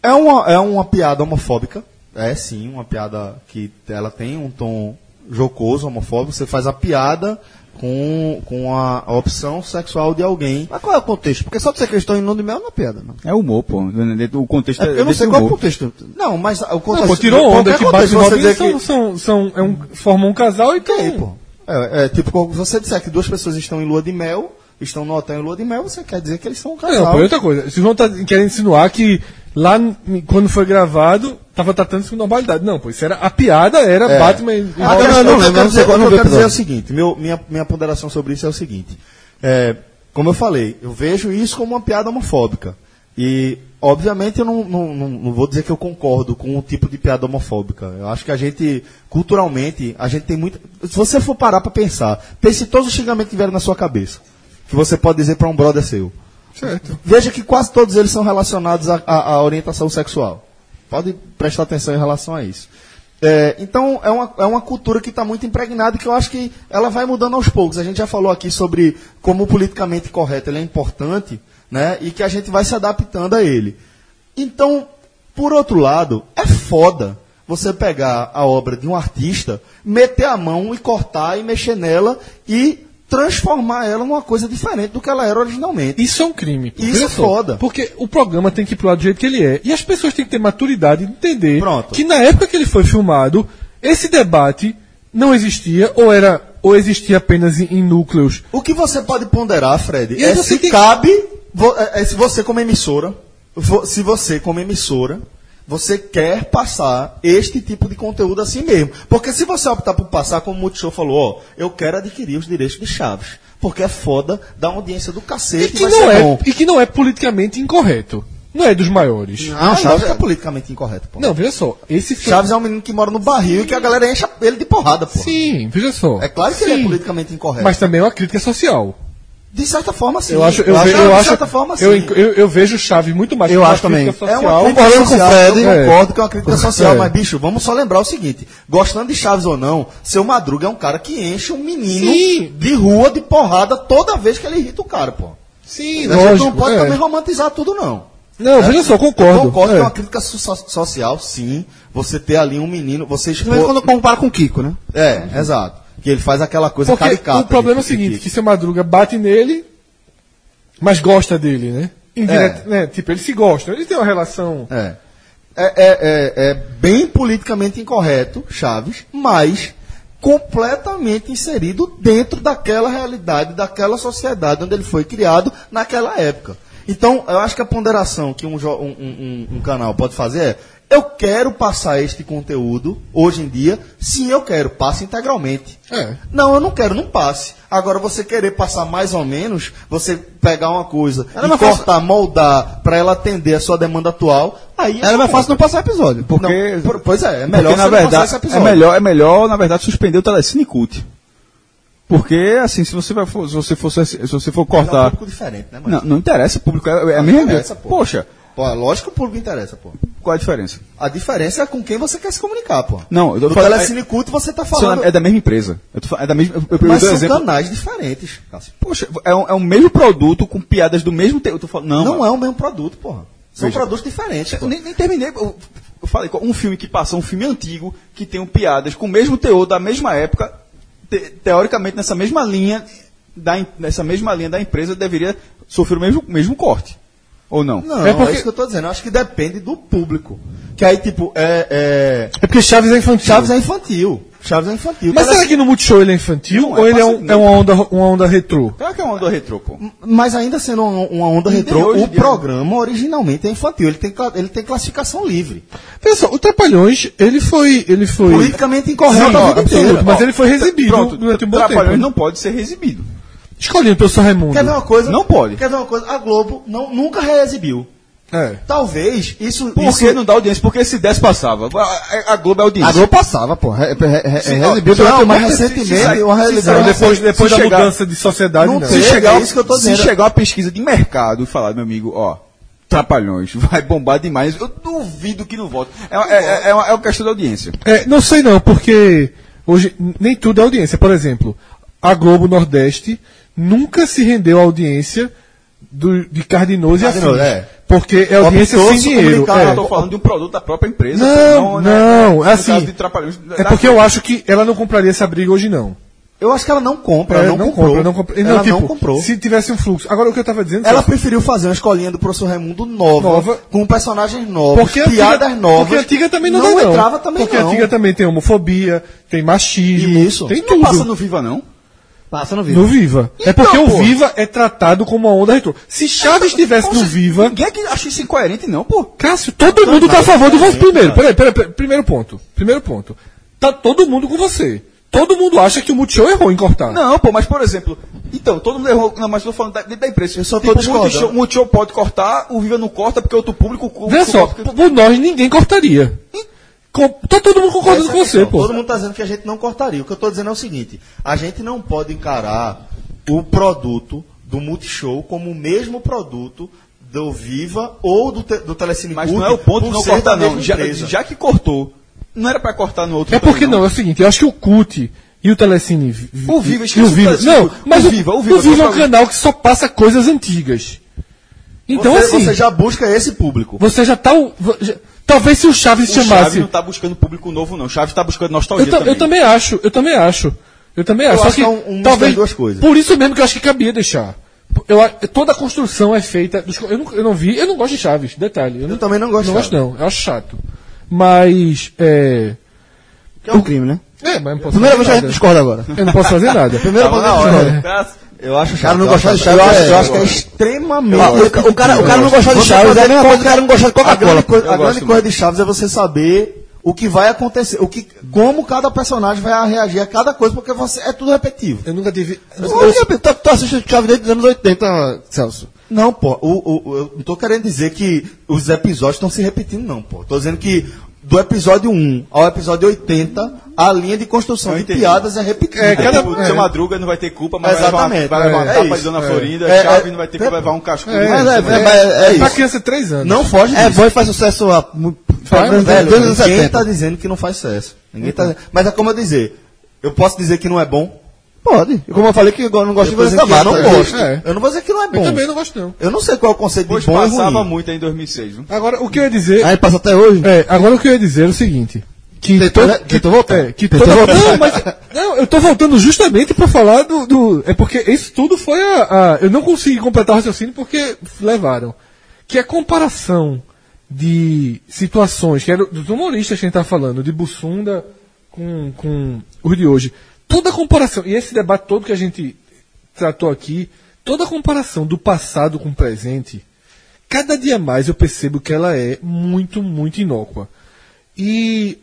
[SPEAKER 2] é, uma, é uma piada homofóbica. É sim, uma piada que ela tem um tom jocoso, homofóbico. Você faz a piada com, com a, a opção sexual de alguém.
[SPEAKER 3] Mas qual é o contexto? Porque só de ser cristão em nome de mel não é piada, mano.
[SPEAKER 6] É humor, pô. Dentro- O contexto
[SPEAKER 3] É porque eu não
[SPEAKER 6] dentro
[SPEAKER 3] sei
[SPEAKER 6] do
[SPEAKER 3] qual é o
[SPEAKER 6] humor.
[SPEAKER 3] contexto.
[SPEAKER 2] Não, mas o
[SPEAKER 4] Não,
[SPEAKER 2] contexto.
[SPEAKER 4] pô, tirou
[SPEAKER 2] qualquer
[SPEAKER 4] onda que
[SPEAKER 2] contexto,
[SPEAKER 4] bate e
[SPEAKER 2] você
[SPEAKER 4] Robin
[SPEAKER 2] dizer
[SPEAKER 4] são,
[SPEAKER 2] que-
[SPEAKER 4] são, são, é um, formam um casal e então...
[SPEAKER 2] Ok, pô. É, é, tipo, quando você disser que duas pessoas estão em lua de mel, estão no hotel em lua de mel, você quer dizer que eles são um casal.
[SPEAKER 4] Não, pô, outra coisa. Se o João tá querendo insinuar que lá, n- quando foi gravado, tava tratando-se com normalidade. Não, pô, isso era, a piada era Batman e
[SPEAKER 2] Ah, não,
[SPEAKER 4] Robin.
[SPEAKER 2] não, não, o que eu quero dizer-
[SPEAKER 3] lembro,
[SPEAKER 2] o que
[SPEAKER 3] não
[SPEAKER 2] eu
[SPEAKER 3] vi o
[SPEAKER 2] quero dizer é
[SPEAKER 3] episódio.
[SPEAKER 2] o seguinte, meu- minha, minha ponderação sobre isso é o seguinte. É, como eu falei, eu vejo isso como uma piada homofóbica. E, obviamente, eu não, não- não- não vou dizer que eu concordo com o tipo de piada homofóbica. Eu acho que a gente, culturalmente, a gente tem muito. Se você for parar pra pensar, pense em todos os xingamentos que vieram na sua cabeça. Que você pode dizer pra um brother seu.
[SPEAKER 4] Certo.
[SPEAKER 2] Veja que quase todos eles são relacionados à, à- à orientação sexual. Pode prestar atenção em relação a isso. É, então, é uma, é uma cultura que está muito impregnada e que eu acho que ela vai mudando aos poucos. A gente já falou aqui sobre como o politicamente correto ele é importante né, e que a gente vai se adaptando a ele. Então, por outro lado, é foda você pegar a obra de um artista, meter a mão e cortar e mexer nela e transformar ela numa coisa diferente do que ela era originalmente.
[SPEAKER 4] Isso é um crime. pô.
[SPEAKER 2] Isso
[SPEAKER 4] Veja
[SPEAKER 2] é
[SPEAKER 4] só.
[SPEAKER 2] foda.
[SPEAKER 4] Porque o programa tem que ir pro lado do jeito que ele é. E as pessoas têm que ter maturidade de entender
[SPEAKER 2] Pronto.
[SPEAKER 4] que na época que ele foi filmado, esse debate não existia, ou era, ou existia apenas em, em núcleos.
[SPEAKER 2] O que você pode ponderar, Fred,
[SPEAKER 4] E aí
[SPEAKER 2] é
[SPEAKER 4] você
[SPEAKER 2] se
[SPEAKER 4] tem-
[SPEAKER 2] cabe, vo- é- é se você como emissora, vo- se você como emissora, você quer passar este tipo de conteúdo assim mesmo. Porque se você optar por passar, como o Multishow falou, ó, eu quero adquirir os direitos de Chaves. Porque é foda da audiência do
[SPEAKER 4] E
[SPEAKER 2] cacete,
[SPEAKER 4] que,
[SPEAKER 2] vai
[SPEAKER 4] não
[SPEAKER 2] ser
[SPEAKER 4] é,
[SPEAKER 2] bom.
[SPEAKER 4] e que não é politicamente incorreto. Não é dos maiores.
[SPEAKER 2] Não, Chaves é politicamente incorreto, pô.
[SPEAKER 4] Não, veja só. Esse filme.
[SPEAKER 2] Chaves é um menino que mora no barril e que a galera enche ele de porrada, pô.
[SPEAKER 4] Sim, veja só.
[SPEAKER 2] É claro que ele é
[SPEAKER 4] Sim.
[SPEAKER 2] politicamente incorreto.
[SPEAKER 4] Mas também é uma crítica social.
[SPEAKER 2] De certa forma, sim.
[SPEAKER 4] Eu acho, eu, ve-
[SPEAKER 2] que,
[SPEAKER 4] eu
[SPEAKER 2] de
[SPEAKER 4] acho,
[SPEAKER 2] certa forma, sim.
[SPEAKER 4] eu, eu, eu vejo chave muito mais
[SPEAKER 3] Eu
[SPEAKER 4] como uma
[SPEAKER 3] acho também.
[SPEAKER 4] crítica
[SPEAKER 2] É
[SPEAKER 4] social.
[SPEAKER 2] uma crítica
[SPEAKER 3] Concordo com
[SPEAKER 2] social,
[SPEAKER 3] o Fred.
[SPEAKER 2] eu
[SPEAKER 4] É.
[SPEAKER 2] concordo que é uma crítica social,
[SPEAKER 4] É.
[SPEAKER 2] mas, bicho, vamos só lembrar o seguinte: gostando de Chaves ou não, seu Madruga é um cara que enche um menino
[SPEAKER 4] Sim.
[SPEAKER 2] de rua de porrada toda vez que ele irrita o cara, pô. A
[SPEAKER 4] Sim,
[SPEAKER 2] gente não
[SPEAKER 4] lógico.
[SPEAKER 2] pode
[SPEAKER 4] é.
[SPEAKER 2] também romantizar tudo, não.
[SPEAKER 4] Não, veja só,
[SPEAKER 2] Eu
[SPEAKER 4] concordo.
[SPEAKER 2] concordo
[SPEAKER 4] é.
[SPEAKER 2] que é uma crítica so- social, sim. Você ter ali um menino, você
[SPEAKER 3] Principalmente
[SPEAKER 2] expor...
[SPEAKER 3] quando compara com o Kiko, né?
[SPEAKER 2] É, exato. Que ele faz aquela coisa
[SPEAKER 4] Porque
[SPEAKER 2] caricata.
[SPEAKER 4] o problema é o
[SPEAKER 2] de- de-
[SPEAKER 4] seguinte, que seu Madruga bate nele, mas gosta dele, né? Indiret- né? Tipo, eles se gostam, eles têm uma relação.
[SPEAKER 2] É. É, é, é, é bem politicamente incorreto, Chaves, mas completamente inserido dentro daquela realidade, daquela sociedade onde ele foi criado naquela época. Então, eu acho que a ponderação que um, jo- um- um- um canal pode fazer é: eu quero passar este conteúdo hoje em dia, sim, eu quero, passa integralmente.
[SPEAKER 4] É.
[SPEAKER 2] Não, eu não quero, não passe. Agora, você querer passar mais ou menos, você pegar uma coisa
[SPEAKER 3] Era
[SPEAKER 2] e
[SPEAKER 3] mais
[SPEAKER 2] cortar, moldar para ela atender a sua demanda atual, aí
[SPEAKER 3] Era mais fácil não passar
[SPEAKER 2] é
[SPEAKER 3] episódio.
[SPEAKER 2] não,
[SPEAKER 6] Porque,
[SPEAKER 2] assim, por- pois é, é melhor você não
[SPEAKER 6] porque na
[SPEAKER 2] passar esse
[SPEAKER 6] verdade, é
[SPEAKER 2] episódio.
[SPEAKER 6] melhor, é melhor, na verdade, suspender o Telecine Cult. Porque, assim, se você, vai, for- se você, for, se você for
[SPEAKER 2] É um
[SPEAKER 6] cortar.
[SPEAKER 2] público diferente, né, mano?
[SPEAKER 6] Não, não interessa, público. É, é a mesma
[SPEAKER 2] interessa,
[SPEAKER 6] coisa.
[SPEAKER 2] pô.
[SPEAKER 6] Poxa,
[SPEAKER 2] Pô, é lógico que o público interessa, pô.
[SPEAKER 6] qual a diferença?
[SPEAKER 2] A diferença é com quem você quer se comunicar, pô.
[SPEAKER 6] Não, eu tô
[SPEAKER 2] No
[SPEAKER 6] falando-
[SPEAKER 2] Telecine Culto você tá
[SPEAKER 6] São-
[SPEAKER 2] falando.
[SPEAKER 6] É da mesma empresa. Eu tô, fa- é da mesma, eu, eu peguei
[SPEAKER 2] mas
[SPEAKER 6] o
[SPEAKER 2] são
[SPEAKER 6] exemplo.
[SPEAKER 2] canais diferentes. Cássio.
[SPEAKER 6] Poxa, é, um- é o mesmo produto com piadas do mesmo. Te... Eu tô falando, não,
[SPEAKER 2] Não
[SPEAKER 6] mano.
[SPEAKER 2] é o mesmo produto, porra. São
[SPEAKER 6] Veja.
[SPEAKER 2] produtos diferentes.
[SPEAKER 6] Eu
[SPEAKER 2] Pô.
[SPEAKER 6] nem, nem terminei. Eu, eu falei, um filme que passa, um filme antigo, que tem um piadas com o mesmo teor da mesma época, te- teoricamente nessa mesma linha da, em- nessa mesma linha da empresa deveria sofrer o mesmo, mesmo corte. Ou não?
[SPEAKER 2] Não,
[SPEAKER 4] É
[SPEAKER 2] é,
[SPEAKER 4] porque-
[SPEAKER 2] isso que eu tô dizendo. Eu acho que depende do público. Que aí, tipo, é. é-
[SPEAKER 4] É porque Chaves é infantil.
[SPEAKER 2] Chaves é infantil. Chaves é infantil.
[SPEAKER 4] Mas
[SPEAKER 2] Telecine-
[SPEAKER 4] será que no Multishow ele é infantil
[SPEAKER 6] Não, é
[SPEAKER 4] ou ele é,
[SPEAKER 6] fácil-
[SPEAKER 4] um, é uma, onda, uma onda retrô?
[SPEAKER 2] Tá.
[SPEAKER 6] Claro que é uma do retrô, pô.
[SPEAKER 2] Mas ainda sendo uma uma onda
[SPEAKER 6] Ainda
[SPEAKER 2] retrô,
[SPEAKER 6] hoje em
[SPEAKER 2] o
[SPEAKER 6] dia-
[SPEAKER 2] programa originalmente é infantil. Ele tem, cla- ele tem classificação livre.
[SPEAKER 4] Veja só, o Trapalhões, ele foi. Ele foi.
[SPEAKER 2] Politicamente incorreto
[SPEAKER 4] Sim,
[SPEAKER 2] a
[SPEAKER 4] ó,
[SPEAKER 2] vida inteira.
[SPEAKER 4] absoluto,
[SPEAKER 6] é
[SPEAKER 4] mas ele foi
[SPEAKER 6] Exibido
[SPEAKER 4] recebido
[SPEAKER 6] Pronto,
[SPEAKER 4] durante um bom
[SPEAKER 6] Trapalhões
[SPEAKER 4] tempo.
[SPEAKER 6] não pode ser exibido.
[SPEAKER 4] Escolhido pelo São Raimundo.
[SPEAKER 2] Quer ver uma coisa?
[SPEAKER 6] Não pode.
[SPEAKER 2] Quer ver uma coisa? A Globo não, nunca reexibiu.
[SPEAKER 4] É.
[SPEAKER 2] Talvez isso.
[SPEAKER 6] Por
[SPEAKER 2] isso
[SPEAKER 6] que não dá audiência? Porque se desse passava. A, a- a Globo é audiência.
[SPEAKER 3] A Globo passava, pô. Re, re, re,
[SPEAKER 2] Sim,
[SPEAKER 3] re-
[SPEAKER 2] não,
[SPEAKER 3] exibiu durante
[SPEAKER 2] mas
[SPEAKER 3] muito-
[SPEAKER 6] é
[SPEAKER 2] recentemente,
[SPEAKER 3] se sai-
[SPEAKER 2] uma
[SPEAKER 3] se
[SPEAKER 2] realidade-
[SPEAKER 3] sai-
[SPEAKER 4] Então, depois depois
[SPEAKER 6] se
[SPEAKER 4] da
[SPEAKER 6] chegar-
[SPEAKER 4] mudança de sociedade,
[SPEAKER 2] Não
[SPEAKER 4] não.
[SPEAKER 2] tem.
[SPEAKER 6] Se
[SPEAKER 2] É,
[SPEAKER 6] chegar,
[SPEAKER 2] é isso que eu tô
[SPEAKER 6] se
[SPEAKER 2] dizendo.
[SPEAKER 6] chegar uma pesquisa de mercado e falar, meu amigo, ó, Trapalhões, vai bombar demais, eu duvido que não volte. É, é, é, é uma é uma questão da audiência.
[SPEAKER 4] É, não sei não, porque hoje n- nem tudo é audiência. Por exemplo, a Globo Nordeste nunca se rendeu à audiência do- de Cardinoso e
[SPEAKER 2] Cardinoso,
[SPEAKER 4] afins.
[SPEAKER 2] é.
[SPEAKER 4] Porque é audiência
[SPEAKER 2] Optou
[SPEAKER 4] sem
[SPEAKER 2] se
[SPEAKER 4] dinheiro.
[SPEAKER 2] comunicar,
[SPEAKER 4] é.
[SPEAKER 6] Eu tô falando de um produto da própria empresa.
[SPEAKER 4] Não,
[SPEAKER 6] pô,
[SPEAKER 4] não,
[SPEAKER 6] no
[SPEAKER 4] é assim.
[SPEAKER 6] caso de Trapalhões,
[SPEAKER 4] É
[SPEAKER 6] da-
[SPEAKER 4] porque eu acho que ela não compraria essa briga hoje não.
[SPEAKER 2] Eu acho que ela não compra,
[SPEAKER 4] É,
[SPEAKER 2] não, comprou.
[SPEAKER 4] compra, não compra. Não,
[SPEAKER 2] Ela
[SPEAKER 4] tipo,
[SPEAKER 2] não comprou.
[SPEAKER 4] Se tivesse um fluxo. Agora o que eu tava dizendo
[SPEAKER 2] Ela
[SPEAKER 4] sabe?
[SPEAKER 2] preferiu fazer uma escolinha do professor Raimundo nova,
[SPEAKER 4] Nova.
[SPEAKER 2] com personagens novos,
[SPEAKER 4] porque a
[SPEAKER 2] piadas
[SPEAKER 4] antiga,
[SPEAKER 2] novas.
[SPEAKER 4] Porque a antiga também não, dá,
[SPEAKER 2] não
[SPEAKER 4] não.
[SPEAKER 2] entrava também
[SPEAKER 4] porque
[SPEAKER 2] não.
[SPEAKER 4] a antiga também tem homofobia, tem machismo,
[SPEAKER 2] Isso.
[SPEAKER 4] tem
[SPEAKER 6] Não passa
[SPEAKER 4] tudo.
[SPEAKER 6] no Viva, não.
[SPEAKER 3] Passa no
[SPEAKER 4] No
[SPEAKER 3] vídeo.
[SPEAKER 4] Viva. é
[SPEAKER 6] Então,
[SPEAKER 4] porque o
[SPEAKER 6] pô.
[SPEAKER 4] Viva é tratado como uma onda retrô. Se Chaves estivesse no
[SPEAKER 6] Poxa,
[SPEAKER 4] Viva,
[SPEAKER 6] Ninguém é que acha isso incoerente, não, pô.
[SPEAKER 4] Cássio, todo mundo tá a favor do você. Primeiro, peraí, peraí, peraí, primeiro ponto. Primeiro ponto. Tá todo mundo com você. Todo mundo acha que o Multishow errou em cortar.
[SPEAKER 6] Não, pô, mas por exemplo, então, todo mundo errou, não, mas eu tô falando da, da empresa.
[SPEAKER 2] Eu só tô
[SPEAKER 6] o
[SPEAKER 2] discordando.
[SPEAKER 6] Multishow, o Multishow pode cortar, o Viva não corta porque outro público... cu-
[SPEAKER 4] Vê
[SPEAKER 6] cu-
[SPEAKER 4] só,
[SPEAKER 6] porque-
[SPEAKER 4] por nós ninguém cortaria. Com- tá todo mundo concordando
[SPEAKER 2] Essa
[SPEAKER 4] com
[SPEAKER 2] é a
[SPEAKER 4] você,
[SPEAKER 2] questão.
[SPEAKER 4] pô.
[SPEAKER 2] Todo mundo está dizendo que a gente não cortaria. O que eu estou dizendo é o seguinte: a gente não pode encarar o produto do Multishow como o mesmo produto do Viva ou do, te, do Telecine
[SPEAKER 6] Mas
[SPEAKER 2] Cult,
[SPEAKER 6] não é o ponto de
[SPEAKER 2] por
[SPEAKER 6] não
[SPEAKER 2] ser da
[SPEAKER 6] cortar, não.
[SPEAKER 2] mesma
[SPEAKER 6] Já,
[SPEAKER 2] empresa.
[SPEAKER 6] já que cortou, não era pra cortar no outro.
[SPEAKER 4] É porque
[SPEAKER 6] também,
[SPEAKER 4] não, é o seguinte, eu acho que o CUT e o Telecine. vi- vi-
[SPEAKER 6] O Viva,
[SPEAKER 4] e o
[SPEAKER 6] esqueci
[SPEAKER 4] Viva.
[SPEAKER 6] o Telecine.
[SPEAKER 4] Não, mas
[SPEAKER 6] O
[SPEAKER 4] o
[SPEAKER 6] Viva,
[SPEAKER 4] Viva,
[SPEAKER 6] o Viva,
[SPEAKER 4] é
[SPEAKER 6] eu
[SPEAKER 4] um
[SPEAKER 6] falei.
[SPEAKER 4] canal que só passa coisas antigas. Então,
[SPEAKER 2] você,
[SPEAKER 4] assim,
[SPEAKER 2] você já busca esse público.
[SPEAKER 4] tá. o- vo- já- talvez se o Chaves
[SPEAKER 6] O
[SPEAKER 4] chamasse.
[SPEAKER 6] Chaves não tá buscando público novo, não. O Chaves tá buscando nostalgia
[SPEAKER 4] Eu, ta-
[SPEAKER 6] também.
[SPEAKER 4] eu também acho, eu também acho. Eu também acho. Só
[SPEAKER 2] acho
[SPEAKER 4] que,
[SPEAKER 2] que é um- um misto
[SPEAKER 4] talvez,
[SPEAKER 2] das duas coisas.
[SPEAKER 4] Por isso mesmo que eu acho que cabia deixar. Eu a- toda a construção é feita. dos co- eu, não, eu não vi, eu não gosto de Chaves, detalhe. Eu, não,
[SPEAKER 2] também não gosto de
[SPEAKER 4] Não gosto, não. Eu acho chato. Mas. É.
[SPEAKER 3] Que é um crime, né?
[SPEAKER 4] É, mas eu não posso
[SPEAKER 3] Primeira vez
[SPEAKER 4] fazer
[SPEAKER 3] que a gente
[SPEAKER 4] nada.
[SPEAKER 3] discorda agora.
[SPEAKER 4] Eu não posso fazer
[SPEAKER 2] É
[SPEAKER 4] nada.
[SPEAKER 3] Primeira vez que a gente discorda.
[SPEAKER 2] Eu acho
[SPEAKER 3] Cara,
[SPEAKER 2] chato.
[SPEAKER 3] não
[SPEAKER 2] eu
[SPEAKER 3] gostar
[SPEAKER 2] acho
[SPEAKER 3] de
[SPEAKER 2] chato.
[SPEAKER 3] Chaves
[SPEAKER 2] Eu acho,
[SPEAKER 3] é-
[SPEAKER 2] eu acho que é extremamente.
[SPEAKER 3] Ah, O, ca- o cara, o cara não gostar de
[SPEAKER 2] Você
[SPEAKER 3] Chaves é a
[SPEAKER 2] fazer
[SPEAKER 3] mesma coisa que o cara não gostar de
[SPEAKER 2] A grande,
[SPEAKER 3] Coca-Cola.
[SPEAKER 2] coi- a
[SPEAKER 6] gosto
[SPEAKER 2] grande
[SPEAKER 6] muito.
[SPEAKER 2] coisa de Chaves é você saber o que vai acontecer, o que, como cada personagem vai reagir a cada coisa, porque você é tudo repetitivo.
[SPEAKER 4] Eu nunca tive.
[SPEAKER 3] Olha, Tu tu assiste Chaves desde os anos 80, Celso.
[SPEAKER 2] Não, pô, o, o- o- eu não tô querendo dizer que os episódios estão se repetindo, não, pô. Tô dizendo que do episódio 1 ao episódio 80, a linha de construção
[SPEAKER 6] Eu
[SPEAKER 2] de
[SPEAKER 6] entendi.
[SPEAKER 2] piadas é repetida.
[SPEAKER 4] É, cada-
[SPEAKER 6] Tipo, seu Madruga não vai ter culpa, mas
[SPEAKER 2] Exatamente.
[SPEAKER 6] vai levar, vai levar
[SPEAKER 2] É,
[SPEAKER 6] uma
[SPEAKER 2] é
[SPEAKER 6] tapa de
[SPEAKER 2] isso,
[SPEAKER 6] Dona
[SPEAKER 2] é.
[SPEAKER 6] Florinda,
[SPEAKER 2] É,
[SPEAKER 6] Chave
[SPEAKER 2] é,
[SPEAKER 6] não vai ter que levar um cascudo.
[SPEAKER 4] É,
[SPEAKER 2] Mas é,
[SPEAKER 4] isso, né?
[SPEAKER 2] é- é
[SPEAKER 4] Pra
[SPEAKER 2] isso.
[SPEAKER 4] criança de 3 anos.
[SPEAKER 2] Não foge
[SPEAKER 3] É,
[SPEAKER 2] disso.
[SPEAKER 3] Boy faz sucesso há muito.
[SPEAKER 4] Faz,
[SPEAKER 3] desde
[SPEAKER 2] Velho,
[SPEAKER 3] os anos
[SPEAKER 2] ninguém
[SPEAKER 3] 70.
[SPEAKER 2] está dizendo que não faz sucesso. Ninguém tá... Mas é como eu dizer, eu posso dizer que não é bom?
[SPEAKER 3] Pode. E Como eu falei que eu não gosto
[SPEAKER 2] Eu,
[SPEAKER 3] de
[SPEAKER 2] vou
[SPEAKER 3] você
[SPEAKER 2] dizer que eu não
[SPEAKER 3] gosto.
[SPEAKER 2] gosto.
[SPEAKER 4] É.
[SPEAKER 2] Eu não vou dizer que não é
[SPEAKER 4] Eu
[SPEAKER 2] bom.
[SPEAKER 4] também não gosto, não.
[SPEAKER 2] Eu não sei qual é o conceito
[SPEAKER 6] Depois
[SPEAKER 2] de bom e
[SPEAKER 6] passava
[SPEAKER 2] ruim.
[SPEAKER 6] muito aí em 2006, viu?
[SPEAKER 4] Agora, o que eu ia dizer.
[SPEAKER 3] Aí passa até hoje.
[SPEAKER 4] É, agora o que eu ia dizer é o seguinte. Que
[SPEAKER 3] Tentou,
[SPEAKER 4] toda-
[SPEAKER 3] né? Tentou voltar?
[SPEAKER 4] é, que
[SPEAKER 3] Tentou
[SPEAKER 4] toda-
[SPEAKER 3] voltar?
[SPEAKER 4] Não, mas. Não, eu tô voltando justamente pra falar do. do- é porque isso tudo foi a, a- Eu não consegui completar o raciocínio porque levaram. Que é a comparação de situações, que era dos humoristas que a gente tá falando, de Bussunda com, com os de hoje. Toda a comparação, e esse debate todo que a gente tratou aqui, toda a comparação do passado com o presente, cada dia mais eu percebo que ela é muito, muito inócua. E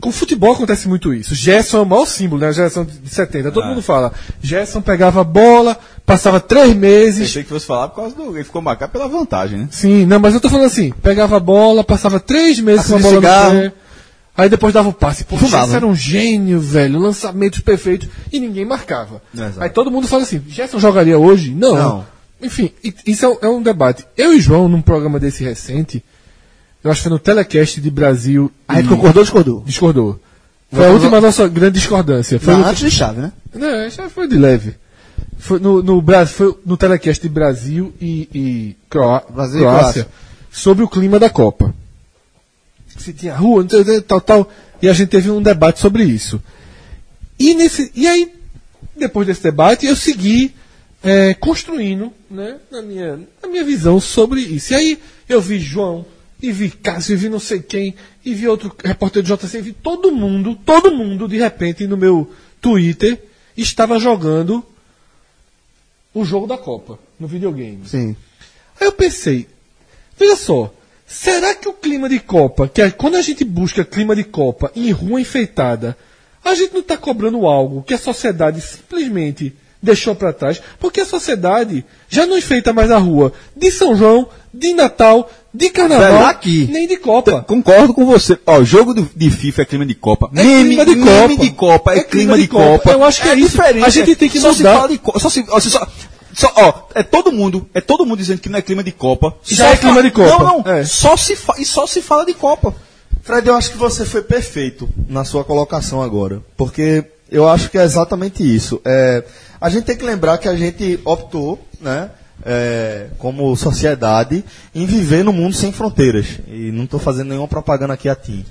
[SPEAKER 4] com o futebol acontece muito isso. Gerson é o maior símbolo, né? A geração de 70. Todo mundo fala. Gerson pegava a bola, passava três meses.
[SPEAKER 6] Pensei que fosse falar por causa do. Ele ficou marcado pela vantagem, né?
[SPEAKER 4] Sim, não, mas eu tô falando assim, pegava a bola, passava três meses com a
[SPEAKER 3] Acende
[SPEAKER 4] bola
[SPEAKER 3] cigarro.
[SPEAKER 4] no pé, aí depois dava o passe. Pô,
[SPEAKER 3] Fumava.
[SPEAKER 4] Gerson era um gênio, velho, lançamentos perfeitos, e ninguém marcava.
[SPEAKER 2] Exato.
[SPEAKER 4] Aí todo mundo fala assim, Gerson jogaria hoje? Não.
[SPEAKER 2] Não.
[SPEAKER 4] Enfim, i- isso é um, é um debate. Eu e João, num programa desse recente, eu acho que foi no telecast de Brasil,
[SPEAKER 3] A gente
[SPEAKER 2] Hum.
[SPEAKER 3] concordou ou discordou?
[SPEAKER 4] discordou. Foi a última nossa grande discordância. Foi
[SPEAKER 3] Não,
[SPEAKER 4] no-
[SPEAKER 3] antes de chave, né?
[SPEAKER 4] não, isso foi de leve. Foi no, no, Brasil, foi no telecast de Brasil e, e Croá-
[SPEAKER 3] Brasil e
[SPEAKER 4] Croácia,
[SPEAKER 3] Croácia.
[SPEAKER 4] sobre o clima da Copa. Se tinha rua, não sei, o que, tal, tal. E a gente teve um debate sobre isso. E, nesse, e aí, depois desse debate, eu segui eh, construindo né, na, minha, na minha visão sobre isso. E aí eu vi João, e vi Cássio, e vi não sei quem, e vi outro repórter do JC, e vi todo mundo, todo mundo, de repente, no meu Twitter, estava jogando o jogo da Copa no videogame.
[SPEAKER 3] Sim.
[SPEAKER 4] Aí eu pensei, veja só, será que o clima de Copa, que é quando a gente busca clima de Copa em rua enfeitada, a gente não está cobrando algo que a sociedade simplesmente deixou para trás? Porque a sociedade já não enfeita mais a rua de São João, de Natal, de Carnaval,
[SPEAKER 6] Será que-
[SPEAKER 4] nem de Copa.
[SPEAKER 6] Concordo com você. Ó, jogo do- de FIFA é clima de Copa.
[SPEAKER 4] É clima de
[SPEAKER 6] meme
[SPEAKER 4] Copa.
[SPEAKER 6] de Copa. É, clima de Copa.
[SPEAKER 4] Eu acho que é isso.
[SPEAKER 6] diferente,
[SPEAKER 4] A gente tem que
[SPEAKER 6] só se
[SPEAKER 4] mudar.
[SPEAKER 6] fala de Copa. Só se, ó, se só, só, ó, é todo mundo, é todo mundo dizendo que não é clima de Copa.
[SPEAKER 4] Já
[SPEAKER 6] Só
[SPEAKER 4] é clima
[SPEAKER 6] fa-
[SPEAKER 4] de Copa.
[SPEAKER 6] Não, não.
[SPEAKER 4] É.
[SPEAKER 6] Só se fa- e só se fala de Copa.
[SPEAKER 2] Fred, eu acho que você foi perfeito na sua colocação agora, porque eu acho que é exatamente isso. É, a gente tem que lembrar que a gente optou, né, é, como sociedade, em viver num mundo sem fronteiras. E não estou fazendo nenhuma propaganda aqui a ti.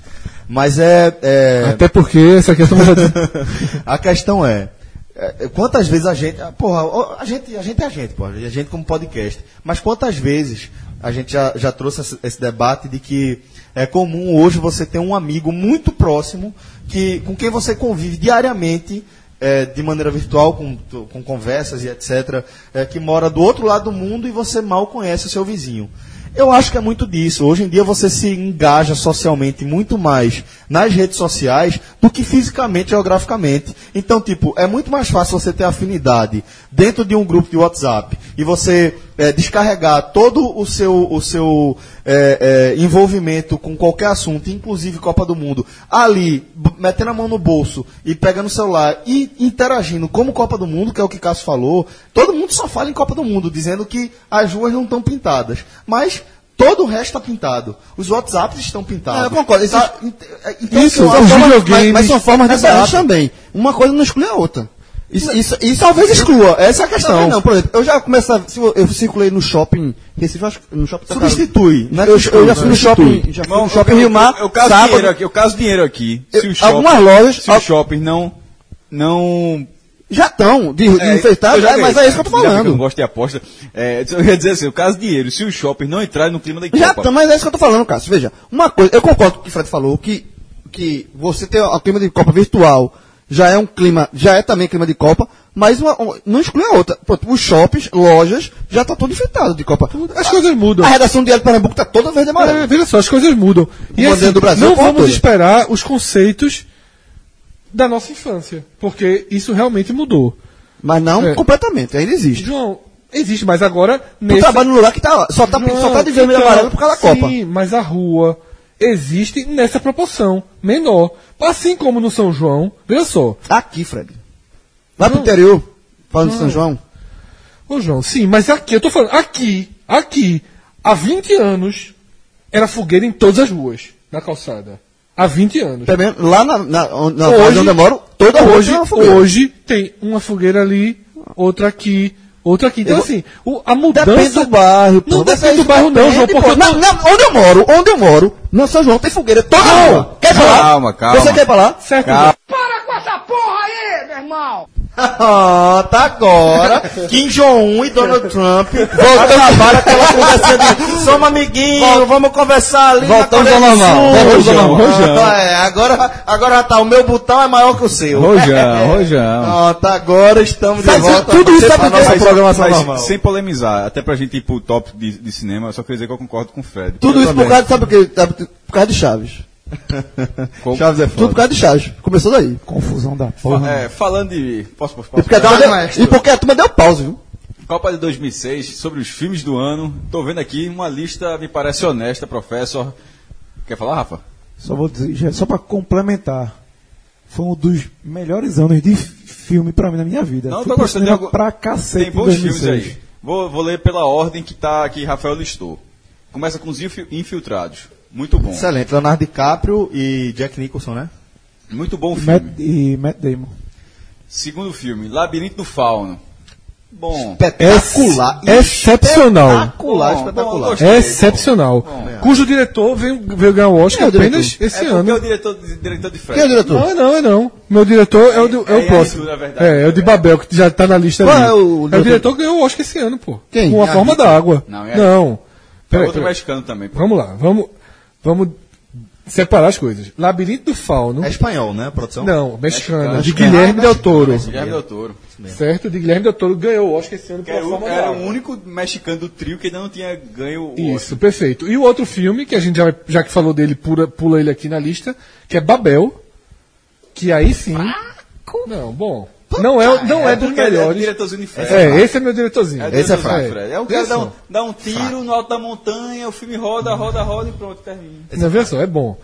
[SPEAKER 2] Mas é- é
[SPEAKER 4] Até porque essa questão já
[SPEAKER 2] a questão é, é, quantas vezes a gente. ah, Porra, ó, a gente, a gente é a gente, porra, a gente como podcast. Mas quantas vezes a gente já, já trouxe esse, esse debate de que é comum hoje você ter um amigo muito próximo que, com quem você convive diariamente. é, de maneira virtual, com, tu- com conversas e etc., é, que mora do outro lado do mundo e você mal conhece o seu vizinho. Eu acho que é muito disso. Hoje em dia você se engaja socialmente muito mais nas redes sociais do que fisicamente, geograficamente. Então, tipo, é muito mais fácil você ter afinidade dentro de um grupo de WhatsApp e você eh, descarregar todo o seu, o seu eh, eh, envolvimento com qualquer assunto, inclusive Copa do Mundo, ali, b- metendo a mão no bolso e pegando o celular e interagindo como Copa do Mundo, que é o que Cássio falou. Todo mundo só fala em Copa do Mundo, dizendo que as ruas não estão pintadas. Mas todo o resto está pintado. Os WhatsApps estão pintados.
[SPEAKER 3] É, eu concordo. Esses-
[SPEAKER 2] Tá, ent- é, então,
[SPEAKER 4] Isso,
[SPEAKER 2] são
[SPEAKER 4] os
[SPEAKER 2] formas- mas-
[SPEAKER 4] videogames-
[SPEAKER 2] mas são formas de
[SPEAKER 3] um Mas diferentes
[SPEAKER 2] debate.
[SPEAKER 3] também. Uma coisa não exclui a outra. Isso, isso, isso
[SPEAKER 2] Talvez exclua, essa é a questão.
[SPEAKER 3] Não, não, por exemplo, eu já começava. se eu- Eu circulei no shopping. Recife, acho que no shopping
[SPEAKER 6] tá
[SPEAKER 3] Tacarau.
[SPEAKER 2] Substitui, né?
[SPEAKER 3] Eu, eu já fui no shopping. Já fui no
[SPEAKER 6] Irmão,
[SPEAKER 3] shopping Rio Mar.
[SPEAKER 6] É, Eu, eu caso
[SPEAKER 3] sábado.
[SPEAKER 6] dinheiro aqui. Eu caso dinheiro aqui.
[SPEAKER 3] Eu-
[SPEAKER 6] se o shopping,
[SPEAKER 3] algumas lojas-
[SPEAKER 6] Se o
[SPEAKER 3] al-
[SPEAKER 6] shopping não. Não
[SPEAKER 3] Já estão de, de enfeitados,
[SPEAKER 6] eu já
[SPEAKER 3] é, mas
[SPEAKER 6] ganhei.
[SPEAKER 3] é isso que eu
[SPEAKER 6] Já
[SPEAKER 3] tô
[SPEAKER 6] porque Eu
[SPEAKER 3] falando.
[SPEAKER 6] não gosto de aposta. É, eu ia dizer assim, o caso dinheiro, se o shopping não entrar no clima da
[SPEAKER 3] Já
[SPEAKER 6] Copa,
[SPEAKER 3] tá, mas é isso que eu tô falando, Cássio. Veja, uma coisa, eu concordo com o que o Fred falou, que, que você ter o clima de Copa virtual já é um clima, já é também clima de Copa, mas uma- um- não exclui a outra. Pô, os shoppings, lojas, já tá tudo enfeitado de Copa.
[SPEAKER 4] As coisas mudam.
[SPEAKER 3] A redação do Diário de Pernambuco tá toda verde e amarela.
[SPEAKER 4] É, veja só, as coisas mudam. E
[SPEAKER 3] modelo
[SPEAKER 4] assim,
[SPEAKER 3] do Brasil
[SPEAKER 4] não
[SPEAKER 3] como
[SPEAKER 4] vamos
[SPEAKER 3] todo.
[SPEAKER 4] esperar os conceitos da nossa infância, porque isso realmente mudou.
[SPEAKER 3] Mas não
[SPEAKER 4] É.
[SPEAKER 3] completamente, ainda existe.
[SPEAKER 4] João, existe, mas agora
[SPEAKER 3] Tu tá-
[SPEAKER 4] nesse... então,
[SPEAKER 3] trabalha num lugar que tá, só, tá, só tá de vermelho e amarelo por causa da
[SPEAKER 4] sim,
[SPEAKER 3] Copa.
[SPEAKER 4] Sim, mas a rua, existe nessa proporção menor. Assim como no São João, veja só,
[SPEAKER 3] Aqui, Fred. Lá pro
[SPEAKER 4] Não.
[SPEAKER 3] interior, falando de São João.
[SPEAKER 4] Ô, João, sim, mas aqui, eu tô falando, aqui, aqui, há 20 anos, era fogueira em todas as ruas, na calçada. Há 20 anos.
[SPEAKER 3] Pelo menos Tá Lá na, na, onde- na cidade onde eu moro, toda hoje
[SPEAKER 4] hoje,
[SPEAKER 3] é uma fogueira.
[SPEAKER 4] hoje tem uma fogueira ali, outra aqui, outra aqui. Então,
[SPEAKER 3] Eu-
[SPEAKER 4] assim, o- a mudança.
[SPEAKER 3] Depende do bairro.
[SPEAKER 4] Não
[SPEAKER 3] pô.
[SPEAKER 4] depende do
[SPEAKER 3] Depende-
[SPEAKER 4] bairro, não, João, porque
[SPEAKER 3] pô.
[SPEAKER 4] eu
[SPEAKER 3] Na-
[SPEAKER 4] tô-
[SPEAKER 3] na- onde eu moro, onde eu moro, no São João tem fogueira toda hora. Quer ir pra lá?
[SPEAKER 6] Calma, calma.
[SPEAKER 3] Você quer ir pra lá?
[SPEAKER 4] Certo,
[SPEAKER 3] Ah, tá agora.
[SPEAKER 2] Kim Jong-un e Donald Trump acabaram aquela conversinha de somos amiguinhos, vamos conversar ali
[SPEAKER 3] Voltamos
[SPEAKER 2] na
[SPEAKER 3] ao
[SPEAKER 2] Coreia do
[SPEAKER 3] normal.
[SPEAKER 2] Sul."
[SPEAKER 3] Voltamos ao normal.
[SPEAKER 2] Ah, tá, é, agora, agora já tá, o meu botão é maior que o seu.
[SPEAKER 6] Rojão, rojão.
[SPEAKER 2] Pronto, agora estamos de
[SPEAKER 3] Mas
[SPEAKER 2] volta.
[SPEAKER 3] tudo isso
[SPEAKER 2] Você
[SPEAKER 3] sabe
[SPEAKER 2] tá
[SPEAKER 3] o que é
[SPEAKER 2] na
[SPEAKER 3] essa programação
[SPEAKER 6] Mas,
[SPEAKER 3] normal?
[SPEAKER 6] sem polemizar, até pra gente ir pro tópico de, de cinema, eu só queria dizer que eu concordo com o Fred.
[SPEAKER 3] Tudo isso por causa, sabe o que? Sabe- Por causa de Chaves.
[SPEAKER 2] Chaves é
[SPEAKER 3] Tudo por causa de Chaves. Começou daí.
[SPEAKER 5] Confusão da
[SPEAKER 6] Fa-
[SPEAKER 5] porra.
[SPEAKER 6] É, falando de. Posso, posso,
[SPEAKER 3] E
[SPEAKER 6] posso?
[SPEAKER 3] porque, a turma deu- e porque a turma deu pausa, viu?
[SPEAKER 6] Copa de 2006, sobre os filmes do ano. Tô vendo aqui uma lista, me parece honesta, professor. Quer falar, Rafa?
[SPEAKER 5] Só vou dizer, já- só pra complementar. Foi um dos melhores anos de f- filme pra mim na minha vida.
[SPEAKER 6] Não,
[SPEAKER 5] Fui
[SPEAKER 6] tô
[SPEAKER 5] pro
[SPEAKER 6] gostando de
[SPEAKER 5] cinema
[SPEAKER 6] algo-
[SPEAKER 5] pra cacete
[SPEAKER 6] Tem
[SPEAKER 5] em
[SPEAKER 6] bons filmes
[SPEAKER 5] 2006.
[SPEAKER 6] aí. Vou, vou ler pela ordem que tá aqui, Rafael listou. Começa com os Infi- infiltrados. Muito bom.
[SPEAKER 2] Excelente, Leonardo DiCaprio e Jack Nicholson, né?
[SPEAKER 6] Muito bom
[SPEAKER 5] E
[SPEAKER 6] filme.
[SPEAKER 5] Matt, e Matt Damon.
[SPEAKER 6] Segundo filme, Labirinto do Fauno. Bom.
[SPEAKER 2] Espetacular.
[SPEAKER 4] Excepcional.
[SPEAKER 2] Espetacular,
[SPEAKER 6] Bom, bom,
[SPEAKER 2] espetacular.
[SPEAKER 6] gostei.
[SPEAKER 4] É Excepcional. Cujo diretor veio, veio ganhar o Oscar
[SPEAKER 3] Quem é o
[SPEAKER 4] apenas esse
[SPEAKER 6] É porque é
[SPEAKER 4] ano.
[SPEAKER 6] o diretor, diretor de Fred.
[SPEAKER 3] Quem é o diretor?
[SPEAKER 4] Não, é não, é não. Meu diretor é o, do- é
[SPEAKER 6] É
[SPEAKER 4] o
[SPEAKER 6] isso,
[SPEAKER 4] próximo.
[SPEAKER 6] na verdade.
[SPEAKER 4] É, é o de Babel, que já tá na lista
[SPEAKER 3] Qual
[SPEAKER 4] ali.
[SPEAKER 3] é o
[SPEAKER 4] é o
[SPEAKER 3] diretor?
[SPEAKER 4] diretor que ganhou o Oscar esse ano, pô.
[SPEAKER 3] Quem?
[SPEAKER 4] Com a
[SPEAKER 3] É
[SPEAKER 4] forma da água.
[SPEAKER 6] Não,
[SPEAKER 4] Não,
[SPEAKER 6] é-
[SPEAKER 4] não.
[SPEAKER 6] É
[SPEAKER 4] Peraí,
[SPEAKER 6] outro
[SPEAKER 4] peraí.
[SPEAKER 6] mexicano também. pô.
[SPEAKER 4] Vamos lá, vamos, vamos separar as coisas. Labirinto do Fauno.
[SPEAKER 2] É espanhol, né, a produção?
[SPEAKER 4] Não, mexicana,
[SPEAKER 6] Mexicana.
[SPEAKER 4] de Guilherme Del Toro.
[SPEAKER 6] Guilherme Del Toro.
[SPEAKER 4] Certo? De Guilherme Del Toro ganhou o Oscar esse ano
[SPEAKER 6] Que
[SPEAKER 4] pela
[SPEAKER 6] era, o,
[SPEAKER 4] forma
[SPEAKER 6] era
[SPEAKER 4] da
[SPEAKER 6] o
[SPEAKER 4] água.
[SPEAKER 6] único mexicano do trio que ainda não tinha ganho o
[SPEAKER 4] Isso, perfeito. E o outro filme, que a gente já, já que falou dele, pula, pula ele aqui na lista, que é Babel. Que aí sim. Não, bom. Não é, não é dos
[SPEAKER 6] Oscar. Ele É
[SPEAKER 4] melhores.
[SPEAKER 6] diretorzinho de Fred.
[SPEAKER 4] É, esse é meu diretorzinho.
[SPEAKER 6] É,
[SPEAKER 3] Esse
[SPEAKER 6] diretorzinho
[SPEAKER 3] é
[SPEAKER 6] de
[SPEAKER 3] fraco.
[SPEAKER 6] Fred. É o
[SPEAKER 4] Vê
[SPEAKER 6] cara dá um,
[SPEAKER 4] só.
[SPEAKER 6] dá um tiro no alto da montanha, o filme roda, roda, roda e pronto, termina.
[SPEAKER 4] Não, veja só, é bom.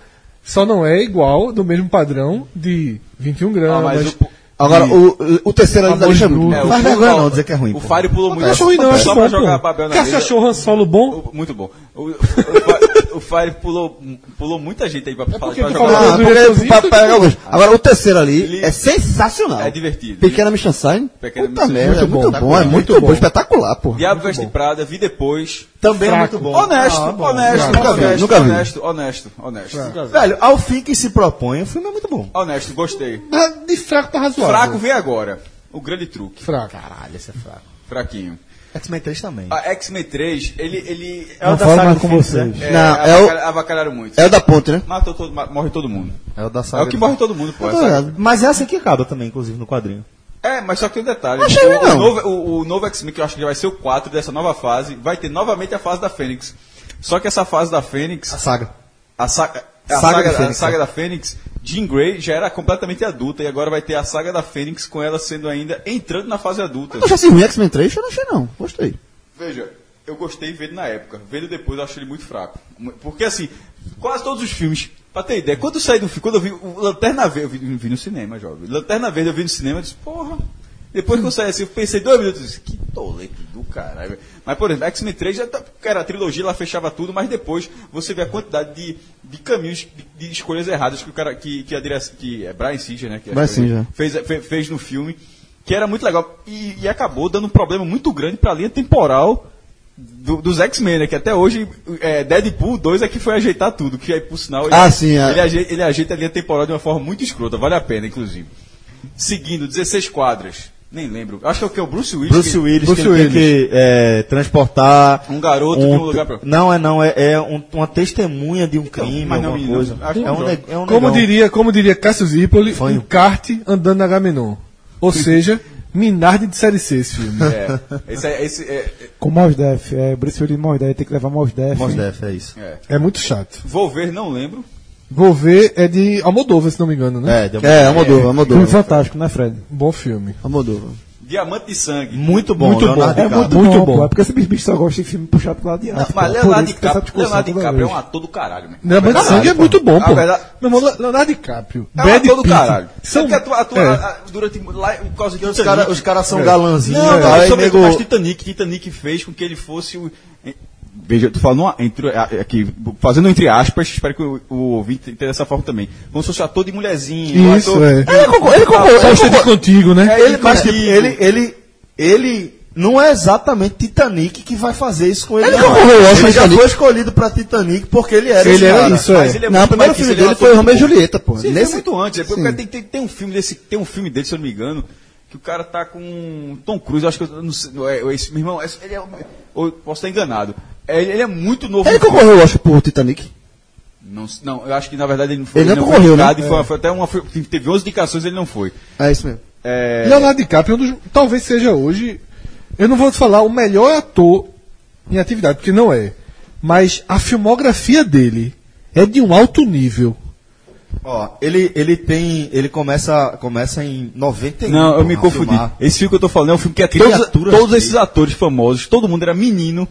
[SPEAKER 4] Só não é igual, do mesmo padrão, de 21
[SPEAKER 6] Ah,
[SPEAKER 4] gramas.
[SPEAKER 6] mas o-
[SPEAKER 3] Agora, o, o terceiro ali da
[SPEAKER 4] Amor
[SPEAKER 3] lista é
[SPEAKER 4] de
[SPEAKER 3] muito.
[SPEAKER 4] Bruno.
[SPEAKER 6] o-
[SPEAKER 2] Faz vergonha
[SPEAKER 6] o-
[SPEAKER 2] não, dizer que é ruim,
[SPEAKER 6] O
[SPEAKER 2] pô.
[SPEAKER 6] Fário pulou
[SPEAKER 4] Não
[SPEAKER 6] muito.
[SPEAKER 4] acho ruim, não, acho
[SPEAKER 6] Só
[SPEAKER 4] bom.
[SPEAKER 6] pra jogar
[SPEAKER 4] pô.
[SPEAKER 6] Babel na
[SPEAKER 4] Cara, você
[SPEAKER 6] mesa.
[SPEAKER 4] achou o Han Solo bom?
[SPEAKER 6] O- Muito bom. O, o, o, Fá- o Fário pulou, pulou muita gente aí pra, pra,
[SPEAKER 4] porque
[SPEAKER 6] pra
[SPEAKER 4] tu
[SPEAKER 6] jogar.
[SPEAKER 4] falou-
[SPEAKER 3] Ah,
[SPEAKER 4] do
[SPEAKER 3] porque,
[SPEAKER 4] diretorzinho,
[SPEAKER 3] pra,
[SPEAKER 4] tudo
[SPEAKER 3] pra,
[SPEAKER 4] bem.
[SPEAKER 3] alguns. Agora, o terceiro ali
[SPEAKER 6] Ele-
[SPEAKER 3] é sensacional.
[SPEAKER 6] É divertido.
[SPEAKER 3] Pequena Michansign.
[SPEAKER 6] Pequena
[SPEAKER 3] Puta
[SPEAKER 6] Miss
[SPEAKER 3] merda, é
[SPEAKER 6] Sunshine.
[SPEAKER 3] muito bom, é muito bom, espetacular, pô.
[SPEAKER 6] Diabo Veste Prada, vi depois.
[SPEAKER 2] Também é muito
[SPEAKER 4] Fraco.
[SPEAKER 2] bom.
[SPEAKER 6] Honesto,
[SPEAKER 2] Ah, bom.
[SPEAKER 6] honesto,
[SPEAKER 3] Nunca vi,
[SPEAKER 6] honesto,
[SPEAKER 3] nunca vi. É.
[SPEAKER 6] honesto, honesto, honesto,
[SPEAKER 2] é? Velho, ao fim que se propõe, o filme é muito bom.
[SPEAKER 6] honesto, gostei.
[SPEAKER 4] De fraco
[SPEAKER 3] tá
[SPEAKER 4] pra razoável.
[SPEAKER 6] Fraco vem agora. O grande truque,
[SPEAKER 4] Fraco.
[SPEAKER 2] Caralho, esse é fraco.
[SPEAKER 6] fraquinho.
[SPEAKER 2] X-Men 3 também.
[SPEAKER 6] A X-Men 3, ele. ele
[SPEAKER 5] Não falo mais com vocês.
[SPEAKER 6] é,
[SPEAKER 3] Não, é
[SPEAKER 6] avacal- avacalharam muito.
[SPEAKER 3] É o da ponte, né?
[SPEAKER 6] Matou todo, ma- morre todo mundo.
[SPEAKER 2] É o da
[SPEAKER 6] É
[SPEAKER 2] saga.
[SPEAKER 6] o que morre todo mundo, pô.
[SPEAKER 2] Eu
[SPEAKER 6] é
[SPEAKER 2] tô
[SPEAKER 6] saga.
[SPEAKER 2] ligado. Mas é assim que acaba também, inclusive, no quadrinho.
[SPEAKER 6] É, mas só que tem um detalhe.
[SPEAKER 3] Achei
[SPEAKER 6] o,
[SPEAKER 3] legal.
[SPEAKER 6] o novo, o- o novo X-Men, que eu acho que já vai ser o 4 dessa nova fase, vai ter novamente a fase da Fênix. Só que essa fase da Fênix,
[SPEAKER 2] saga.
[SPEAKER 6] a saga, a
[SPEAKER 2] Saga
[SPEAKER 6] saga,
[SPEAKER 2] da Fênix,
[SPEAKER 6] a saga da Fênix, Jean Grey já era completamente adulta e agora vai ter a saga da Fênix com ela sendo ainda entrando na fase adulta.
[SPEAKER 3] Eu já assisti o X-Men 3, eu não achei não. Gostei.
[SPEAKER 6] Veja, eu gostei de ver ele na época. Vendo depois, eu achei ele muito fraco. Mu- Porque, assim, quase todos os filmes. Pra ter ideia, quando eu saí do filme, quando eu vi o Lanterna Verde, eu vi, vi no cinema, jovem. Lanterna Verde eu vi no cinema, eu disse, porra. Depois que eu saí assim, eu pensei dois minutos, eu disse, que tolete do caralho. velho. Mas, por exemplo, X-Men 3 já tá, era a trilogia, ela fechava tudo, mas depois você vê a quantidade de, de caminhos, de, de escolhas erradas que o cara, que, que a direção, que é Brian Singer, né? que é-
[SPEAKER 3] Brian Singer.
[SPEAKER 6] fez, fe- fez, no filme, que era muito legal. E, e acabou dando um problema muito grande para a linha temporal do- dos X-Men, né? Que até hoje, é, Deadpool 2 é que foi ajeitar tudo. Que aí, por sinal, ele,
[SPEAKER 3] Ah, sim, é.
[SPEAKER 6] ele, ajeita, ele ajeita a linha temporal de uma forma muito escrota. Vale a pena, inclusive. Seguindo, 16 quadras. Nem lembro. Acho que é o que? O Bruce Willis.
[SPEAKER 2] Bruce
[SPEAKER 6] que-
[SPEAKER 2] Willis
[SPEAKER 4] Bruce
[SPEAKER 2] que ele tem que
[SPEAKER 4] Willis.
[SPEAKER 2] é, transportar
[SPEAKER 6] Um garoto de um lugar pra-
[SPEAKER 2] Não, é não, é, é um- uma testemunha de um crime,
[SPEAKER 6] Então, mas não,
[SPEAKER 2] alguma
[SPEAKER 6] Então, menino,
[SPEAKER 2] coisa.
[SPEAKER 6] acho que
[SPEAKER 2] é um,
[SPEAKER 6] não.
[SPEAKER 2] ne- é um
[SPEAKER 4] Como
[SPEAKER 2] negão.
[SPEAKER 4] diria, como diria Cássio Zirpoli,
[SPEAKER 2] Foi.
[SPEAKER 4] um kart andando na Gamenon. Ou seja, Minardi de série C esse filme.
[SPEAKER 6] É, esse, é- esse é-
[SPEAKER 5] Com Mos Def. É, Bruce Willis e Mos Def. Tem que levar Mos Def.
[SPEAKER 2] Mos Def, é isso.
[SPEAKER 6] é.
[SPEAKER 4] É muito chato.
[SPEAKER 6] Vou ver, não lembro.
[SPEAKER 4] Vou ver, é de Almodóvar, se não me engano, né? Um
[SPEAKER 2] É, deu-
[SPEAKER 3] É, Amodova,
[SPEAKER 5] Filme
[SPEAKER 3] Amodova.
[SPEAKER 5] fantástico, né, Fred?
[SPEAKER 3] um
[SPEAKER 4] Bom filme.
[SPEAKER 3] Amodova.
[SPEAKER 7] Diamante de Sangue.
[SPEAKER 2] Muito bom, né?
[SPEAKER 4] Muito bom.
[SPEAKER 2] Leonardo
[SPEAKER 5] É
[SPEAKER 2] DiCaprio.
[SPEAKER 5] muito,
[SPEAKER 4] Muito
[SPEAKER 5] bom,
[SPEAKER 4] bom.
[SPEAKER 5] pô. É porque esse bicho só gosta de filme puxado pro lado de
[SPEAKER 7] Não,
[SPEAKER 5] arte.
[SPEAKER 7] mas
[SPEAKER 5] pô.
[SPEAKER 7] Leonardo
[SPEAKER 5] Por isso que essa
[SPEAKER 7] DiCaprio,
[SPEAKER 5] discussão
[SPEAKER 7] Leonardo
[SPEAKER 5] toda
[SPEAKER 7] DiCaprio é
[SPEAKER 5] vez.
[SPEAKER 7] um ator do caralho, meu.
[SPEAKER 4] Diamante de Sangue é muito bom,
[SPEAKER 7] Ah,
[SPEAKER 4] pô.
[SPEAKER 7] verdade.
[SPEAKER 4] Meu irmão, Le- Leonardo DiCaprio.
[SPEAKER 7] É um
[SPEAKER 4] Brad
[SPEAKER 7] ator do
[SPEAKER 4] Pitt.
[SPEAKER 7] caralho.
[SPEAKER 4] São...
[SPEAKER 6] um
[SPEAKER 7] É porque atua, atua,
[SPEAKER 4] É.
[SPEAKER 7] a- durante lá por causa de
[SPEAKER 2] Os caras os cara
[SPEAKER 6] É.
[SPEAKER 2] são galanzinhos.
[SPEAKER 7] Não,
[SPEAKER 2] tá?
[SPEAKER 7] não,
[SPEAKER 2] E
[SPEAKER 7] somente,
[SPEAKER 2] nego-
[SPEAKER 7] mas Titanic, Titanic fez com que ele fosse o.
[SPEAKER 6] Veja, tu falou numa- entre, a- aqui, fazendo entre aspas, espero que o, o ouvinte entenda dessa forma também. Como se fosse um ator de mulherzinha. um
[SPEAKER 4] Isso,
[SPEAKER 6] ator- tá
[SPEAKER 4] é.
[SPEAKER 2] Ele concor- ele concor-
[SPEAKER 4] Só
[SPEAKER 2] ele
[SPEAKER 4] esteve
[SPEAKER 2] concor-
[SPEAKER 4] contigo,
[SPEAKER 6] é,
[SPEAKER 4] né?
[SPEAKER 2] ele, mas, tipo,
[SPEAKER 7] contigo.
[SPEAKER 2] ele, ele, ele não é exatamente Titanic que vai fazer isso com ele.
[SPEAKER 3] Ele
[SPEAKER 2] não.
[SPEAKER 3] concorreu ao Oscar
[SPEAKER 2] ele já
[SPEAKER 3] Titanic.
[SPEAKER 2] foi escolhido pra Titanic porque ele era
[SPEAKER 4] Ele
[SPEAKER 2] esse
[SPEAKER 4] era
[SPEAKER 2] cara.
[SPEAKER 4] isso, é.
[SPEAKER 7] Mas ele é
[SPEAKER 3] não, o
[SPEAKER 7] muito
[SPEAKER 3] primeiro
[SPEAKER 7] mais que isso,
[SPEAKER 3] filme
[SPEAKER 7] ele é
[SPEAKER 3] dele
[SPEAKER 7] um
[SPEAKER 3] foi
[SPEAKER 7] ator
[SPEAKER 3] Romeu e Julieta, pô.
[SPEAKER 7] Sim,
[SPEAKER 3] Nesse-
[SPEAKER 7] foi muito antes. É porque
[SPEAKER 3] Sim.
[SPEAKER 7] o cara tem, tem, tem um filme desse, tem um filme dele, se eu não me engano, que o cara tá com Tom Cruise, eu acho que eu não sei, não é, é esse, meu irmão, esse- ele é, ou eu posso estar enganado. É, Ele, ele é muito novo.
[SPEAKER 3] Ele
[SPEAKER 7] no filme.
[SPEAKER 3] concorreu, eu acho, por Titanic.
[SPEAKER 7] Não, não, eu acho que na verdade ele não É. foi.
[SPEAKER 3] Ele não
[SPEAKER 7] foi
[SPEAKER 3] concorreu, né?
[SPEAKER 7] indicado e foi, foi até uma foi- teve 11 indicações, ele não foi.
[SPEAKER 3] É isso mesmo.
[SPEAKER 7] É,
[SPEAKER 4] Leonardo DiCaprio é um dos, talvez seja hoje, eu não vou te falar o melhor ator em atividade, porque não é. Mas a filmografia dele é de um alto nível.
[SPEAKER 2] Ó, ele, ele tem. Ele começa, começa em 91.
[SPEAKER 7] Não, eu me
[SPEAKER 2] a
[SPEAKER 7] confundi.
[SPEAKER 2] filmar.
[SPEAKER 7] Esse filme que eu tô falando é um filme que é todos,
[SPEAKER 2] Criaturas
[SPEAKER 7] todos
[SPEAKER 2] dele.
[SPEAKER 7] esses atores famosos, todo mundo era menino.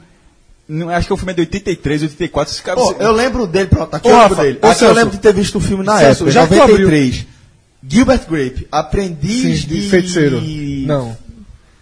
[SPEAKER 7] Não, acho que o filme é de 83, 84, esse cara.
[SPEAKER 2] Pô, eu lembro dele, pronto, aqui
[SPEAKER 7] Ô,
[SPEAKER 2] eu lembro
[SPEAKER 7] Rafa,
[SPEAKER 2] dele.
[SPEAKER 7] ô,
[SPEAKER 2] Aqui eu
[SPEAKER 7] Celso.
[SPEAKER 2] lembro de ter visto o filme na
[SPEAKER 4] Celso,
[SPEAKER 2] época,
[SPEAKER 4] já que tu
[SPEAKER 2] 93. Gilbert Grape, aprendiz
[SPEAKER 4] Sim,
[SPEAKER 2] de...
[SPEAKER 4] de feiticeiro. Não.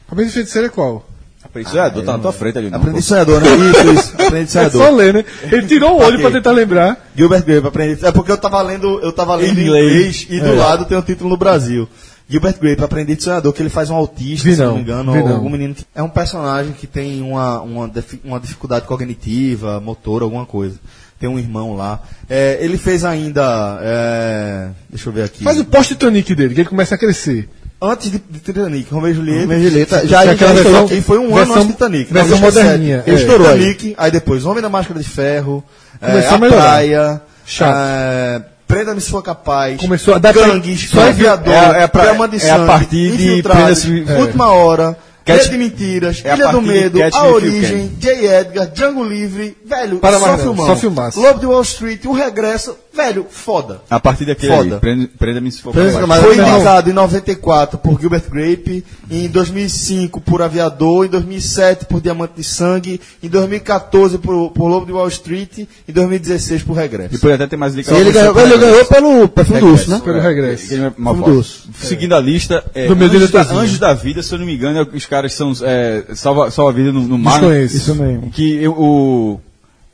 [SPEAKER 4] Cabeça de feiticeiro é qual?
[SPEAKER 6] é,
[SPEAKER 7] Apresentador, tá na tua frente ali, não.
[SPEAKER 2] Aprendiz sonhador, né? Isso, isso. Aprendiz
[SPEAKER 4] É só
[SPEAKER 2] sonhador.
[SPEAKER 4] ler, né? Ele tirou o olho
[SPEAKER 2] Ok.
[SPEAKER 4] pra tentar lembrar.
[SPEAKER 2] Gilbert Grape, aprendiz... É porque eu tava lendo, eu tava lendo em inglês e
[SPEAKER 4] É.
[SPEAKER 2] do lado tem o título no Brasil. Gilbert Grape, aprendiz sonhador, que ele faz um autista,
[SPEAKER 4] Vi
[SPEAKER 2] se não
[SPEAKER 4] não,
[SPEAKER 2] me engano,
[SPEAKER 4] vi
[SPEAKER 2] ou
[SPEAKER 4] não.
[SPEAKER 2] algum menino. que- É um personagem que tem uma, uma, defi- uma dificuldade cognitiva, motor, alguma coisa. Tem um irmão lá. É, ele fez ainda... é, Deixa eu ver aqui.
[SPEAKER 4] Faz o post-Titanic dele, que ele começa a crescer.
[SPEAKER 2] Antes de, de Titanic, Romeu e Julieta.
[SPEAKER 3] Romeu e Julieta, já-
[SPEAKER 2] já,
[SPEAKER 3] já
[SPEAKER 2] já
[SPEAKER 3] versão-
[SPEAKER 2] aqui, foi um ano
[SPEAKER 4] versão-
[SPEAKER 2] antes de Titanic.
[SPEAKER 4] versão
[SPEAKER 2] 97.
[SPEAKER 4] moderninha,
[SPEAKER 2] Ele
[SPEAKER 4] é.
[SPEAKER 2] estourou
[SPEAKER 3] aí.
[SPEAKER 2] Titanic, aí depois Homem na Máscara de Ferro, é,
[SPEAKER 4] Começou
[SPEAKER 2] A
[SPEAKER 4] a melhorar.
[SPEAKER 2] Praia,
[SPEAKER 4] Chato.
[SPEAKER 2] é, Prenda-me se for capaz,
[SPEAKER 4] Começou a dar-
[SPEAKER 2] Gangues,
[SPEAKER 4] só em-
[SPEAKER 2] Aviador,
[SPEAKER 7] é- é pra-
[SPEAKER 2] Cama de
[SPEAKER 7] é a
[SPEAKER 2] Sangue,
[SPEAKER 7] partir de
[SPEAKER 2] Infiltrados,
[SPEAKER 7] Prenda-se- é.
[SPEAKER 2] Última Hora,
[SPEAKER 7] Catch-
[SPEAKER 2] Ilha de Mentiras,
[SPEAKER 7] é a
[SPEAKER 2] Ilha do
[SPEAKER 7] partir de
[SPEAKER 2] Medo,
[SPEAKER 7] Catch
[SPEAKER 2] A
[SPEAKER 7] Me If You
[SPEAKER 2] Origem, J. Edgar, Django Livre, velho, só
[SPEAKER 4] Para mais nada,
[SPEAKER 2] filmão.
[SPEAKER 4] só filmaço.
[SPEAKER 2] Lobo de Wall Street, O Regresso, velho, foda.
[SPEAKER 6] A partir daquele
[SPEAKER 2] Foda.
[SPEAKER 6] ali, prenda- Prenda-me se for
[SPEAKER 3] Prenda-me
[SPEAKER 6] capaz.
[SPEAKER 3] se for Mas
[SPEAKER 2] foi
[SPEAKER 3] não.
[SPEAKER 2] indicado em 94 por Gilbert Grape, em 2005 por Aviador, em 2007 por Diamante de Sangue, em 2014 por, por Lobo de Wall Street, em 2016 por
[SPEAKER 6] E
[SPEAKER 2] Regresso.
[SPEAKER 6] por até ter mais
[SPEAKER 3] E ele ganhou, ele ganhou pelo perfume do urso, né?
[SPEAKER 4] Pelo regresso.
[SPEAKER 3] Filme do urso.
[SPEAKER 6] Seguindo a lista, é,
[SPEAKER 4] Do meu
[SPEAKER 6] Anjos, da,
[SPEAKER 4] diretorzinho.
[SPEAKER 6] Anjos da Vida, se eu não me engano, é- os caras são é, salva, salva a vida no, no mar.
[SPEAKER 4] Desconheço.
[SPEAKER 5] Isso mesmo.
[SPEAKER 6] Que eu- o.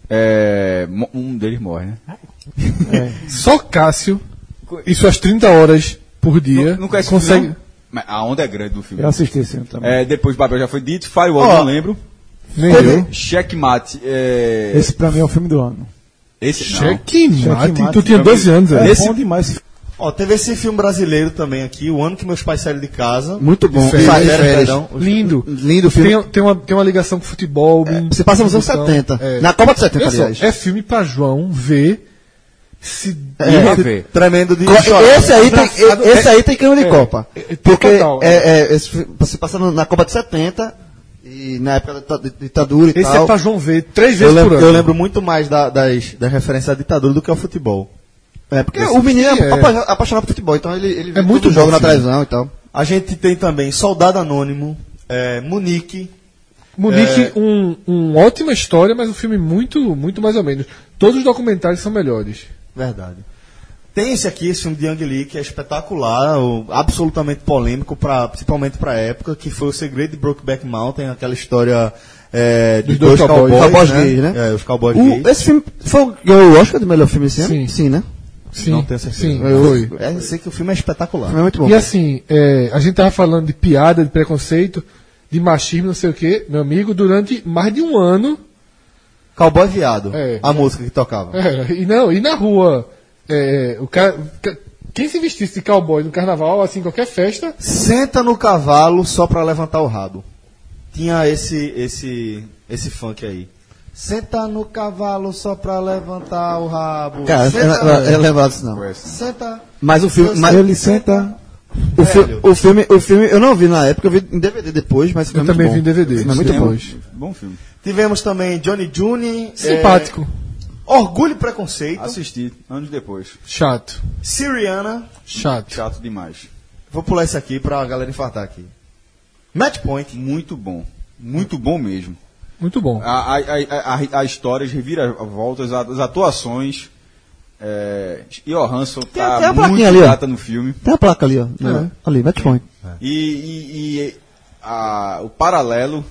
[SPEAKER 6] é, mo- um deles morre, né?
[SPEAKER 4] Só Cássio, e suas 30 horas por dia,
[SPEAKER 6] Não, não
[SPEAKER 3] é
[SPEAKER 6] conhece o é filme,
[SPEAKER 4] consegue.
[SPEAKER 6] não? Mas a onda é grande do filme.
[SPEAKER 5] Eu assisti esse filme também.
[SPEAKER 6] É, depois Babel já foi dito, Firewall,
[SPEAKER 2] Ó.
[SPEAKER 6] não lembro.
[SPEAKER 4] Nem eu.
[SPEAKER 6] Checkmate. É,
[SPEAKER 5] Esse pra mim é o filme do ano.
[SPEAKER 6] esse não.
[SPEAKER 4] Checkmate,
[SPEAKER 5] Checkmate.
[SPEAKER 4] tu tinha 12 anos,
[SPEAKER 5] É
[SPEAKER 4] velho.
[SPEAKER 5] bom demais.
[SPEAKER 2] Ó, teve esse filme brasileiro também aqui, O Ano que Meus Pais Saíram de Casa.
[SPEAKER 3] Muito bom.
[SPEAKER 4] férias,
[SPEAKER 3] Férias,
[SPEAKER 2] Saíram,
[SPEAKER 3] férias.
[SPEAKER 2] perdão.
[SPEAKER 4] Lindo.
[SPEAKER 3] Lindo filme. É,
[SPEAKER 4] Tem, tem uma, tem uma ligação com futebol. bem-
[SPEAKER 3] Você passa nos anos
[SPEAKER 4] então,
[SPEAKER 3] 70.
[SPEAKER 4] é.
[SPEAKER 3] Na Copa de 70,
[SPEAKER 4] Olha só,
[SPEAKER 3] aliás.
[SPEAKER 4] é filme pra João ver se
[SPEAKER 3] É.
[SPEAKER 2] Esse Tremendo de
[SPEAKER 3] Co-
[SPEAKER 2] chorar.
[SPEAKER 3] Esse aí, tem,
[SPEAKER 4] Engraçado.
[SPEAKER 3] esse aí tem clima de
[SPEAKER 4] É.
[SPEAKER 3] Copa.
[SPEAKER 4] É, é,
[SPEAKER 3] Porque
[SPEAKER 4] total,
[SPEAKER 3] é, é, esse fi- você passa no- na Copa de 70, e na época da ta- da ditadura e
[SPEAKER 4] Esse é
[SPEAKER 3] tal.
[SPEAKER 4] pra João ver três
[SPEAKER 2] Eu
[SPEAKER 4] vezes por
[SPEAKER 2] lembro,
[SPEAKER 4] ano.
[SPEAKER 2] eu lembro muito mais da- das, das referências à ditadura do que ao futebol.
[SPEAKER 3] É, porque o menino é,
[SPEAKER 4] é.
[SPEAKER 3] apa- apaixonado por futebol, então ele, ele vê
[SPEAKER 4] É muito
[SPEAKER 3] todo
[SPEAKER 4] bom
[SPEAKER 3] jogo na
[SPEAKER 4] esse
[SPEAKER 3] televisão e tal.
[SPEAKER 2] A gente tem também Soldado Anônimo, é, Munique,
[SPEAKER 4] Munique,
[SPEAKER 3] É.
[SPEAKER 4] um, um ótima história, mas um filme muito, muito mais ou menos. Todos os documentários são melhores.
[SPEAKER 2] Verdade. Tem esse aqui, esse filme de Ang Lee, que é espetacular, o- absolutamente polêmico, pra, principalmente para a época, que foi o segredo de Brokeback Mountain, aquela história é, de
[SPEAKER 4] Dos dois
[SPEAKER 2] dois, cowboys,
[SPEAKER 3] cowboys.
[SPEAKER 2] né?
[SPEAKER 3] Cowboys gays, né?
[SPEAKER 2] É, os cowboys gays.
[SPEAKER 3] O- esse filme foi o- ganhou o Oscar de melhor filme esse ano?
[SPEAKER 4] Sim.
[SPEAKER 3] né?
[SPEAKER 4] Sim,
[SPEAKER 2] Não tenho certeza.
[SPEAKER 4] Sim,
[SPEAKER 2] Eu-
[SPEAKER 4] foi.
[SPEAKER 2] É, eu sei que o filme é
[SPEAKER 3] O
[SPEAKER 2] espetacular.
[SPEAKER 3] filme é muito bom.
[SPEAKER 4] E assim, é, a gente tava falando de piada, de preconceito, de machismo, não sei o quê, meu amigo, durante mais de um ano.
[SPEAKER 2] Cowboy Viado,
[SPEAKER 4] É.
[SPEAKER 2] a música que tocava.
[SPEAKER 4] É, e não, e na rua, é, o cara, ca- quem se vestisse de cowboy no carnaval, assim, qualquer festa,
[SPEAKER 2] Senta no cavalo só pra levantar o rabo. Tinha esse, esse, esse funk aí. Senta no cavalo só pra levantar o rabo.
[SPEAKER 3] Cara, eu,
[SPEAKER 2] senta,
[SPEAKER 3] eu, eu não lembrava disso não.
[SPEAKER 2] senta.
[SPEAKER 3] Mas o filme... Mas,
[SPEAKER 5] Ele senta.
[SPEAKER 3] o, fi-
[SPEAKER 2] velho.
[SPEAKER 3] o filme, o filme, eu não vi na época, eu vi em DVD depois, mas
[SPEAKER 4] eu também vi em DVD.
[SPEAKER 3] Mas é muito bom.
[SPEAKER 4] Sim.
[SPEAKER 6] é Bom filme.
[SPEAKER 2] Tivemos também Johnny June. é,
[SPEAKER 4] Simpático,
[SPEAKER 2] Orgulho e Preconceito.
[SPEAKER 6] Assisti, anos depois.
[SPEAKER 4] chato,
[SPEAKER 2] Siriana.
[SPEAKER 4] chato.
[SPEAKER 6] Chato demais.
[SPEAKER 2] Vou pular isso aqui pra galera infartar aqui.
[SPEAKER 3] Match Point.
[SPEAKER 6] Muito bom. Muito bom mesmo.
[SPEAKER 4] Muito bom.
[SPEAKER 6] A, a, a, a, a história, as reviravoltas, a- as atuações. É, Johansson
[SPEAKER 2] Tem
[SPEAKER 6] tá
[SPEAKER 2] até a
[SPEAKER 6] muito
[SPEAKER 2] plaquinha ali, ó.
[SPEAKER 6] gata no filme.
[SPEAKER 2] Tem a placa
[SPEAKER 4] É.
[SPEAKER 2] ali, ó. né? Ali, Matchpoint.
[SPEAKER 6] E, e- e a- o paralelo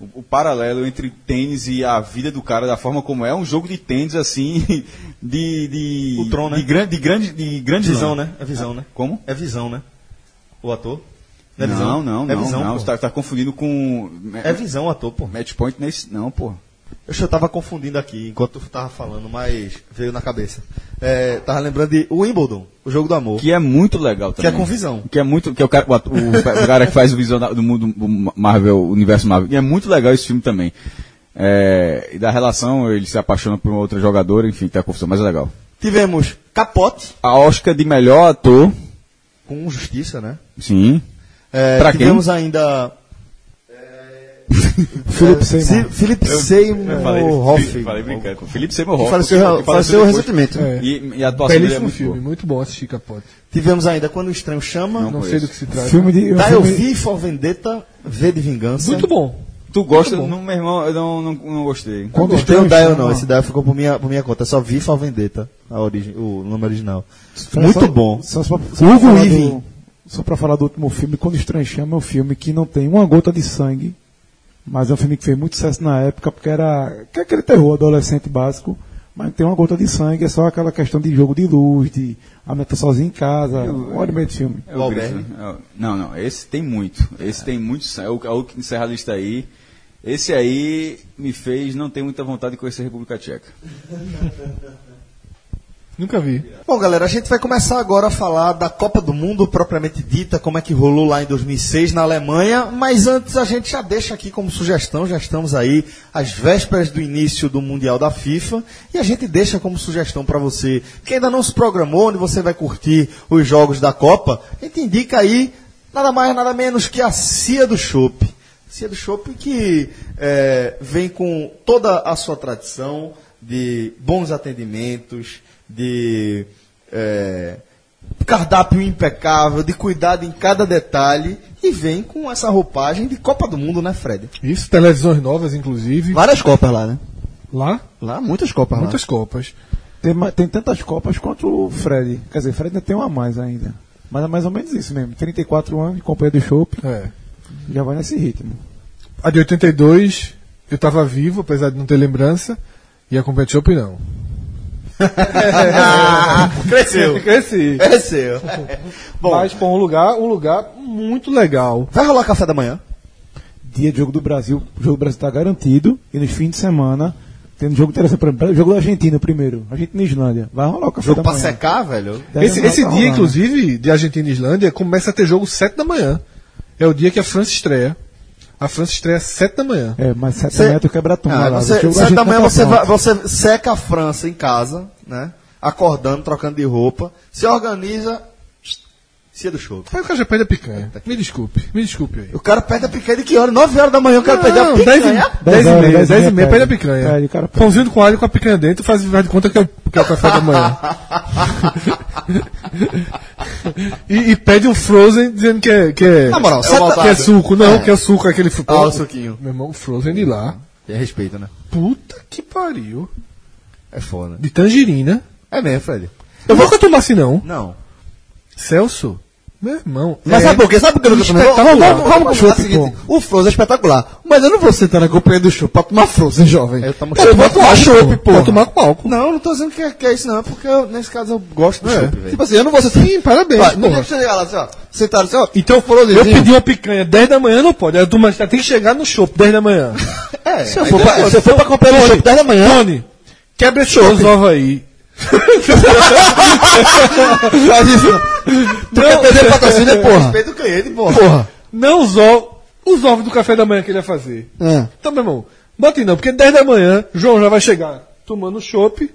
[SPEAKER 6] o, o paralelo entre tênis e a vida do cara, da forma como é, um jogo de tênis assim, de. de
[SPEAKER 3] O Tron, né?
[SPEAKER 6] De grande. De grande, de grande
[SPEAKER 3] Visão,
[SPEAKER 6] lã.
[SPEAKER 3] né? É visão, né?
[SPEAKER 6] Como?
[SPEAKER 3] É visão, né? O ator?
[SPEAKER 6] Não, não, não.
[SPEAKER 3] É visão,
[SPEAKER 6] não.
[SPEAKER 3] pô.
[SPEAKER 6] Você tá, tá confundindo com.
[SPEAKER 3] É visão o ator, pô.
[SPEAKER 6] Match point nesse. Não, pô.
[SPEAKER 3] Eu só tava confundindo aqui enquanto tu tava falando, mas veio na cabeça. É, tava lembrando de Wimbledon, o jogo do amor.
[SPEAKER 6] Que é muito legal
[SPEAKER 3] Que é
[SPEAKER 6] também.
[SPEAKER 3] com visão.
[SPEAKER 6] Que é muito. Que é o cara, o, ato- o- o cara que faz o visão da- do mundo do Marvel, o universo Marvel. E é muito legal esse filme também. É, e da relação, ele se apaixona por uma outra jogadora, enfim, tem a confusão, mas é legal.
[SPEAKER 3] Tivemos Capote,
[SPEAKER 6] A Oscar de melhor ator,
[SPEAKER 3] com justiça, né?
[SPEAKER 6] sim.
[SPEAKER 3] É,
[SPEAKER 6] Pra quem?
[SPEAKER 3] tivemos ainda.
[SPEAKER 5] Felipe
[SPEAKER 3] Si-
[SPEAKER 5] Seymour.
[SPEAKER 3] Felipe Seymour Hoff.
[SPEAKER 6] falei brincando. com o Felipe Seymour
[SPEAKER 2] Que
[SPEAKER 6] Hoffman.
[SPEAKER 2] faleceu, faleceu recentemente. né?
[SPEAKER 4] É.
[SPEAKER 6] E, e a atuação dele é
[SPEAKER 4] Belíssimo
[SPEAKER 6] muito
[SPEAKER 4] filme,
[SPEAKER 6] boa.
[SPEAKER 4] muito bom assistir Capote.
[SPEAKER 3] Tivemos ainda Quando o Estranho Chama.
[SPEAKER 6] Não
[SPEAKER 4] Não
[SPEAKER 6] conheço.
[SPEAKER 4] sei do que se trata.
[SPEAKER 5] Filme de. um
[SPEAKER 7] Tá,
[SPEAKER 3] Da Eu
[SPEAKER 5] filme-
[SPEAKER 3] Vi For Vendetta, V de Vingança.
[SPEAKER 4] Muito bom.
[SPEAKER 6] Tu gosta? Não, meu irmão, eu não, não, não gostei.
[SPEAKER 3] Quando
[SPEAKER 5] Quando
[SPEAKER 3] eu tenho
[SPEAKER 5] estranho
[SPEAKER 3] da eu
[SPEAKER 5] chama-
[SPEAKER 3] não, esse daí ficou por minha, por minha conta. Eu Só vi For Vendetta, a origem, o nome original.
[SPEAKER 5] Só-
[SPEAKER 3] Muito
[SPEAKER 5] só-
[SPEAKER 3] bom.
[SPEAKER 5] Só, só, só pra
[SPEAKER 3] Hugo
[SPEAKER 5] falar do-
[SPEAKER 3] Weaving.
[SPEAKER 5] só pra falar do último filme, Quando Estranho Chama é um filme que não tem uma gota de sangue, mas é um filme que fez muito sucesso na época, porque era que é aquele terror adolescente básico, mas não tem uma gota de sangue, é só aquela questão de jogo de luz, de a meta sozinha em casa, olha o meio de filme.
[SPEAKER 6] É o Grito, né? Não, não, esse tem muito. Esse tem muito. É o, é o que encerra a lista aí. Esse aí me fez não ter muita vontade de conhecer a República Tcheca.
[SPEAKER 4] Nunca vi.
[SPEAKER 3] Bom, galera, a gente vai começar agora a falar da Copa do Mundo propriamente dita, como é que rolou lá em 2006 na Alemanha, mas antes a gente já deixa aqui como sugestão, já estamos aí às vésperas do início do Mundial da FIFA, e a gente deixa como sugestão para você, que ainda não se programou, onde você vai curtir os jogos da Copa, a gente indica aí nada mais, nada menos que a Cia do Chopp. Cia do Shopping que eh, vem com toda a sua tradição de bons atendimentos, de eh, cardápio impecável, de cuidado em cada detalhe e vem com essa roupagem de Copa do Mundo, né, Fred?
[SPEAKER 4] Isso, televisões novas, inclusive.
[SPEAKER 2] Várias copas lá, né?
[SPEAKER 4] Lá,
[SPEAKER 2] Lá, muitas copas lá.
[SPEAKER 4] muitas copas.
[SPEAKER 5] Tem, ma- tem tantas copas quanto o Fred. Quer dizer, Fred ainda tem uma a mais ainda. Mas é mais ou menos isso mesmo. 34 anos de companhia do Chopp,
[SPEAKER 4] É.
[SPEAKER 5] já vai nesse ritmo.
[SPEAKER 4] A de 82, eu tava vivo, apesar de não ter lembrança. E a Compet Shop não.
[SPEAKER 3] Ah, Cresceu!
[SPEAKER 4] Esse.
[SPEAKER 3] Cresceu! Bom,
[SPEAKER 4] Mas, pô, um lugar, um lugar muito legal.
[SPEAKER 3] vai rolar café da manhã?
[SPEAKER 5] dia de jogo do Brasil, o jogo do Brasil está garantido. E nos fins de semana, tem um jogo interessante, por exemplo, jogo da Argentina primeiro, Argentina e Islândia. Vai rolar o café
[SPEAKER 3] Jogo
[SPEAKER 5] da
[SPEAKER 3] pra
[SPEAKER 5] manhã.
[SPEAKER 3] secar, velho?
[SPEAKER 5] Deve
[SPEAKER 4] Esse,
[SPEAKER 5] rolar,
[SPEAKER 4] esse
[SPEAKER 5] tá
[SPEAKER 4] dia,
[SPEAKER 5] rolando.
[SPEAKER 4] inclusive, de Argentina e Islândia, começa a ter jogo 7 da manhã. É o dia que a França estreia. A França estreia às 7 da manhã.
[SPEAKER 5] É, mas sete
[SPEAKER 3] Cê-
[SPEAKER 5] da manhã tu quebra a turma
[SPEAKER 3] Ah,
[SPEAKER 5] lá.
[SPEAKER 3] você-
[SPEAKER 5] O jogo da
[SPEAKER 3] sete da
[SPEAKER 5] Argentina
[SPEAKER 3] manhã
[SPEAKER 5] tá
[SPEAKER 3] você,
[SPEAKER 5] pronto.
[SPEAKER 3] vai- você seca a França em casa, né? Acordando, trocando de roupa, se organiza, cia do show.
[SPEAKER 4] Aí o cara já perde a picanha. Me desculpe, me desculpe aí.
[SPEAKER 3] O cara perde a picanha de que hora? 9 horas da manhã o cara perde a
[SPEAKER 4] dez e-
[SPEAKER 3] picanha?
[SPEAKER 4] dez e
[SPEAKER 5] horas,
[SPEAKER 4] meia,
[SPEAKER 5] dez e
[SPEAKER 4] dez e meia, perde a
[SPEAKER 5] Perde,
[SPEAKER 4] picanha.
[SPEAKER 5] o cara perde.
[SPEAKER 4] Pãozinho com alho com a picanha dentro faz, faz de conta que é, o- que é o café da manhã. e, e pede um Frozen dizendo que é. Que é
[SPEAKER 3] Na moral,
[SPEAKER 4] é
[SPEAKER 3] sete da-
[SPEAKER 4] que é suco, não,
[SPEAKER 3] É.
[SPEAKER 4] que é suco, aquele fu-
[SPEAKER 3] Ah, o suquinho.
[SPEAKER 4] Meu irmão, Frozen de lá.
[SPEAKER 3] É respeito, né?
[SPEAKER 2] Uhum.
[SPEAKER 4] Puta que pariu.
[SPEAKER 3] É foda.
[SPEAKER 4] De tangerina.
[SPEAKER 3] É mesmo, Fred?
[SPEAKER 4] Eu nunca tomar assim, não.
[SPEAKER 3] Não.
[SPEAKER 4] Celso, meu irmão.
[SPEAKER 2] Mas
[SPEAKER 4] é-
[SPEAKER 2] sabe por quê? Sabe por que eu nunca tomei? Vamos,
[SPEAKER 4] Espetacular.
[SPEAKER 2] vamos, vamos
[SPEAKER 4] Mas
[SPEAKER 2] combinar o
[SPEAKER 4] chupa,
[SPEAKER 2] seguinte. O Frozen é espetacular. Mas eu não vou sentar na companhia do show pra tomar Frozen, jovem.
[SPEAKER 3] Eu tomo
[SPEAKER 2] vou
[SPEAKER 3] chopp,
[SPEAKER 2] tomar chopp, pô.
[SPEAKER 4] Pra tomar com álcool.
[SPEAKER 3] Não, não tô dizendo que é, que é isso, não. É porque eu, nesse caso eu gosto do é. velho.
[SPEAKER 2] Tipo assim, eu não vou sentar... Sim,
[SPEAKER 4] parabéns,
[SPEAKER 2] Não
[SPEAKER 4] porra.
[SPEAKER 2] tem que chegar lá assim, ó. Sentar assim, ó.
[SPEAKER 4] Então,
[SPEAKER 2] Frozenzinho.
[SPEAKER 4] eu pedi uma picanha 10 da manhã, não pode. Aí tu mas tem que chegar no shopping 10 da manhã.
[SPEAKER 2] É, se eu for pra, se eu for pra companhia do
[SPEAKER 4] Tony,
[SPEAKER 2] show 10 da manhã...
[SPEAKER 4] Tony, quebra esse ovos aí.
[SPEAKER 2] Faz isso. Tu quer perder patrocínio, é porra.
[SPEAKER 3] Respeito o cliente, porra.
[SPEAKER 2] Porra.
[SPEAKER 4] Não os ovos, os ovos do café da manhã que ele ia fazer.
[SPEAKER 2] É.
[SPEAKER 4] Então, meu irmão, bote não, porque 10 da manhã, João já vai chegar tomando chopp,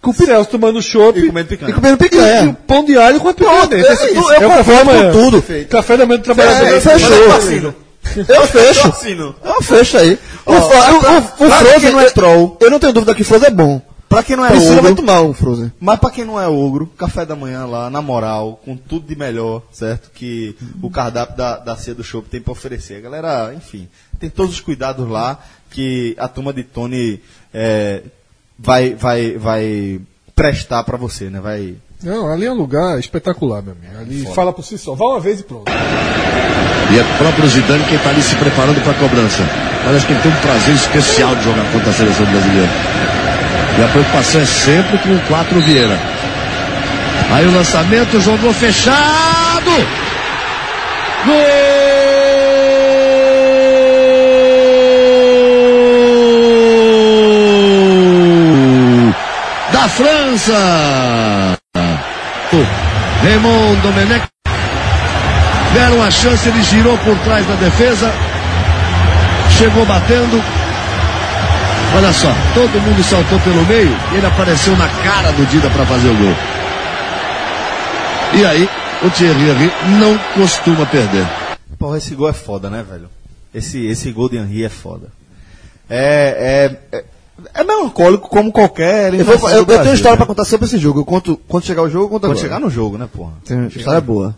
[SPEAKER 4] com o Celso tomando chopp
[SPEAKER 3] E comendo picanha.
[SPEAKER 2] E comendo
[SPEAKER 4] e o
[SPEAKER 2] picanha.
[SPEAKER 4] pão de alho com a picanha dentro.
[SPEAKER 2] é
[SPEAKER 4] Esse-
[SPEAKER 2] isso,
[SPEAKER 4] é
[SPEAKER 2] eu
[SPEAKER 4] o café da
[SPEAKER 2] concordo
[SPEAKER 4] manhã.
[SPEAKER 2] com tudo.
[SPEAKER 4] Café da manhã do trabalhador.
[SPEAKER 2] É,
[SPEAKER 3] Mas eu
[SPEAKER 2] fechou.
[SPEAKER 3] assino.
[SPEAKER 2] Eu fecho.
[SPEAKER 3] assino.
[SPEAKER 2] Eu fecho aí. O, Fro- o- o- o
[SPEAKER 3] claro que
[SPEAKER 2] Frozen
[SPEAKER 3] não é
[SPEAKER 2] troll. Eu não tenho dúvida que Frozen é bom. Pra quem não é
[SPEAKER 3] Priscila vai
[SPEAKER 2] ogro,
[SPEAKER 3] tomar um Frozen.
[SPEAKER 2] mas pra quem não é ogro, café da manhã lá, na moral, com tudo de melhor, certo? Que o cardápio da, da ceia do show tem pra oferecer. A galera, enfim, tem todos os cuidados lá que a turma de Tony é, vai, vai, vai prestar pra você, né? Vai
[SPEAKER 4] Não, ali é um lugar espetacular, meu amigo. Ali fala por si só. Vá uma vez e pronto.
[SPEAKER 9] E é próprio Zidane quem está ali se preparando para a cobrança. Parece que ele tem um prazer especial de jogar contra a seleção brasileira. E a preocupação é sempre com o 4 Vieira. Aí o lançamento, jogou fechado. Gol! Da França! Raymond Domenech Deram a chance, ele girou por trás da defesa. Chegou batendo. Olha só, todo mundo saltou pelo meio. Ele apareceu na cara do Dida para fazer o gol. E aí, o Thierry Henry não costuma perder.
[SPEAKER 2] Porra, esse gol é foda, né, velho? Esse, esse gol de Henry é foda. É, é, é, é melancólico como qualquer.
[SPEAKER 3] Eu, vou- eu- eu tenho história pra contar sobre esse jogo. Eu conto quando chegar o jogo, eu conto
[SPEAKER 2] né? Quando
[SPEAKER 3] agora.
[SPEAKER 2] chegar no jogo, né, porra?
[SPEAKER 3] Tem uma história boa.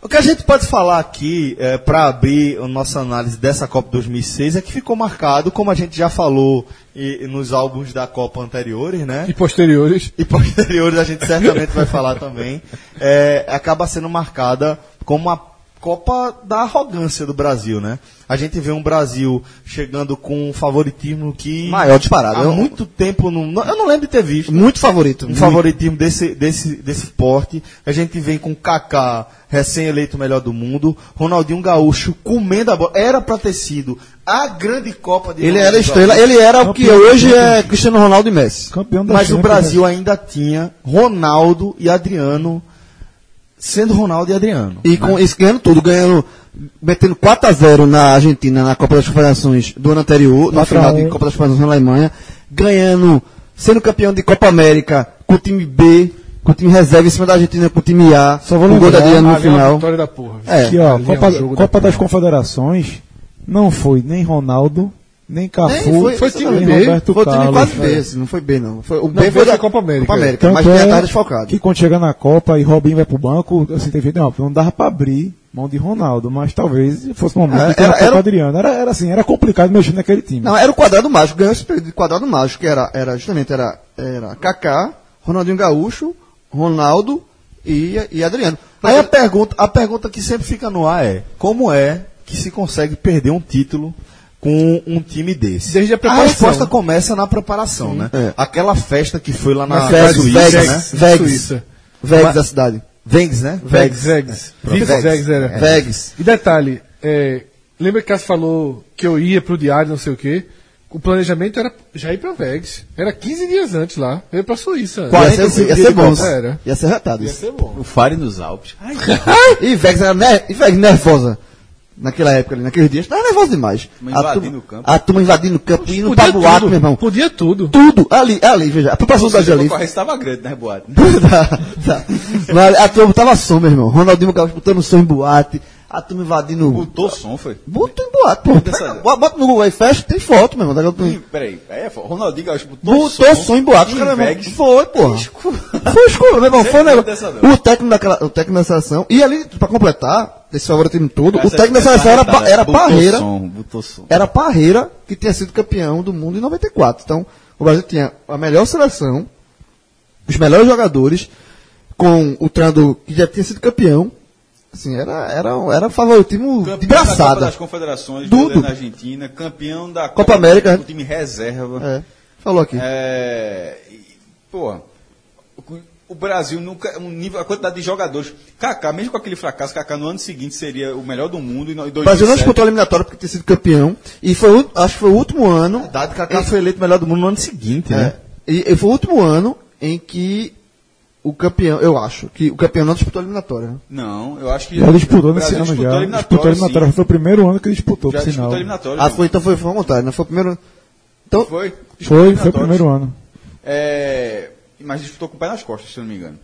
[SPEAKER 2] O que a gente pode falar aqui, é, para abrir a nossa análise dessa Copa 2006, é que ficou marcado, como a gente já falou e- e nos álbuns da Copa anteriores, né?
[SPEAKER 4] E posteriores.
[SPEAKER 2] e posteriores a gente certamente vai falar também, é, acaba sendo marcada como a Copa da arrogância do Brasil, né? A gente vê um Brasil chegando com um favoritismo que.
[SPEAKER 3] Maior disparado.
[SPEAKER 2] Há
[SPEAKER 3] Eu-
[SPEAKER 2] muito tempo. Não, não- eu não lembro de ter visto
[SPEAKER 3] Muito favorito.
[SPEAKER 2] um favoritismo desse, desse, desse porte. A gente vem com Kaká, recém-eleito melhor do mundo, Ronaldinho Gaúcho comendo a bola. Era pra ter sido a grande Copa de
[SPEAKER 3] Ele
[SPEAKER 2] Ronaldinho
[SPEAKER 3] era estrela,
[SPEAKER 2] Gaúcho.
[SPEAKER 3] ele era o que hoje é Cristiano Ronaldo e Messi.
[SPEAKER 5] Campeão da
[SPEAKER 2] Mas o
[SPEAKER 4] é
[SPEAKER 5] Champions,
[SPEAKER 2] Brasil ainda tinha Ronaldo e Adriano sendo Ronaldo e Adriano.
[SPEAKER 3] E com isso ganhando tudo, ganhando, metendo 4x0 na Argentina na Copa das Confederações do ano anterior, na final de Copa das Confederações na Alemanha, ganhando, sendo campeão de Copa América com o time B, com o time reserva em cima da Argentina, com o time A,
[SPEAKER 5] Só vou
[SPEAKER 3] com o gol da
[SPEAKER 5] lembrar,
[SPEAKER 3] Adriano no
[SPEAKER 4] ali é uma
[SPEAKER 3] final.
[SPEAKER 4] vitória da porra. velho.
[SPEAKER 3] É,
[SPEAKER 5] Que,
[SPEAKER 4] Ali é
[SPEAKER 5] ó,
[SPEAKER 4] um
[SPEAKER 5] Copa,
[SPEAKER 4] jogo da
[SPEAKER 5] Copa das Confederações não foi nem Ronaldo, nem Cafu,
[SPEAKER 3] Nem foi- foi
[SPEAKER 5] nem
[SPEAKER 3] time B,
[SPEAKER 5] Roberto
[SPEAKER 3] foi o time
[SPEAKER 5] Carlos.
[SPEAKER 3] quase B, assim, não foi B não. Foi, o
[SPEAKER 4] Não,
[SPEAKER 3] B
[SPEAKER 4] B
[SPEAKER 3] foi
[SPEAKER 4] foi
[SPEAKER 3] da
[SPEAKER 4] Copa América.
[SPEAKER 3] Copa América
[SPEAKER 5] Tanto
[SPEAKER 3] mas tem
[SPEAKER 5] é
[SPEAKER 3] a tarde desfalcado.
[SPEAKER 5] Que quando chega na Copa e Robinho vai pro banco, assim, teve gente, não, não dava pra abrir mão de Ronaldo, mas talvez fosse o momento
[SPEAKER 3] Ah,
[SPEAKER 5] de colocar
[SPEAKER 3] era- era-
[SPEAKER 5] o Adriano. Era, era assim, era complicado mexer naquele time.
[SPEAKER 3] Não, era o quadrado mágico, ganhou esse período de quadrado mágico, que era, era justamente era, era Kaká, Ronaldinho Gaúcho, Ronaldo e, e Adriano.
[SPEAKER 2] Aí a pergunta, a pergunta que sempre fica no ar é: como é que se consegue perder um título com um time desse?
[SPEAKER 4] Desde a preparação,
[SPEAKER 2] resposta
[SPEAKER 4] né?
[SPEAKER 2] começa na preparação, né?
[SPEAKER 3] É.
[SPEAKER 2] Aquela festa que foi lá na,
[SPEAKER 4] é
[SPEAKER 3] Na
[SPEAKER 2] na
[SPEAKER 3] Vegas,
[SPEAKER 2] Suíça, né?
[SPEAKER 3] Vegas, Vegas,
[SPEAKER 4] Suíça.
[SPEAKER 3] Vegas da cidade.
[SPEAKER 2] Vengs, né?
[SPEAKER 4] Vegas. Vegas.
[SPEAKER 3] É.
[SPEAKER 4] Vegas. Vegas era.
[SPEAKER 3] Vegas.
[SPEAKER 4] E detalhe, é, lembra que Cássio falou que eu ia pro diário, não sei o quê? O planejamento era já ir pra Vegas. Era 15 dias antes lá. Eu ia pra Suíça. antes.
[SPEAKER 3] Ia ser, ia ser bom.
[SPEAKER 4] Era.
[SPEAKER 3] Ia ser retado
[SPEAKER 4] Ia
[SPEAKER 3] isso.
[SPEAKER 4] ser bom.
[SPEAKER 6] O Fari nos Alpes.
[SPEAKER 3] E Vegas era ner- e Vegas nervosa. Naquela época ali, naqueles dias, tava nervosa demais.
[SPEAKER 6] Mas
[SPEAKER 3] A
[SPEAKER 6] invadindo
[SPEAKER 3] turma-
[SPEAKER 6] o campo.
[SPEAKER 3] A turma invadindo o campo, indo
[SPEAKER 4] Podia
[SPEAKER 3] pra boate,
[SPEAKER 4] tudo.
[SPEAKER 3] meu irmão.
[SPEAKER 4] Podia tudo.
[SPEAKER 3] Tudo, ali, ali, veja. A população da ali.
[SPEAKER 6] estava grande, né, boate?
[SPEAKER 3] tá, tá. Mas a turma botava som, meu irmão. Ronaldinho Gaúcho botando som em boate. A turma invadindo.
[SPEAKER 6] Botou som, foi.
[SPEAKER 3] Bota em boate, pô. Pega, bo- bota no Google aí, fecha, tem foto, meu irmão. da galera
[SPEAKER 6] Ih,
[SPEAKER 3] do-
[SPEAKER 6] Peraí, é, foi- Ronaldinho Gaúcho botou
[SPEAKER 3] Hum. Botou som em boate, os
[SPEAKER 6] Em
[SPEAKER 3] caras, meu irmão.
[SPEAKER 6] Vegas.
[SPEAKER 3] Foi, porra. Foi escuro, meu irmão. Foi
[SPEAKER 6] Certeza
[SPEAKER 3] um negócio.
[SPEAKER 6] dessa não.
[SPEAKER 3] O técnico, daquela, o técnico da seleção. E ali, pra completar, desse favoritismo todo, o
[SPEAKER 6] Essa
[SPEAKER 3] técnico da
[SPEAKER 6] aqui é
[SPEAKER 3] seleção era,
[SPEAKER 6] parretada,
[SPEAKER 3] pa- era
[SPEAKER 6] botou
[SPEAKER 3] parreira.
[SPEAKER 6] som, botou som.
[SPEAKER 3] era Parreira, que tinha sido campeão do mundo em 94. Então, o Brasil tinha a melhor seleção, os melhores jogadores, com o treinador que já tinha sido campeão. Assim, era, era, um- era um favoritismo de
[SPEAKER 6] Campeão da Copa
[SPEAKER 3] braçada.
[SPEAKER 6] das Confederações,
[SPEAKER 3] Tudo.
[SPEAKER 6] brasileiro na Argentina, campeão da
[SPEAKER 3] Copa América.
[SPEAKER 6] do time reserva.
[SPEAKER 3] É, falou aqui.
[SPEAKER 6] É, e, pô, o- o Brasil nunca. Um nível, a quantidade de jogadores. Kaká, mesmo com aquele fracasso, Kaká no ano seguinte seria o melhor do mundo. E no, em
[SPEAKER 3] o Brasil não
[SPEAKER 6] 2007.
[SPEAKER 3] disputou a eliminatória porque tinha sido campeão. E foi, o- acho que foi o último ano.
[SPEAKER 2] Dado que Kaká foi eleito melhor do mundo no ano seguinte, né?
[SPEAKER 3] É. E, e foi o último ano em que o campeão, eu acho, que o campeão não disputou a eliminatória. né?
[SPEAKER 6] Não, eu acho que.
[SPEAKER 5] Ele disputou
[SPEAKER 6] o
[SPEAKER 5] nesse
[SPEAKER 6] Brasil
[SPEAKER 5] ano
[SPEAKER 6] disputou
[SPEAKER 5] já.
[SPEAKER 6] eliminatória,
[SPEAKER 5] Disputou a
[SPEAKER 6] sim.
[SPEAKER 5] eliminatória. Foi o primeiro ano que ele disputou,
[SPEAKER 6] Já
[SPEAKER 5] por
[SPEAKER 6] disputou
[SPEAKER 5] sinal.
[SPEAKER 6] a eliminatória.
[SPEAKER 3] Ah, foi, então foi, foi ao contrário, né? Foi o primeiro ano. Então,
[SPEAKER 6] Foi? Disputou
[SPEAKER 5] Foi, foi o
[SPEAKER 6] eliminatórias.
[SPEAKER 5] primeiro ano.
[SPEAKER 6] É, mas disputou com o pé nas costas, se eu não me engano.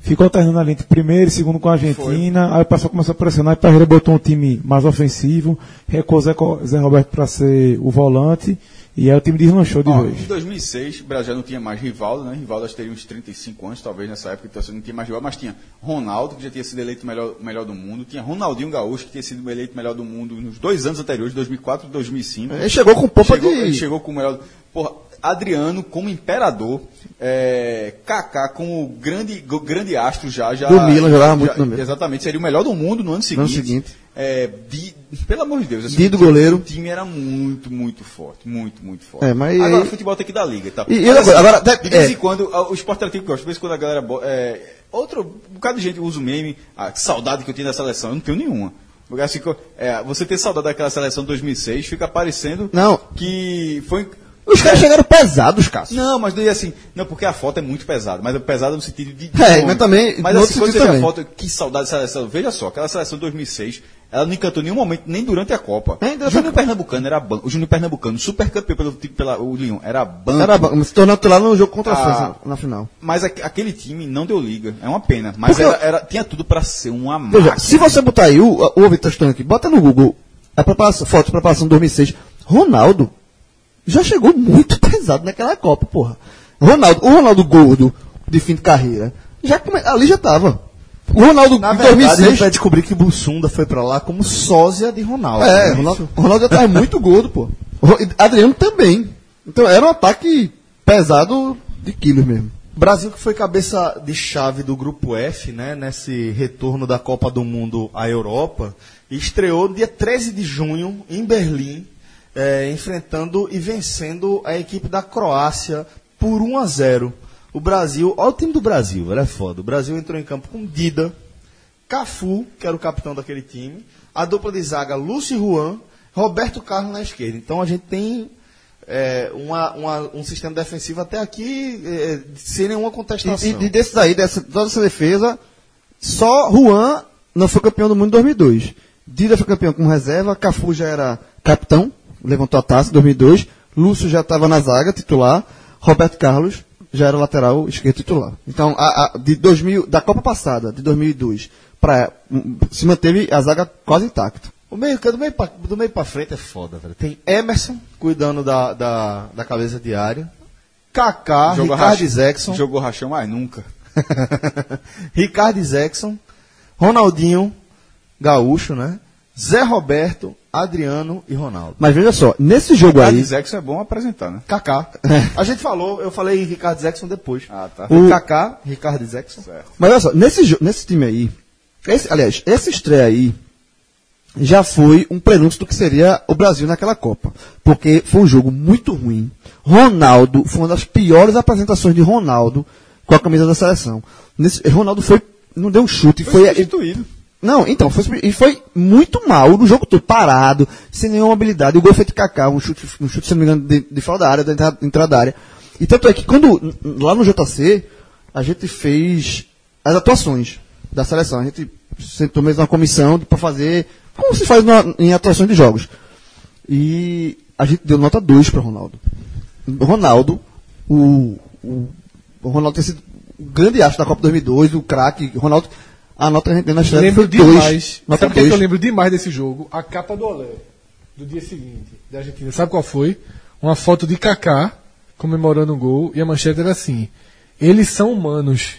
[SPEAKER 5] Ficou alternando ali entre primeiro e segundo com a Argentina. Aí o pessoal começou a pressionar e Parreira botou um time mais ofensivo. Recuou Zé, Co- Zé Roberto para ser o volante. E aí o time deslanchou de
[SPEAKER 6] Ó,
[SPEAKER 5] vez.
[SPEAKER 6] em 2006, o Brasil já não tinha mais Rivaldo, né? Rivaldo acho que teria uns 35 anos, talvez, nessa época, então assim, não tinha mais Rivaldo, mas tinha Ronaldo, que já tinha sido eleito o melhor, o melhor do mundo, tinha Ronaldinho Gaúcho, que tinha sido eleito o melhor do mundo nos dois anos anteriores, 2004 e 2005.
[SPEAKER 3] Ele chegou com pompa
[SPEAKER 6] chegou,
[SPEAKER 3] de.
[SPEAKER 6] ele chegou com o melhor. Porra, Adriano como imperador, é, Kaká como grande, go- grande astro já. já
[SPEAKER 3] Do Milan, jogava muito no Milan.
[SPEAKER 6] Exatamente, seria o melhor do mundo no ano seguinte.
[SPEAKER 3] seguinte.
[SPEAKER 6] É, Di- pelo amor de Deus. assim,
[SPEAKER 3] Dido
[SPEAKER 6] o time-
[SPEAKER 3] goleiro.
[SPEAKER 6] O time era muito, muito forte. Muito, muito forte.
[SPEAKER 3] É, mas
[SPEAKER 6] Agora
[SPEAKER 3] aí-
[SPEAKER 6] o futebol tem que dar liga, tá?
[SPEAKER 3] E- e
[SPEAKER 6] Mas,
[SPEAKER 3] agora- agora, de-
[SPEAKER 6] de vez
[SPEAKER 3] é.
[SPEAKER 6] em quando, ah, o esporte que gosta, de vez em quando a galera. bo- É, outro, um bocado de gente usa o meme, ah, que saudade que eu tenho da seleção. Eu não tenho nenhuma. Porque assim, co- é, você ter saudade daquela seleção de 2006 fica parecendo
[SPEAKER 3] Não.
[SPEAKER 6] que foi.
[SPEAKER 3] Os caras chegaram pesados, Cássio.
[SPEAKER 6] Não, mas daí assim, não, porque a foto é muito pesada, mas é pesada no sentido de. de
[SPEAKER 3] É,
[SPEAKER 6] nome.
[SPEAKER 3] mas também,
[SPEAKER 6] Mas assim,
[SPEAKER 3] no outro
[SPEAKER 6] quando
[SPEAKER 3] sentido
[SPEAKER 6] você vê a
[SPEAKER 3] também.
[SPEAKER 6] foto, que saudade da seleção. Veja só, aquela seleção de 2006, ela não encantou em nenhum momento, nem durante a Copa.
[SPEAKER 3] Nem durante a
[SPEAKER 6] o Júnior Pernambucano era banco. O Júnior Pernambucano, super campeão pelo, pela, o Lyon, era banco.
[SPEAKER 3] Era bom, se tornou titular no jogo contra a
[SPEAKER 6] Ah.
[SPEAKER 3] França, na final.
[SPEAKER 6] Mas a- aquele time não deu liga. É uma pena. Mas
[SPEAKER 3] Porque
[SPEAKER 6] era,
[SPEAKER 3] eu-
[SPEAKER 6] era- tinha tudo pra ser uma
[SPEAKER 3] Veja,
[SPEAKER 6] máquina.
[SPEAKER 3] se você botar aí o, o ouvinte testando aqui, bota no Google a preparação, foto de preparação de 2006. Ronaldo já chegou muito pesado naquela Copa, porra. Ronaldo, o Ronaldo gordo de fim de carreira, já come- ali já tava. O Ronaldo
[SPEAKER 2] Na
[SPEAKER 6] é
[SPEAKER 3] de
[SPEAKER 2] verdade, a gente
[SPEAKER 3] 2006.
[SPEAKER 2] vai descobrir que o Bussunda foi pra lá como sósia de Ronaldo.
[SPEAKER 3] É,
[SPEAKER 2] Isso.
[SPEAKER 3] Ronaldo, Ronaldo já tava muito gordo, pô. Ro- e Adriano também. Então era um ataque pesado de quilos mesmo.
[SPEAKER 2] Brasil que foi cabeça de chave do grupo F, né, nesse retorno da Copa do Mundo à Europa, e estreou dia 13 de junho em Berlim, eh, enfrentando e vencendo a equipe da Croácia por 1 a 0. O Brasil, olha o time do Brasil, era foda. O Brasil entrou em campo com Dida, Cafu, que era o capitão daquele time, a dupla de zaga Lúcio e Juan, Roberto Carlos na esquerda. Então a gente tem é, uma- uma- um sistema defensivo até aqui é, sem nenhuma contestação.
[SPEAKER 3] E, e, e desses aí, dessa, toda essa defesa, só Juan não foi campeão do mundo em 2002. Dida foi campeão com reserva, Cafu já era capitão, levantou a taça em 2002, Lúcio já estava na zaga, titular, Roberto Carlos já era lateral esquerdo titular. Então, a, a- de 2000, da Copa passada, de 2002, pra, um, se manteve a zaga quase intacta.
[SPEAKER 2] O meio, do meio, pra, do meio pra frente é foda, velho. Tem Emerson cuidando da, da, da cabeça de área, Kaká,
[SPEAKER 6] Jogou
[SPEAKER 2] Ricardo
[SPEAKER 6] racha-
[SPEAKER 2] e Zexon,
[SPEAKER 6] Jogou rachão, mas nunca.
[SPEAKER 2] Ricardo e Zexon, Ronaldinho, Gaúcho, né? Zé Roberto, Adriano e Ronaldo.
[SPEAKER 3] Mas veja só, nesse jogo
[SPEAKER 6] Aí
[SPEAKER 3] aí,
[SPEAKER 6] Zexo é bom apresentar, né?
[SPEAKER 2] Kaká. A gente falou, eu falei em Ricardo Zexon depois.
[SPEAKER 6] Ah, tá.
[SPEAKER 2] O Kaká, Ricardo Zexon.
[SPEAKER 3] mas olha só, nesse, jo- nesse time aí, esse- aliás, essa estreia aí, já foi um prenúncio do que seria o Brasil naquela Copa. Porque foi um jogo muito ruim. Ronaldo foi uma das piores apresentações de Ronaldo com a camisa da seleção. Nesse- Ronaldo foi. não deu um chute. Foi,
[SPEAKER 6] substituído.
[SPEAKER 3] Não, então, foi, substitu- e foi muito mal no jogo todo, parado, sem nenhuma habilidade. O gol feito de Kaká, um chute, um chute se não me engano, de, de fora da área, da entrada, entrada da área. E tanto é que quando. n- n- lá no JC, a gente fez as atuações da seleção. A gente sentou mesmo uma comissão para fazer. Como se faz na- em atuações de jogos. E a gente deu nota 2 para Ronaldo. Ronaldo, o, o, o Ronaldo tem sido o grande astro da Copa 2002, o craque. Ronaldo, a nota que a gente deu na estreia
[SPEAKER 4] lembro
[SPEAKER 3] foi 2.
[SPEAKER 4] demais.
[SPEAKER 3] Nota
[SPEAKER 4] Sabe por que que eu
[SPEAKER 3] 2.
[SPEAKER 4] lembro demais desse jogo? A capa do Olé, do dia seguinte, da Argentina. Sabe qual foi? Uma foto de Kaká comemorando um gol e a manchete era assim: Eles são humanos.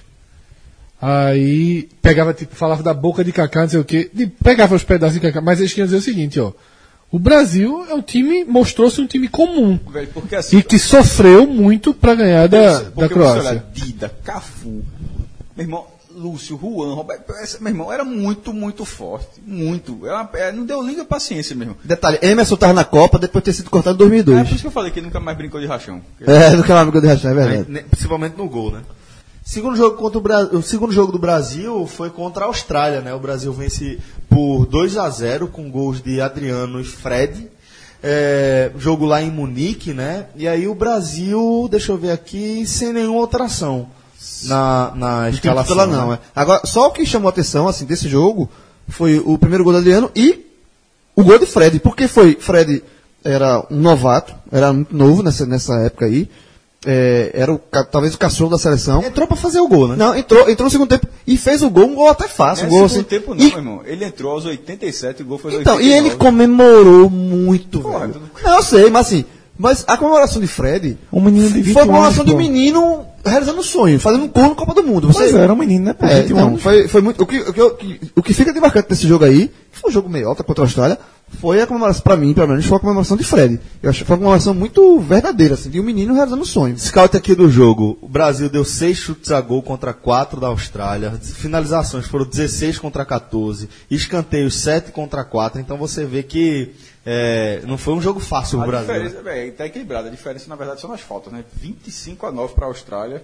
[SPEAKER 4] Aí pegava, tipo, falava da boca de Kaká, não sei o quê, de, pegava os pedaços de Kaká, mas eles queriam dizer o seguinte, ó. O Brasil é um time, mostrou-se um time comum.
[SPEAKER 6] Velho, porque assim.
[SPEAKER 4] E que sofreu muito pra ganhar da,
[SPEAKER 6] Porque
[SPEAKER 4] da
[SPEAKER 6] você
[SPEAKER 4] Croácia.
[SPEAKER 6] olha, Dida, Cafu, meu irmão, Lúcio, Juan, Roberto, esse- meu irmão, era muito, muito forte. Muito. Era, é, não deu liga paciência, meu irmão.
[SPEAKER 3] Detalhe, Emerson tava na Copa depois de ter sido cortado em
[SPEAKER 6] É por
[SPEAKER 3] 2002.
[SPEAKER 6] isso que eu falei que ele nunca mais brincou de rachão. Porque-
[SPEAKER 3] É, do que é um amigo do Rachel, é
[SPEAKER 2] Né?
[SPEAKER 3] verdade.
[SPEAKER 2] Ne- Principalmente no gol, né? Segundo jogo contra o, Bra- o segundo jogo do Brasil foi contra a Austrália, né? O Brasil vence por 2 a 0 com gols de Adriano e Fred. É, jogo lá em Munique, né? E aí o Brasil, deixa eu ver aqui, sem nenhuma alteração na, na
[SPEAKER 3] Não tem titular,
[SPEAKER 2] escalação.
[SPEAKER 3] não,
[SPEAKER 2] né?
[SPEAKER 3] é. Agora, só o que chamou a atenção assim, desse jogo foi o primeiro gol do Adriano e o gol de Fred. Porque foi. Fred era um novato, era muito novo nessa, nessa época aí. é, era o, ca- talvez o caçula da seleção.
[SPEAKER 2] Entrou pra fazer o gol, né?
[SPEAKER 3] Não, entrou, entrou no segundo tempo e fez o gol, um gol até fácil.
[SPEAKER 7] Não
[SPEAKER 3] um
[SPEAKER 7] é
[SPEAKER 3] gol,
[SPEAKER 7] segundo
[SPEAKER 3] assim.
[SPEAKER 7] tempo não,
[SPEAKER 2] né?
[SPEAKER 3] E-
[SPEAKER 7] meu irmão. Ele entrou aos 87 e o gol foi aos
[SPEAKER 3] então, e
[SPEAKER 7] 89.
[SPEAKER 3] ele comemorou muito.
[SPEAKER 7] Porra,
[SPEAKER 3] velho.
[SPEAKER 7] tudo-
[SPEAKER 3] Não, eu sei, mas assim, mas a comemoração de Fred
[SPEAKER 5] Um menino de 20
[SPEAKER 3] foi a comemoração
[SPEAKER 5] anos,
[SPEAKER 3] de um
[SPEAKER 5] pô.
[SPEAKER 3] menino realizando um sonho, fazendo um gol na Copa do Mundo. Você,
[SPEAKER 5] Pois era um menino, né? Pô,
[SPEAKER 3] É,
[SPEAKER 5] 21
[SPEAKER 3] não,
[SPEAKER 5] anos.
[SPEAKER 3] foi, foi muito. O que, o, que, o que fica de marcante desse jogo aí, que foi um jogo meiota contra a Austrália, foi a comemoração, pra mim, pelo menos, foi a comemoração de Fred. Eu acho que foi uma comemoração muito verdadeira, assim, de um menino realizando um sonho.
[SPEAKER 2] Scout aqui do jogo. O Brasil deu 6 chutes a gol contra 4 da Austrália. Finalizações foram 16 contra 14. Escanteios 7 contra 4. Então você vê que é, não foi um jogo fácil
[SPEAKER 7] A
[SPEAKER 2] pro Brasil. né?
[SPEAKER 7] diferença, velho, tá equilibrada. A diferença, na verdade, são nas faltas, né? 25 a 9 para a Austrália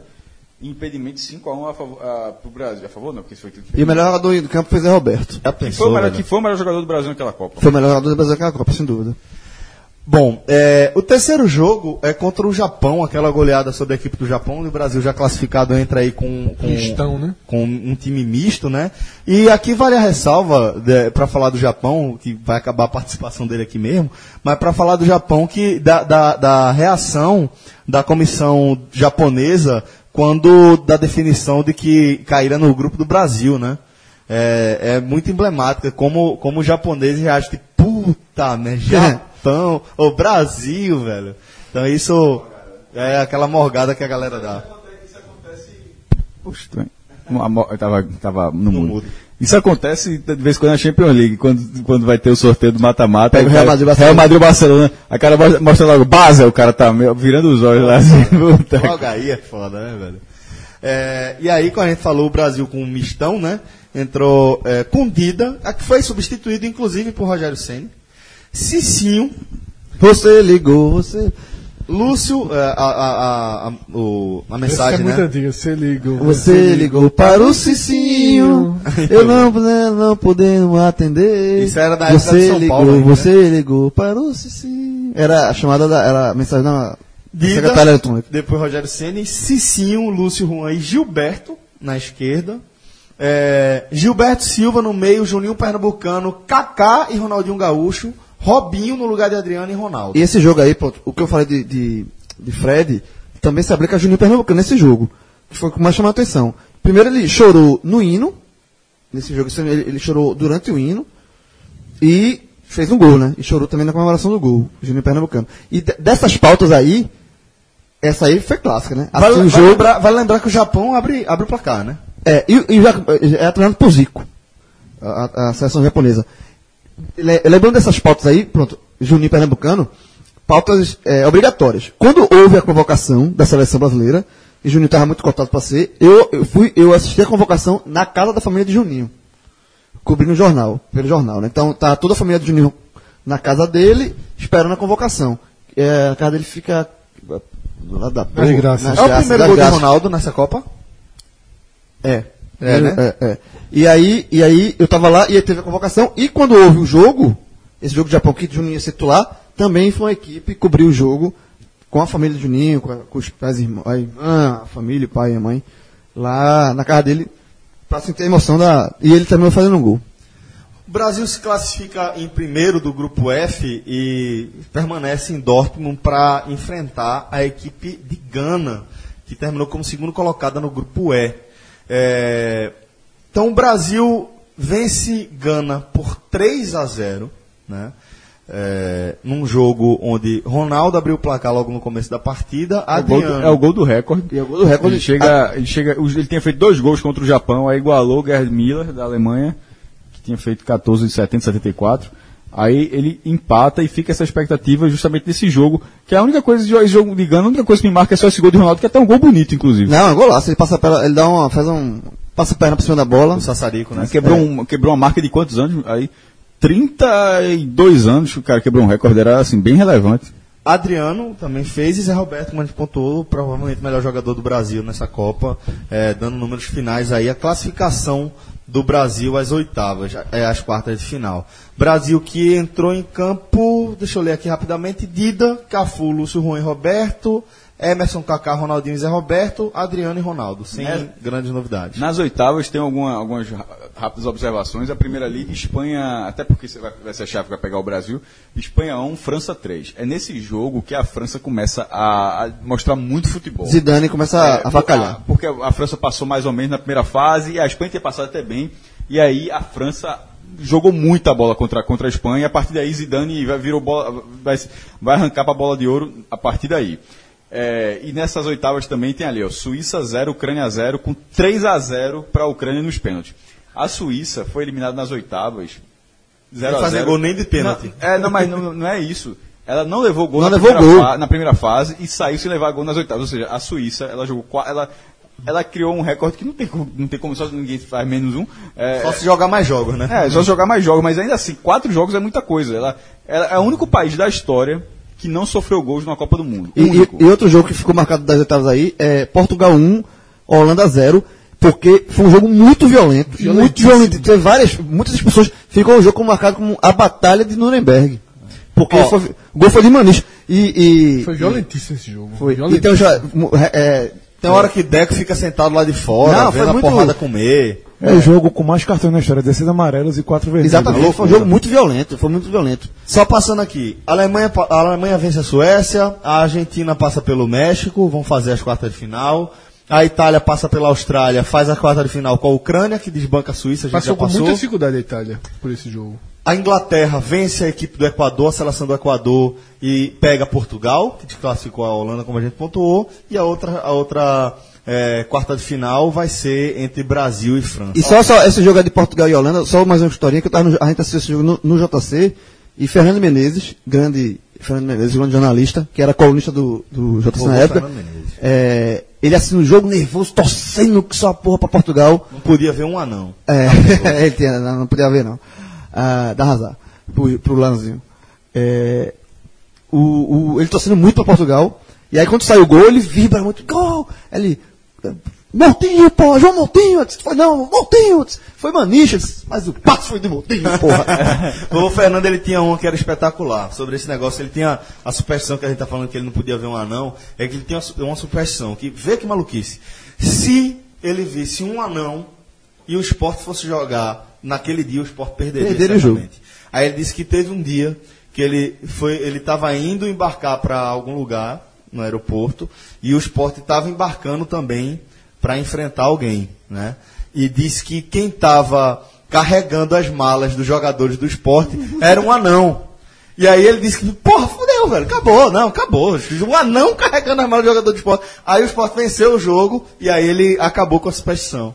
[SPEAKER 7] e impedimento 5 a 1 a favor, a, pro Brasil. A favor não, porque isso foi aquilo que
[SPEAKER 3] E né? o melhor jogador do campo foi Zé Roberto.
[SPEAKER 7] foi,
[SPEAKER 2] Já
[SPEAKER 7] o
[SPEAKER 2] pensou, né?
[SPEAKER 7] melhor,
[SPEAKER 2] velho?
[SPEAKER 7] que foi o melhor jogador do Brasil naquela Copa.
[SPEAKER 3] Foi o melhor jogador do Brasil naquela Copa, sem dúvida.
[SPEAKER 2] Bom, é, o terceiro jogo é contra o Japão, aquela goleada sobre a equipe do Japão. E o Brasil já classificado entra aí com,
[SPEAKER 3] é,
[SPEAKER 2] com,
[SPEAKER 4] Mistão, né?
[SPEAKER 2] com um time misto, né? E aqui vale a ressalva para falar do Japão, que vai acabar a participação dele aqui mesmo, mas para falar do Japão que da, da, da reação da comissão japonesa quando da definição de que caíra no grupo do Brasil, né? É, é muito emblemática como, como os japoneses reagem, tipo, puta, né? Japão, o Brasil, velho. Então isso é aquela morgada que a galera dá.
[SPEAKER 6] Poxa, tu é- uma mo- eu tava, tava no, mudo.
[SPEAKER 2] mudo.
[SPEAKER 6] Isso acontece de vez em quando na Champions League, quando, quando vai ter o sorteio do mata-mata.
[SPEAKER 3] Pega
[SPEAKER 6] aí
[SPEAKER 3] o Real
[SPEAKER 6] cara-
[SPEAKER 3] Madrid, Barcelona.
[SPEAKER 6] Real Madrid Barcelona. A cara mostra- mostra logo, Basel, o cara tá meio- virando os olhos lá assim. puta que-
[SPEAKER 2] Logo aí é foda, né, velho? É, e aí, quando a gente falou o Brasil com um mistão, né? Entrou é, Cundida, a que foi substituído, inclusive, por Rogério Senna. Cicinho,
[SPEAKER 3] Você ligou, você.
[SPEAKER 2] Lúcio, é, a, a, a, a, o- a
[SPEAKER 4] Essa é
[SPEAKER 2] mensagem,
[SPEAKER 4] muito
[SPEAKER 2] né?
[SPEAKER 4] antiga. Você liga.
[SPEAKER 3] Você ligou para o Cicinho. Eu não, podendo- não podendo atender.
[SPEAKER 2] Então. Isso era da época
[SPEAKER 3] Você
[SPEAKER 2] de São
[SPEAKER 3] ligou,
[SPEAKER 2] Paulo ainda, né?
[SPEAKER 3] você ligou para o Cicinho. Era a chamada da. Era a mensagem da
[SPEAKER 2] Dida,
[SPEAKER 3] secretária eletrônica.
[SPEAKER 2] Depois Rogério Senna, Cicinho, Lúcio Juan e Gilberto na esquerda. É, Gilberto Silva no meio, Juninho Pernambucano, Kaká e Ronaldinho Gaúcho, Robinho no lugar de Adriano e Ronaldo.
[SPEAKER 3] E esse jogo aí, pronto, o que eu falei de, de, de Fred, também se aplica a Juninho Pernambucano nesse jogo. Que foi o que mais chamou a atenção. Primeiro ele chorou no hino, nesse jogo ele, ele chorou durante o hino, e fez um gol, né? E chorou também na comemoração do gol, Juninho Pernambucano. E de- dessas pautas aí, essa aí foi clássica, né?
[SPEAKER 2] Vale,
[SPEAKER 3] Assim, o
[SPEAKER 2] vale
[SPEAKER 3] jogo-
[SPEAKER 2] lembrar, vale lembrar que o Japão abre, abre o placar, né?
[SPEAKER 3] É, e, e já, é treinado por Zico, a, a- a seleção japonesa. Le- lembrando dessas pautas aí, pronto, Juninho Pernambucano, pautas é, obrigatórias. Quando houve a convocação da seleção brasileira, e Juninho estava muito cotado para ser, eu, eu fui, eu assisti a convocação na casa da família de Juninho, cobrindo o jornal, pelo jornal, né? Então tá toda a família de Juninho na casa dele, esperando a convocação. É, a casa dele fica lá da porra,
[SPEAKER 4] Graças.
[SPEAKER 3] nas
[SPEAKER 2] É o
[SPEAKER 3] Graças,
[SPEAKER 2] primeiro
[SPEAKER 3] nas
[SPEAKER 2] gol do
[SPEAKER 3] Graças.
[SPEAKER 2] Ronaldo nessa Copa?
[SPEAKER 3] É.
[SPEAKER 2] É, né?
[SPEAKER 3] É, é. E aí, e aí eu tava lá e aí teve a convocação. E quando houve o jogo, esse jogo de Japão que Juninho ia ser titular, também foi uma equipe cobrir o jogo com a família de Juninho, com, a- com os pais, e irmã, a irmã, a família, o pai e a mãe, lá na casa dele, pra sentir a emoção da. E ele também fazendo um gol.
[SPEAKER 2] O Brasil se classifica em primeiro do grupo F e permanece em Dortmund para enfrentar a equipe de Gana, que terminou como segundo colocada no grupo E. É, então o Brasil vence Gana por 3 a 0, né? É, num jogo onde Ronaldo abriu o placar logo no começo da partida,
[SPEAKER 6] É o gol do-
[SPEAKER 2] Adriano
[SPEAKER 6] é o gol do recorde.
[SPEAKER 3] E o gol do recorde. Ah.
[SPEAKER 6] Ele chega, ele chega, os- ele tinha feito dois gols contra o Japão, aí igualou o Gerhard Miller da Alemanha, que tinha feito 14 de 70 74. Aí ele empata e fica essa expectativa justamente desse jogo, que é a única coisa de esse jogo de Gana, a única coisa que me marca é só esse gol de Ronaldo, que é até um gol bonito inclusive.
[SPEAKER 3] Não, é um golaço. Ele passa a perna, ele dá uma. faz um. passa a perna por cima da bola.
[SPEAKER 2] do Sassarico, né?
[SPEAKER 6] Né? Quebrou, um- quebrou uma marca de quantos anos? Aí 32 anos que o cara quebrou um recorde, era assim bem relevante.
[SPEAKER 2] Adriano também fez e Zé Roberto, como a gente pontuou, provavelmente o melhor jogador do Brasil nessa Copa, eh, dando números finais aí, a classificação do Brasil às oitavas, eh, às é, quartas de final. Brasil que entrou em campo, deixa eu ler aqui rapidamente, Dida, Cafu, Lúcio Juan e Roberto, Emerson, Kaká, Ronaldinho e Zé Roberto, Adriano e Ronaldo, sem
[SPEAKER 3] É.
[SPEAKER 6] Né?
[SPEAKER 2] grandes novidades.
[SPEAKER 6] Nas oitavas tem alguma- algumas ra- rápidas observações. A primeira liga, Espanha, até porque você vai, vai ser a chave que vai pegar o Brasil, Espanha 1, França 3. É nesse jogo que a França começa a, a mostrar muito futebol.
[SPEAKER 3] Zidane começa
[SPEAKER 6] É,
[SPEAKER 3] a a facalhar.
[SPEAKER 6] a- Porque a França passou mais ou menos na primeira fase, e a Espanha tinha passado até bem, e aí a França jogou muita bola contra, contra a Espanha, e a partir daí Zidane vai, virou bola, vai, vai arrancar para a bola de ouro a partir daí. É, e nessas oitavas também tem ali, ó, Suíça 0, Ucrânia 0, com 3 a 0 para a Ucrânia nos pênaltis. A Suíça foi eliminada nas oitavas. 0
[SPEAKER 2] Sem
[SPEAKER 6] a
[SPEAKER 2] fazer
[SPEAKER 6] 0.
[SPEAKER 2] gol nem de pênalti.
[SPEAKER 6] Não, é, não, mas não, não é isso. Ela não levou gol,
[SPEAKER 3] Não
[SPEAKER 6] na,
[SPEAKER 3] levou
[SPEAKER 6] primeira
[SPEAKER 3] gol.
[SPEAKER 6] fa- na primeira fase e saiu sem levar gol nas oitavas. Ou seja, a Suíça, ela jogou qua- ela ela criou um recorde que não tem como, não tem como só ninguém faz menos um. É,
[SPEAKER 2] Só se jogar mais jogos, né?
[SPEAKER 6] é, só jogar mais jogos, mas ainda assim, quatro jogos é muita coisa. Ela, ela é o único país da história que não sofreu gols na Copa do Mundo.
[SPEAKER 3] E, e-
[SPEAKER 6] único.
[SPEAKER 3] e outro jogo que ficou marcado das oitavas aí é Portugal 1, Holanda 0, porque foi um jogo muito violento, muito violento. Teve várias, muitas expulsões. Ficou o jogo como marcado como a Batalha de Nuremberg. Porque
[SPEAKER 2] Ó.
[SPEAKER 3] foi, o gol foi de Maniche. E, e-
[SPEAKER 4] Foi
[SPEAKER 3] e-
[SPEAKER 4] violentíssimo esse jogo.
[SPEAKER 3] Foi.
[SPEAKER 4] Violento.
[SPEAKER 3] Então já. mu- É, é,
[SPEAKER 2] Tem hora que Deco fica sentado lá de fora,
[SPEAKER 3] Não, foi
[SPEAKER 2] vendo a
[SPEAKER 3] muito-
[SPEAKER 2] porrada comer.
[SPEAKER 5] É o jogo com mais cartões na história, 16 amarelos e 4 vermelhos.
[SPEAKER 4] tá
[SPEAKER 3] exatamente, foi um
[SPEAKER 2] loucura.
[SPEAKER 5] né?
[SPEAKER 3] jogo muito violento. Foi muito violento.
[SPEAKER 2] Só passando aqui, a Alemanha, pa- a Alemanha vence a Suécia, a Argentina passa pelo México, vão fazer as quartas de final. A Itália passa pela Austrália, faz a quarta de final com a Ucrânia, que desbanca a Suíça, a gente
[SPEAKER 4] Passou
[SPEAKER 2] já
[SPEAKER 4] com
[SPEAKER 2] passou.
[SPEAKER 4] muita dificuldade a Itália por esse jogo.
[SPEAKER 2] A Inglaterra vence a equipe do Equador, a seleção do Equador, e pega Portugal, que classificou a Holanda, como a gente pontuou. E a outra, a outra eh, quarta de final vai ser entre Brasil e França.
[SPEAKER 3] E só, só esse jogo é de Portugal e Holanda, só mais uma historinha que eu tava no- a gente assistiu esse jogo no, no JC e Fernando Menezes, grande Fernando Menezes, grande jornalista, que era colunista do, do JC na
[SPEAKER 2] Roubou
[SPEAKER 3] época.
[SPEAKER 2] Fernando Menezes.
[SPEAKER 3] é, ele assina o jogo nervoso, torcendo que só a porra pra Portugal.
[SPEAKER 2] Não podia ver um anão.
[SPEAKER 3] É, ele tinha, não, não podia ver não. Ah, dá razão pro, pro Lanzinho. É, o, o, ele torcendo muito pra Portugal. E aí quando sai o gol, ele vibra muito. Gol! Aí Ele. Mortinho, porra, João Mortinho! Eu disse, Foi não, Mortinho! eu disse, Foi Manicha, eu disse, mas o passo foi de Mortinho, porra!
[SPEAKER 2] o Fernando ele tinha uma que era espetacular. Sobre esse negócio, ele tinha a superstição que a gente tá falando que ele não podia ver um anão. É que ele tinha uma su- uma superstição. Que, vê que maluquice. Se ele visse um anão e o esporte fosse jogar naquele dia, o esporte perderia.
[SPEAKER 3] Perderia o jogo.
[SPEAKER 2] certamente. Aí ele disse que teve um dia que ele foi, ele estava indo embarcar para algum lugar no aeroporto e o esporte estava embarcando também para enfrentar alguém, né? E disse que quem estava carregando as malas dos jogadores do esporte era um anão. E aí ele disse que, porra, fudeu, velho, acabou, não, acabou. O anão carregando as malas do jogador do esporte. Aí o esporte venceu o jogo e aí ele acabou com a superstição.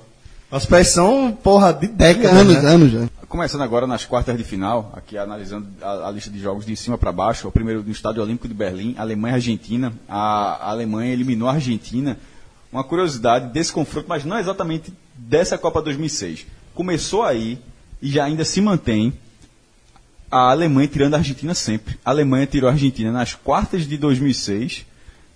[SPEAKER 2] Uma superstição, porra, de décadas,
[SPEAKER 3] anos,
[SPEAKER 2] né?
[SPEAKER 3] anos já.
[SPEAKER 6] Começando agora nas quartas de final, aqui analisando a, a lista de jogos de cima para baixo. O primeiro no Estádio Olímpico de Berlim, Alemanha e Argentina. A, a Alemanha eliminou a Argentina. Uma curiosidade desse confronto, mas não exatamente dessa Copa 2006. Começou aí e já ainda se mantém a Alemanha tirando a Argentina sempre. A Alemanha tirou a Argentina nas quartas de 2006,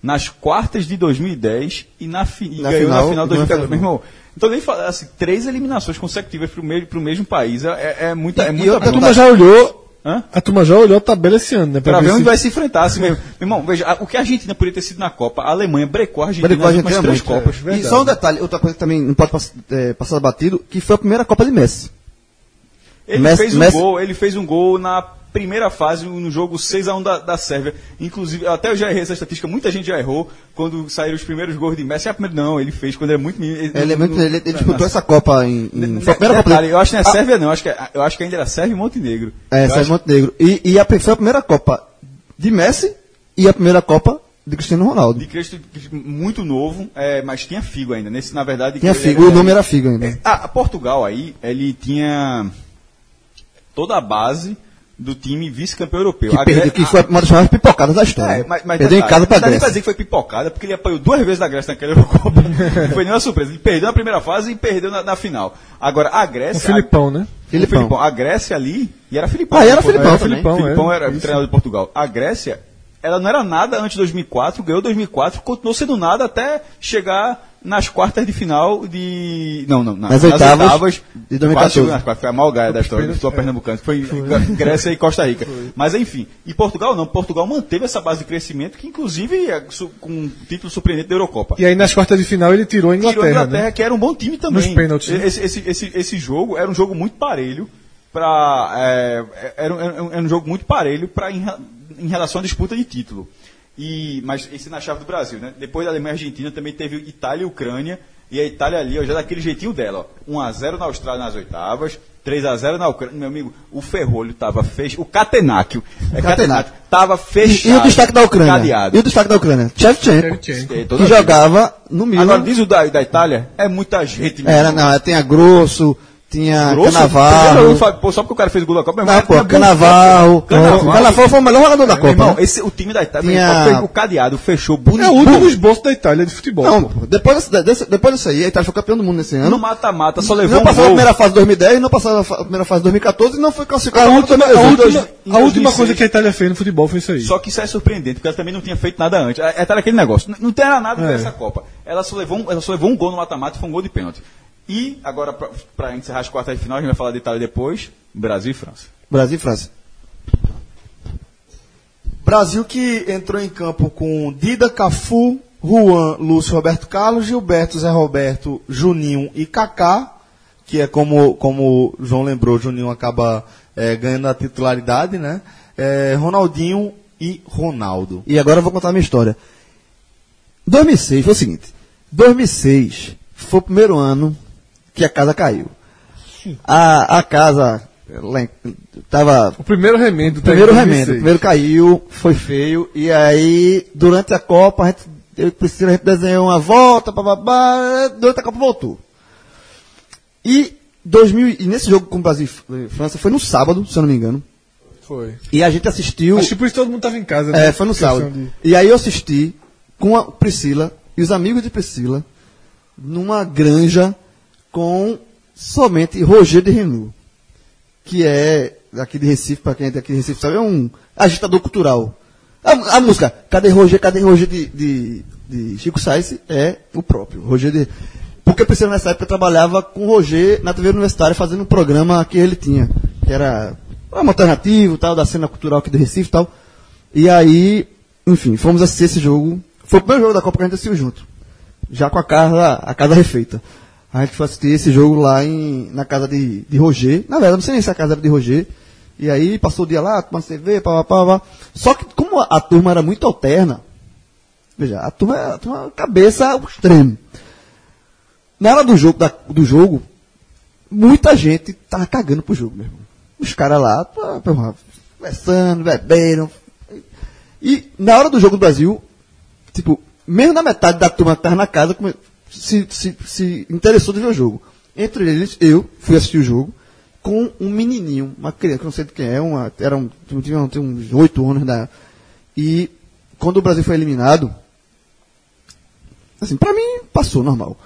[SPEAKER 6] nas quartas de 2010 e, na fi- e
[SPEAKER 3] Na
[SPEAKER 6] ganhou
[SPEAKER 3] final,
[SPEAKER 6] na final de
[SPEAKER 3] ganhou na
[SPEAKER 6] 2014. Meu
[SPEAKER 3] final.
[SPEAKER 6] irmão, então nem falar assim, três eliminações consecutivas pro mesmo, pro mesmo país é, é muita, é
[SPEAKER 3] E- e
[SPEAKER 6] muita
[SPEAKER 3] outra
[SPEAKER 4] A
[SPEAKER 6] bronca.
[SPEAKER 4] turma já olhou.
[SPEAKER 6] Hã?
[SPEAKER 4] A turma já olhou a tabela esse ano, né?
[SPEAKER 6] Pra ver onde
[SPEAKER 4] se-
[SPEAKER 6] vai se enfrentar assim mesmo. Meu irmão, veja, a- o que a Argentina podia ter sido na Copa, a Alemanha brecou a Argentina
[SPEAKER 3] Mas depois a gente
[SPEAKER 6] nas
[SPEAKER 3] tem
[SPEAKER 6] três
[SPEAKER 3] muito.
[SPEAKER 6] Copas.
[SPEAKER 3] E só um detalhe, outra coisa que também não pode pass- eh, passar batido, que foi a primeira Copa de Messi.
[SPEAKER 6] Ele
[SPEAKER 3] Messi-
[SPEAKER 6] fez um
[SPEAKER 3] Messi-
[SPEAKER 6] gol, ele fez um gol na primeira fase no jogo 6 a 1 da, da Sérvia. Inclusive, até eu já errei essa estatística, muita gente já errou quando saíram os primeiros gols de Messi. É a primeira, não, ele fez quando era muito menino.
[SPEAKER 3] Ele, é muito- ele, ele
[SPEAKER 6] não,
[SPEAKER 3] disputou
[SPEAKER 6] não.
[SPEAKER 3] essa Copa em. em foi a primeira Copa
[SPEAKER 6] Detalhe,
[SPEAKER 3] de-
[SPEAKER 6] eu acho que não é
[SPEAKER 3] Ah,
[SPEAKER 6] Sérvia, não. Eu acho, que, eu acho que ainda era Sérvia e Montenegro.
[SPEAKER 3] É,
[SPEAKER 6] Eu
[SPEAKER 3] Sérgio
[SPEAKER 6] acho-
[SPEAKER 3] Montenegro. E, e a, pri- foi a primeira Copa de Messi e a primeira Copa de Cristiano Ronaldo.
[SPEAKER 6] De Cristo muito novo, é, mas tinha Figo ainda. Nesse, na verdade,
[SPEAKER 3] Tinha
[SPEAKER 6] ele-
[SPEAKER 3] Figo, o nome era Figo ainda.
[SPEAKER 6] É, a a Portugal aí, ele tinha toda a base do time vice-campeão europeu.
[SPEAKER 3] Que,
[SPEAKER 6] A
[SPEAKER 3] perdeu,
[SPEAKER 6] Grécia-
[SPEAKER 3] que
[SPEAKER 6] a-
[SPEAKER 3] foi uma das maiores pipocadas da história. né?
[SPEAKER 6] É, mas, mas
[SPEAKER 3] perdeu em
[SPEAKER 6] detalhe,
[SPEAKER 3] casa pra
[SPEAKER 6] não dá nem pra
[SPEAKER 3] Grécia.
[SPEAKER 6] dizer que foi pipocada, porque ele apanhou duas vezes da Grécia naquela Eurocopa. não foi nenhuma surpresa. Ele perdeu na primeira fase e perdeu na, na final. Agora, a
[SPEAKER 4] O
[SPEAKER 6] Grécia.
[SPEAKER 4] Filipão, né?
[SPEAKER 6] a, o é
[SPEAKER 3] Filipão.
[SPEAKER 6] Filipão. A Grécia ali. E era Filipão.
[SPEAKER 3] Ah, e era
[SPEAKER 6] Foi-
[SPEAKER 3] Filipão também.
[SPEAKER 6] Filipão,
[SPEAKER 4] Filipão, é,
[SPEAKER 6] era
[SPEAKER 4] isso.
[SPEAKER 6] treinador de Portugal. A Grécia, ela não era nada antes de 2004, ganhou 2004, continuou sendo nada até chegar nas quartas de final de. Não, não, na-
[SPEAKER 3] Nas oitavas de
[SPEAKER 6] de
[SPEAKER 3] 2014.
[SPEAKER 6] 2014. Nas quartas, foi a malgaia da história do futebol pernambucano. que Foi, Grécia e Costa Rica. Mas enfim, e Portugal não. Portugal manteve essa base de crescimento, que inclusive é su- com um título surpreendente da Eurocopa.
[SPEAKER 4] E aí nas quartas de final ele tirou a Inglaterra,
[SPEAKER 6] Tirou a Inglaterra,
[SPEAKER 4] né?
[SPEAKER 6] que era um bom time também.
[SPEAKER 4] Nos pênaltis, né?
[SPEAKER 6] Esse, esse, esse, esse jogo era um jogo muito parelho para era, um- era um- era um jogo muito parelho para em, re- em relação à disputa de título. E mas esse na chave do Brasil, né? Depois da Alemanha e Argentina também teve Itália e Ucrânia e a Itália ali, ó, já daquele jeitinho dela, ó. 1 a 0 na Austrália nas oitavas, 3 a 0 na Ucrânia, meu amigo, o Ferrolho tava fechado, o Catenáquio, é Catenáquio, tava
[SPEAKER 3] E,
[SPEAKER 6] fechado.
[SPEAKER 3] e o destaque da Ucrânia?
[SPEAKER 6] Cadeado.
[SPEAKER 3] E o destaque da Ucrânia? Shevchenko,
[SPEAKER 4] Shevchenko.
[SPEAKER 6] É, toda
[SPEAKER 3] que jogava no Milan.
[SPEAKER 6] Agora diz o da, da Itália, é muita gente. meu
[SPEAKER 3] Era,
[SPEAKER 6] irmão.
[SPEAKER 3] não, tinha Grosso, tinha
[SPEAKER 6] Grosso, primeiro
[SPEAKER 3] Canavarro.
[SPEAKER 6] jogador fa- pô, só porque o cara fez gol da Copa, meu
[SPEAKER 3] Ah, né? Não,
[SPEAKER 6] irmão, é
[SPEAKER 3] pô,
[SPEAKER 6] tinha
[SPEAKER 3] Canavarro.
[SPEAKER 6] Buffon, Cannavaro.
[SPEAKER 3] Canavarro é. foi o melhor jogador da
[SPEAKER 6] Meu irmão,
[SPEAKER 3] Copa. né?
[SPEAKER 6] esse, o time da Itália,
[SPEAKER 3] Tinha-
[SPEAKER 6] meu irmão, fez o cadeado, fechou bonito.
[SPEAKER 4] É o último esboço da Itália de
[SPEAKER 6] é
[SPEAKER 4] futebol.
[SPEAKER 3] Não,
[SPEAKER 4] pô.
[SPEAKER 3] pô, depois, desse- desse- depois disso aí, a Itália foi campeão do mundo nesse
[SPEAKER 6] No
[SPEAKER 3] ano.
[SPEAKER 6] mata-mata, só
[SPEAKER 3] né? Não,
[SPEAKER 6] levou um
[SPEAKER 3] passou a
[SPEAKER 6] gol.
[SPEAKER 3] primeira fase de 2010, não passou a fa- primeira fase de 2014 e não foi
[SPEAKER 4] A
[SPEAKER 3] classificado.
[SPEAKER 4] última, a
[SPEAKER 3] Em
[SPEAKER 4] última,
[SPEAKER 3] dois-
[SPEAKER 4] a última coisa que a Itália fez no futebol foi isso aí.
[SPEAKER 6] Só que isso é surpreendente, porque ela também não tinha feito nada antes. É era aquele negócio. N- Não tem
[SPEAKER 3] É.
[SPEAKER 6] nada dessa Copa. Ela só, levou um, ela só levou um gol no mata-mata e foi um gol de pênalti. E agora, pra- pra encerrar as quartas de final, a gente vai falar de Itália depois. Brasil e França.
[SPEAKER 3] Brasil e França.
[SPEAKER 2] Brasil que entrou em campo com Dida, Cafu, Juan, Lúcio, Roberto Carlos, Gilberto, Zé Roberto, Juninho e Kaká, que é como, como o João lembrou, Juninho acaba eh, ganhando a titularidade, né? Eh, Ronaldinho e Ronaldo.
[SPEAKER 3] E agora eu vou contar a minha história. 2006 foi o seguinte. 2006 foi o primeiro ano que a casa caiu. A, a casa lá em- tava
[SPEAKER 4] O primeiro remendo. tá,
[SPEAKER 3] primeiro
[SPEAKER 4] em
[SPEAKER 3] remendo,
[SPEAKER 4] 2006.
[SPEAKER 3] primeiro caiu, foi feio e aí durante a Copa a gente, eu e Priscila, a gente desenhou uma volta, bababá, durante a Copa voltou. E 2000 e nesse jogo com o Brasil e Fr- e França foi no sábado, se eu não me engano.
[SPEAKER 4] Foi.
[SPEAKER 3] E a gente assistiu
[SPEAKER 4] Acho que por isso todo mundo tava em casa. né?
[SPEAKER 3] é, foi no
[SPEAKER 4] Questão
[SPEAKER 3] sábado.
[SPEAKER 4] de-
[SPEAKER 3] E aí eu assisti com a Priscila e os amigos de Priscila numa granja com somente Roger de Renu, que é daqui de Recife, para quem é daqui de Recife sabe, é um agitador cultural. A, a música Cadê Roger, Cadê Roger de, de, de Chico Sainz é o próprio, Roger de... Porque Priscila nessa época trabalhava com Roger na TV Universitária fazendo um programa que ele tinha, que era um alternativo, tal, da cena cultural aqui do Recife e tal. E aí, enfim, fomos assistir esse jogo. Foi o primeiro jogo da Copa que a gente assistiu junto. Já com a casa, a casa refeita. A gente foi assistir esse jogo lá em, na casa de, de Roger. Na verdade, não sei nem se é a casa era de Roger. E aí passou o dia lá, tomando cerveja, pá, pá, pá, pá. Só que como a, a turma era muito alterna, veja, a turma, a turma cabeça ao extremo. Na hora do jogo, da- do jogo, muita gente tava cagando pro jogo, meu irmão. Os caras lá, pá, pá, pá, conversando, beberam. E na hora do jogo do Brasil, tipo, mesmo na metade da turma que tava na casa, come- se, se, se interessou de ver o jogo. Entre eles, eu fui assistir o jogo com um menininho, uma criança, que eu não sei de quem é, uma, era um, tinha, tinha uns oito anos da. E quando o Brasil foi eliminado, assim, pra mim passou normal.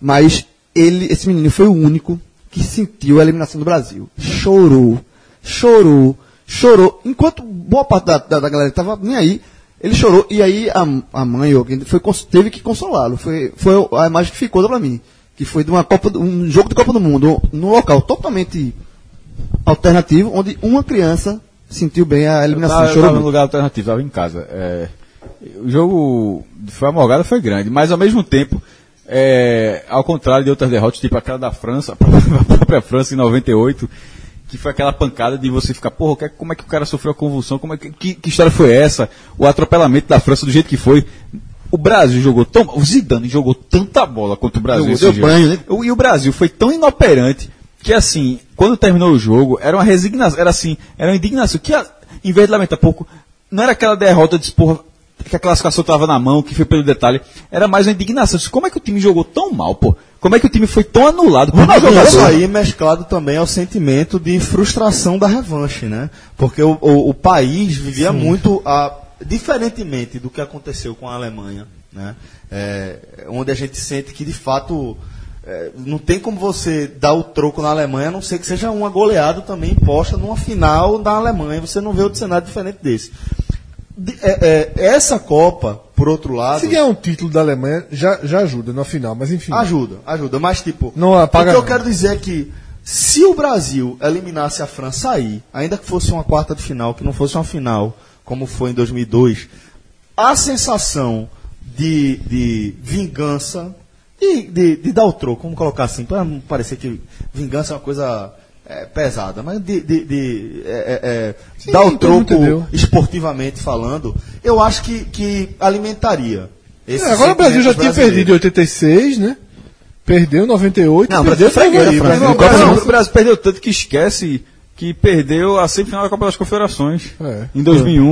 [SPEAKER 3] Mas ele, esse menino foi o único que sentiu a eliminação do Brasil. Chorou, chorou, chorou. Enquanto boa parte da, da, da galera tava nem aí, ele chorou. E aí a, a mãe ou alguém foi, cons- teve que consolá-lo. Foi, foi a imagem que ficou pra mim. Que foi de uma Copa, do- um jogo de Copa do Mundo, num local totalmente alternativo, onde uma criança sentiu bem a eliminação.
[SPEAKER 6] Tava, eu
[SPEAKER 3] chorou
[SPEAKER 6] tava Tá, no
[SPEAKER 3] muito.
[SPEAKER 6] lugar alternativo, tava em casa. É, o jogo foi amorgado, foi grande, mas ao mesmo tempo, é, ao contrário de outras derrotas, tipo aquela da França, a própria, a própria França em 98, que foi aquela pancada de você ficar, porra, o que- como é que o cara sofreu a convulsão? Como é que, que- que história foi essa? O atropelamento da França do jeito que foi. O Brasil jogou tão. O Zidane jogou tanta bola contra o Brasil.
[SPEAKER 3] Jogou,
[SPEAKER 6] esse
[SPEAKER 3] deu
[SPEAKER 6] jogo.
[SPEAKER 3] banho, né?
[SPEAKER 6] O- E o Brasil foi tão inoperante que, assim, quando terminou o jogo, era uma resignação, era assim, era uma indignação. Que, a- em vez de lamentar pouco, não era aquela derrota de porra, que a classificação estava na mão, que foi pelo detalhe, era mais uma indignação. Disse, Como é que o time jogou tão mal, pô? Como é que o time foi tão anulado? Como o jogador-
[SPEAKER 2] Isso aí mesclado também ao sentimento de frustração da revanche, né? Porque o, o- o país vivia muito a- diferentemente do que aconteceu com a Alemanha, né? É, onde a gente sente que de fato é, não tem como você dar o troco na Alemanha, a não ser que seja uma goleada também imposta numa final da Alemanha. Você não vê outro cenário diferente desse. De- é- é, essa Copa por outro lado.
[SPEAKER 4] Se ganhar um título da Alemanha, já, já ajuda na final, mas enfim.
[SPEAKER 2] Ajuda, ajuda. Mas, tipo,
[SPEAKER 4] Hum. Não apaga
[SPEAKER 2] o que eu
[SPEAKER 4] não.
[SPEAKER 2] quero dizer é que se o Brasil eliminasse a França aí, ainda que fosse uma quarta de final, que não fosse uma final, como foi em 2002, a sensação de, de vingança, de, de, de dar o troco, vamos colocar assim, para não parecer que vingança é uma coisa é, pesada, mas de, de- de, é, é, é,
[SPEAKER 4] Sim,
[SPEAKER 2] dar o
[SPEAKER 4] todo mundo
[SPEAKER 2] troco
[SPEAKER 4] entendeu.
[SPEAKER 2] esportivamente falando, eu acho que, que alimentaria. esse
[SPEAKER 4] É, agora o Brasil
[SPEAKER 2] sentimento
[SPEAKER 4] já tinha
[SPEAKER 2] brasileiro.
[SPEAKER 4] perdido em 86, né? Perdeu em 98.
[SPEAKER 3] Não, o
[SPEAKER 4] perdeu
[SPEAKER 3] Brasil
[SPEAKER 4] agora.
[SPEAKER 3] foi freguês da França.
[SPEAKER 6] Não,
[SPEAKER 3] Não,
[SPEAKER 6] o,
[SPEAKER 4] é
[SPEAKER 6] Brasil,
[SPEAKER 4] um
[SPEAKER 6] o Brasil perdeu tanto que esquece que perdeu a semifinal da Copa das Confederações
[SPEAKER 4] É.
[SPEAKER 6] em 2001.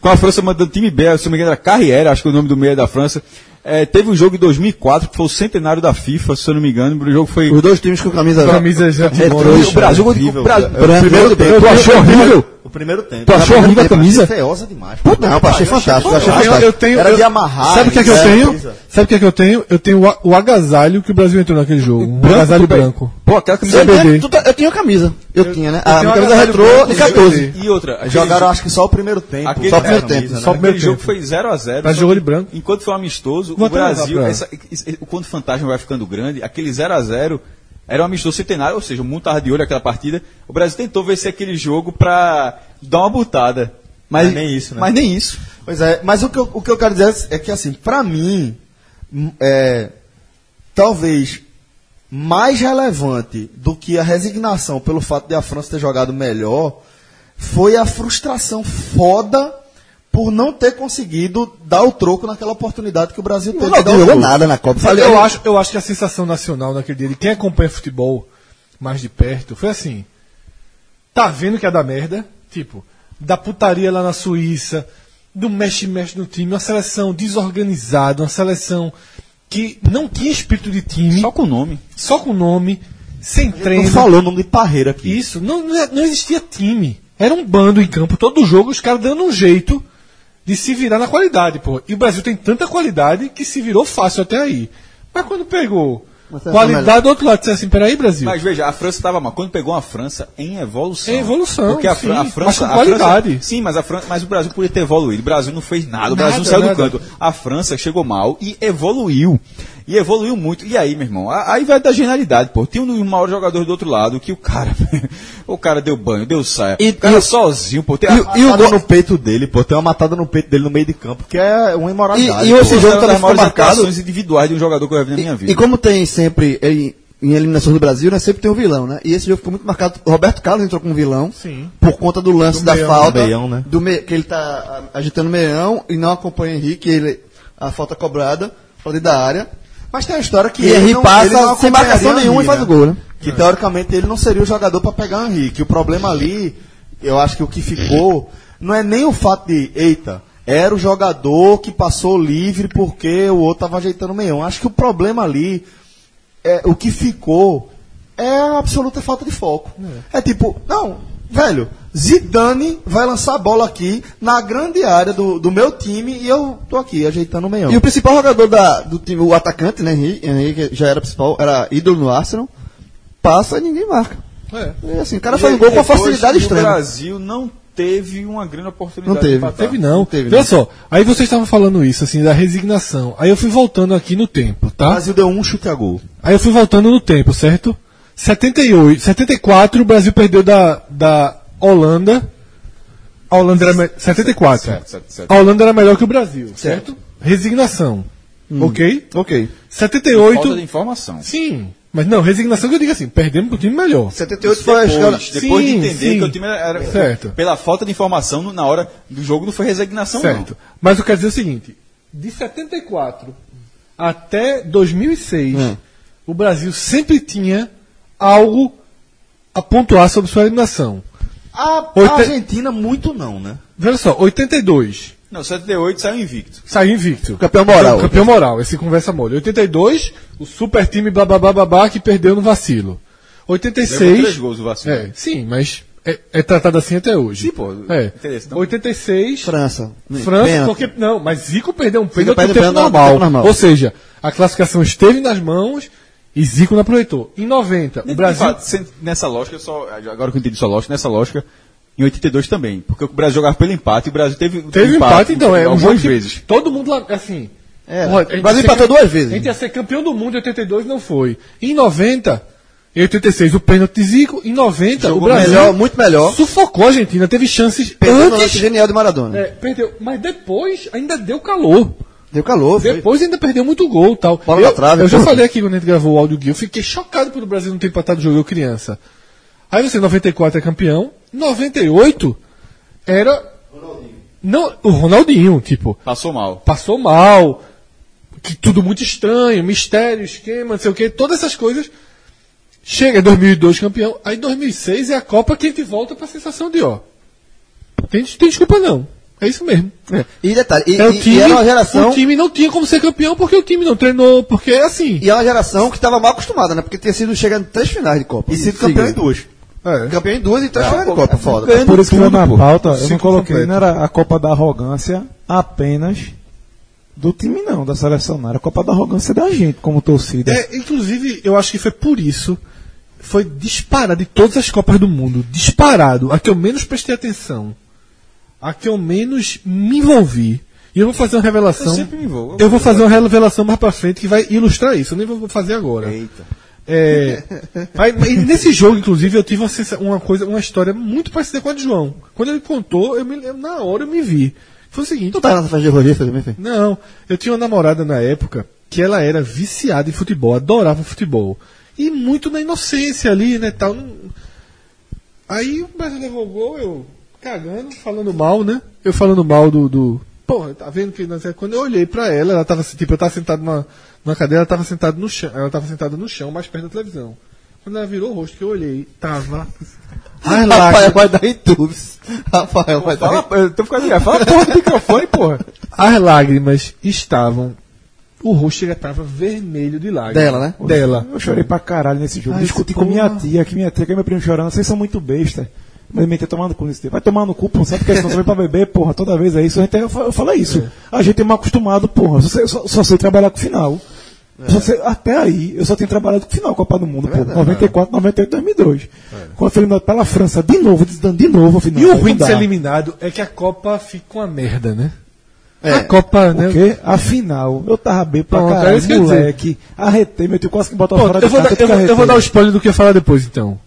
[SPEAKER 6] Com a França mandando time B, se não me engano era Carriera, acho que é o nome do meio da França. É, teve um jogo em 2004 que foi o centenário da FIFA, se eu não me engano. O jogo foi.
[SPEAKER 3] Os dois times com camisa.
[SPEAKER 4] Camisa já-
[SPEAKER 3] retrôs.
[SPEAKER 6] o Brasil,
[SPEAKER 2] horrível,
[SPEAKER 6] o Brasil,
[SPEAKER 2] cara.
[SPEAKER 6] o primeiro tempo.
[SPEAKER 3] Tu achou horrível?
[SPEAKER 2] O primeiro tempo.
[SPEAKER 3] Tu achou
[SPEAKER 2] Era
[SPEAKER 3] horrível a
[SPEAKER 2] primeiro tempo,
[SPEAKER 3] camisa?
[SPEAKER 2] achei Feiosa demais.
[SPEAKER 3] Pô, não, pô, achei é fantástico, achei
[SPEAKER 2] horrível.
[SPEAKER 3] fantástico.
[SPEAKER 4] Eu tenho,
[SPEAKER 2] Era
[SPEAKER 4] eu-
[SPEAKER 2] de amarrar.
[SPEAKER 4] Sabe o que é que eu
[SPEAKER 2] né?
[SPEAKER 4] tenho?
[SPEAKER 2] Camisa.
[SPEAKER 4] Sabe o que é que eu tenho? Eu tenho o, a- o agasalho que o Brasil entrou naquele jogo. Um agasalho
[SPEAKER 6] tudo bem.
[SPEAKER 4] branco.
[SPEAKER 6] Pô, aquela camisa
[SPEAKER 3] Eu
[SPEAKER 4] CBD.
[SPEAKER 3] tinha- tu tá- eu tinha a camisa. Eu, tinha, né? A
[SPEAKER 4] tenho uma
[SPEAKER 3] camisa
[SPEAKER 4] camisa
[SPEAKER 3] retrô
[SPEAKER 4] branca
[SPEAKER 3] de
[SPEAKER 4] do
[SPEAKER 3] 14.
[SPEAKER 6] E outra, aquele
[SPEAKER 2] Jogaram acho que só o primeiro tempo. né?
[SPEAKER 6] Aquele-
[SPEAKER 2] Só o
[SPEAKER 6] Só o
[SPEAKER 2] primeiro tempo.
[SPEAKER 3] primeiro
[SPEAKER 4] Só o
[SPEAKER 6] Aquele
[SPEAKER 4] primeiro
[SPEAKER 6] jogo
[SPEAKER 4] tempo.
[SPEAKER 6] foi 0x0.
[SPEAKER 4] Mas jogou de branco.
[SPEAKER 6] Enquanto foi um amistoso,
[SPEAKER 4] Vou
[SPEAKER 6] o
[SPEAKER 4] até levar
[SPEAKER 6] Brasil,
[SPEAKER 4] pra-
[SPEAKER 6] essa- esse- o quanto o fantasma vai ficando grande, aquele 0x0 era um amistoso centenário, ou seja, o mundo tava de olho naquela partida. O Brasil tentou vencer aquele jogo pra dar uma butada. Mas,
[SPEAKER 2] Mas nem isso, né?
[SPEAKER 6] Mas nem isso.
[SPEAKER 2] Pois é, mas o que, eu, o que eu quero dizer é que, assim, pra mim, m- é, talvez mais relevante do que a resignação pelo fato de a França ter jogado melhor foi a frustração foda por não ter conseguido dar o troco naquela oportunidade que o Brasil teve. de dar
[SPEAKER 3] Não
[SPEAKER 2] o
[SPEAKER 3] jogou
[SPEAKER 2] troco.
[SPEAKER 3] nada na Copa. Falei,
[SPEAKER 4] eu,
[SPEAKER 3] eu acho.
[SPEAKER 4] acho, eu acho que a sensação nacional naquele dia, de quem acompanha futebol mais de perto, foi assim: tá vendo que é da merda? Tipo, da putaria lá na Suíça, do mexe-mexe no time, uma seleção desorganizada, uma seleção que não tinha espírito de time,
[SPEAKER 6] Só
[SPEAKER 4] só,
[SPEAKER 6] com o nome.
[SPEAKER 4] com nome, sem
[SPEAKER 2] Não
[SPEAKER 4] treino.
[SPEAKER 2] falou o nome de Parreira aqui.
[SPEAKER 4] Isso, não, não é- não existia time. Era um bando em campo, todo jogo, os caras dando um jeito de se virar na qualidade, pô. E o Brasil tem tanta qualidade que se virou fácil até aí. Mas quando pegou
[SPEAKER 3] seleção
[SPEAKER 4] qualidade do outro lado, disse assim, peraí, Brasil.
[SPEAKER 6] Mas veja, a França estava mal. Quando pegou a França, em evolução.
[SPEAKER 4] Em evolução,
[SPEAKER 6] Porque a,
[SPEAKER 4] sim,
[SPEAKER 6] Fran- a
[SPEAKER 4] mas
[SPEAKER 6] França.
[SPEAKER 4] com
[SPEAKER 6] a França-
[SPEAKER 4] qualidade.
[SPEAKER 6] sim, mas, a Fran- mas o Brasil podia ter evoluído. O Brasil não fez nada. O Brasil
[SPEAKER 4] Nada,
[SPEAKER 6] saiu
[SPEAKER 4] nada.
[SPEAKER 6] do canto. A França chegou mal e evoluiu. E evoluiu muito. E aí, meu irmão? a- Aí vai da genialidade, pô. Tem um dos maiores jogadores do outro lado que o cara. o cara deu banho, deu saia.
[SPEAKER 3] E-
[SPEAKER 6] o cara é
[SPEAKER 3] e o-
[SPEAKER 6] sozinho, pô. Tem
[SPEAKER 3] e
[SPEAKER 6] a-
[SPEAKER 3] o-
[SPEAKER 6] a-
[SPEAKER 2] E o
[SPEAKER 3] gol-
[SPEAKER 2] no peito dele, pô. Tem uma matada no peito dele no meio de campo, que é uma imoralidade.
[SPEAKER 3] E- e esse
[SPEAKER 2] pô.
[SPEAKER 6] uma
[SPEAKER 3] jogo
[SPEAKER 6] das
[SPEAKER 3] também ficou
[SPEAKER 6] maiores
[SPEAKER 3] marcado-
[SPEAKER 6] atuações individuais de um jogador que eu já vi na minha vida.
[SPEAKER 3] E como tem sempre é, em, em eliminações do Brasil, né? Sempre tem um vilão, né? E esse jogo ficou muito marcado. O Roberto Carlos entrou com um vilão.
[SPEAKER 4] Sim.
[SPEAKER 3] Por conta do lance
[SPEAKER 4] Do
[SPEAKER 3] da
[SPEAKER 4] meião,
[SPEAKER 3] falta.
[SPEAKER 2] do meião, né?
[SPEAKER 3] do me- que ele tá ah, agitando o meião e não acompanha o Henrique, ele, a falta cobrada, pra dentro da área.
[SPEAKER 2] Mas tem a história que
[SPEAKER 3] E Henry passa sem marcação
[SPEAKER 2] acompanharia
[SPEAKER 3] nenhuma
[SPEAKER 2] Henry,
[SPEAKER 3] e faz o gol, né?
[SPEAKER 2] Que teoricamente ele não seria o jogador para pegar o Henrique. O problema ali, eu acho que o que ficou, não é nem o fato de, eita, era o jogador que passou livre porque o outro tava ajeitando o meião. Acho que o problema ali, é, o que ficou, é a absoluta falta de foco. É, tipo, não, velho, Zidane vai lançar a bola aqui na grande área do, do meu time e eu tô aqui ajeitando um. o meião.
[SPEAKER 3] E o principal jogador da- do time, o atacante, né? Henrique, Henrique já era principal, era ídolo no Arsenal. Passa e ninguém marca.
[SPEAKER 4] É.
[SPEAKER 3] E assim, o cara faz um gol com uma
[SPEAKER 6] Depois,
[SPEAKER 3] facilidade
[SPEAKER 6] O
[SPEAKER 3] extrema.
[SPEAKER 6] Brasil não teve uma grande oportunidade.
[SPEAKER 3] Não teve.
[SPEAKER 6] de empatar.
[SPEAKER 4] Teve não.
[SPEAKER 3] teve,
[SPEAKER 4] Olha
[SPEAKER 3] não.
[SPEAKER 4] só, aí vocês estavam falando isso, assim, da resignação. Aí eu fui voltando aqui no tempo,
[SPEAKER 2] O
[SPEAKER 4] tá?
[SPEAKER 2] Brasil deu um chute a gol.
[SPEAKER 4] Aí eu fui voltando no tempo, certo? 78, 74 o Brasil perdeu da, da Holanda. A Holanda era me- 74.
[SPEAKER 6] Certo, certo, certo.
[SPEAKER 4] A Holanda era melhor que o Brasil, certo? Resignação. OK?
[SPEAKER 3] Ok.
[SPEAKER 4] 78.
[SPEAKER 6] Falta de informação.
[SPEAKER 4] Sim, mas não, resignação que eu digo assim, perdemos pro time melhor.
[SPEAKER 3] 78 foi a escala.
[SPEAKER 6] Depois, depois
[SPEAKER 4] Sim,
[SPEAKER 6] de entender
[SPEAKER 4] sim.
[SPEAKER 6] que o time era.
[SPEAKER 4] Certo.
[SPEAKER 6] Pela falta de informação no- na hora do jogo não foi resignação,
[SPEAKER 4] certo. Mas eu quero dizer o seguinte, de 74 até 2006,
[SPEAKER 6] Hum.
[SPEAKER 4] o Brasil sempre tinha algo a pontuar sobre sua eliminação.
[SPEAKER 2] A,
[SPEAKER 4] Oita-
[SPEAKER 2] a Argentina muito não, né?
[SPEAKER 4] Veja só, 82.
[SPEAKER 6] não. Não, 78 saiu invicto.
[SPEAKER 4] Saiu invicto.
[SPEAKER 3] Campeão moral.
[SPEAKER 4] Campeão moral, esse conversa mole. 82, o super time blá blá blá blá, blá que perdeu no vacilo.
[SPEAKER 6] Levou três
[SPEAKER 4] 86.
[SPEAKER 6] gols o vacilo.
[SPEAKER 4] É, sim, mas é, é tratado assim até hoje.
[SPEAKER 6] Sim, pô.
[SPEAKER 4] É.
[SPEAKER 6] Interesse, não.
[SPEAKER 4] 86,
[SPEAKER 3] França. Né?
[SPEAKER 4] França,
[SPEAKER 3] Pênalti.
[SPEAKER 4] porque. Não, mas Zico perdeu um pênalti
[SPEAKER 3] perde
[SPEAKER 4] no tempo
[SPEAKER 3] pênalti no
[SPEAKER 4] normal.
[SPEAKER 3] tempo normal.
[SPEAKER 4] Ou seja, a classificação esteve nas mãos e Zico não aproveitou. Em 90, o
[SPEAKER 6] De
[SPEAKER 4] Brasil.
[SPEAKER 6] fato, sem- nessa lógica, só, agora que eu entendi sua lógica, nessa lógica,
[SPEAKER 7] Em 82 também, porque o Brasil jogava pelo empate e o Brasil teve,
[SPEAKER 4] Teve empate, então, é. Um jogo
[SPEAKER 7] algumas
[SPEAKER 4] que
[SPEAKER 7] vezes.
[SPEAKER 4] Todo mundo lá, assim.
[SPEAKER 3] É,
[SPEAKER 4] porra,
[SPEAKER 3] o
[SPEAKER 4] a gente
[SPEAKER 3] Brasil
[SPEAKER 4] ser-
[SPEAKER 3] empatou duas vezes.
[SPEAKER 4] A gente ia ser campeão do mundo em 82 e não foi. Em 90, em 86 o pênalti de Zico, em 90 o Brasil
[SPEAKER 3] melhor, muito melhor.
[SPEAKER 4] sufocou a Argentina, teve chances
[SPEAKER 3] Perdeu o lance
[SPEAKER 4] antes.
[SPEAKER 3] genial de Maradona.
[SPEAKER 4] É, perdeu, mas depois ainda deu calor.
[SPEAKER 3] Deu calor. foi.
[SPEAKER 4] Depois ainda perdeu muito gol e tal.
[SPEAKER 3] Bola
[SPEAKER 4] eu,
[SPEAKER 3] na trave,
[SPEAKER 4] eu já
[SPEAKER 3] pô.
[SPEAKER 4] falei aqui quando a gente gravou o áudio guia, eu fiquei chocado pelo Brasil não ter empatado o jogo eu criança. Aí você, 94 é campeão, 98 era. Não, o Ronaldinho, tipo,
[SPEAKER 7] Passou mal.
[SPEAKER 4] passou mal, que tudo muito estranho, mistério, esquema, não sei o que, todas essas coisas. Chega 2002 campeão, aí 2006 é a Copa que a gente volta pra sensação de ó. Tem, tem desculpa não. É isso mesmo.
[SPEAKER 3] E detalhe, e,
[SPEAKER 4] É o
[SPEAKER 3] e- e
[SPEAKER 4] time,
[SPEAKER 3] era uma geração.
[SPEAKER 4] O time não tinha como ser campeão porque o time não treinou, porque é assim.
[SPEAKER 3] E é uma geração que estava mal acostumada, né? Porque tinha sido chegando em três finais de Copa.
[SPEAKER 2] E sido campeão em duas.
[SPEAKER 4] É.
[SPEAKER 3] Campeão em duas e três finais de Copa. Foda.
[SPEAKER 5] É Por isso que eu na
[SPEAKER 3] pô.
[SPEAKER 5] pauta, eu não
[SPEAKER 4] Ciclo
[SPEAKER 5] coloquei,
[SPEAKER 4] completo.
[SPEAKER 5] não era a Copa da Arrogância apenas do time, não, da seleção, não. Era a Copa da Arrogância da gente, como torcida.
[SPEAKER 4] É, inclusive, eu acho que foi por isso. Foi disparado de todas as Copas do Mundo. Disparado. A que eu menos prestei atenção. A que eu menos me envolvi. E eu vou fazer uma revelação. Eu sempre me envolvo. Eu vou fazer uma revelação mais pra frente que vai ilustrar isso. Eu nem vou fazer agora. É, Eita. nesse jogo, inclusive, eu tive uma, sensa- uma coisa, uma história muito parecida com a de João. Quando ele contou, eu me, eu- na hora eu me vi. Foi o seguinte.
[SPEAKER 3] Tu tá nessa festa de Rogério também, filho?
[SPEAKER 4] Não, eu tinha uma namorada na época que ela era viciada em futebol, adorava futebol. E muito na inocência ali, né, tal. não- Aí o Brasil levou o gol, eu cagando, falando mal, né? Eu falando mal do... do... Porra, tá vendo que... nós- Quando eu olhei pra ela, ela tava... Tipo, eu tava sentado numa, numa cadeira, ela tava sentada no chão. Ela tava sentada no chão, mais perto da televisão. Quando ela virou o rosto que eu olhei, tava... Ai, lá,
[SPEAKER 3] Rafael vai dar em tubos. Rafael vai dar em
[SPEAKER 7] Fala, eu tô ficando já, fala
[SPEAKER 4] porra do microfone, porra. As lágrimas estavam. O rosto já estava vermelho de lágrimas.
[SPEAKER 3] Dela, né?
[SPEAKER 4] Dela. Ah,
[SPEAKER 5] Eu chorei pra caralho nesse jogo.
[SPEAKER 4] Ai,
[SPEAKER 5] Discuti
[SPEAKER 4] porra.
[SPEAKER 5] com minha tia, que minha tia, que é meu primo chorando. Vocês são muito besta. Mas minha tia tá tomando cu nesse tempo. Vai tomar no cu, pô. Sabe que é eles não sabem pra beber, porra. Toda vez é isso. A gente, eu fa- eu falo isso. A gente é mal acostumado, porra. Só, sei- só, só sei trabalhar com o final.
[SPEAKER 4] É.
[SPEAKER 5] Só sei- até aí, eu só tenho trabalhado com o final Copa do Mundo, pô. 94, 98, 2002. Quando foi eliminado pela França, de novo, desdando de novo o final.
[SPEAKER 4] É. E o
[SPEAKER 5] Aí
[SPEAKER 4] ruim
[SPEAKER 5] não
[SPEAKER 4] de ser
[SPEAKER 5] dá.
[SPEAKER 4] eliminado é que a Copa fica uma merda, né?
[SPEAKER 3] É.
[SPEAKER 4] A Copa, né?
[SPEAKER 5] Porque, afinal, eu tava bem pra
[SPEAKER 4] Pronto, é
[SPEAKER 5] caralho,
[SPEAKER 4] isso que eu ia dizer.
[SPEAKER 5] moleque. Arretei, meu tio quase que botou
[SPEAKER 4] Pô,
[SPEAKER 5] fora
[SPEAKER 4] eu, vou
[SPEAKER 5] casa,
[SPEAKER 4] dar, eu, vou,
[SPEAKER 5] arretei.
[SPEAKER 4] eu vou dar o spoiler do que eu ia falar depois, então.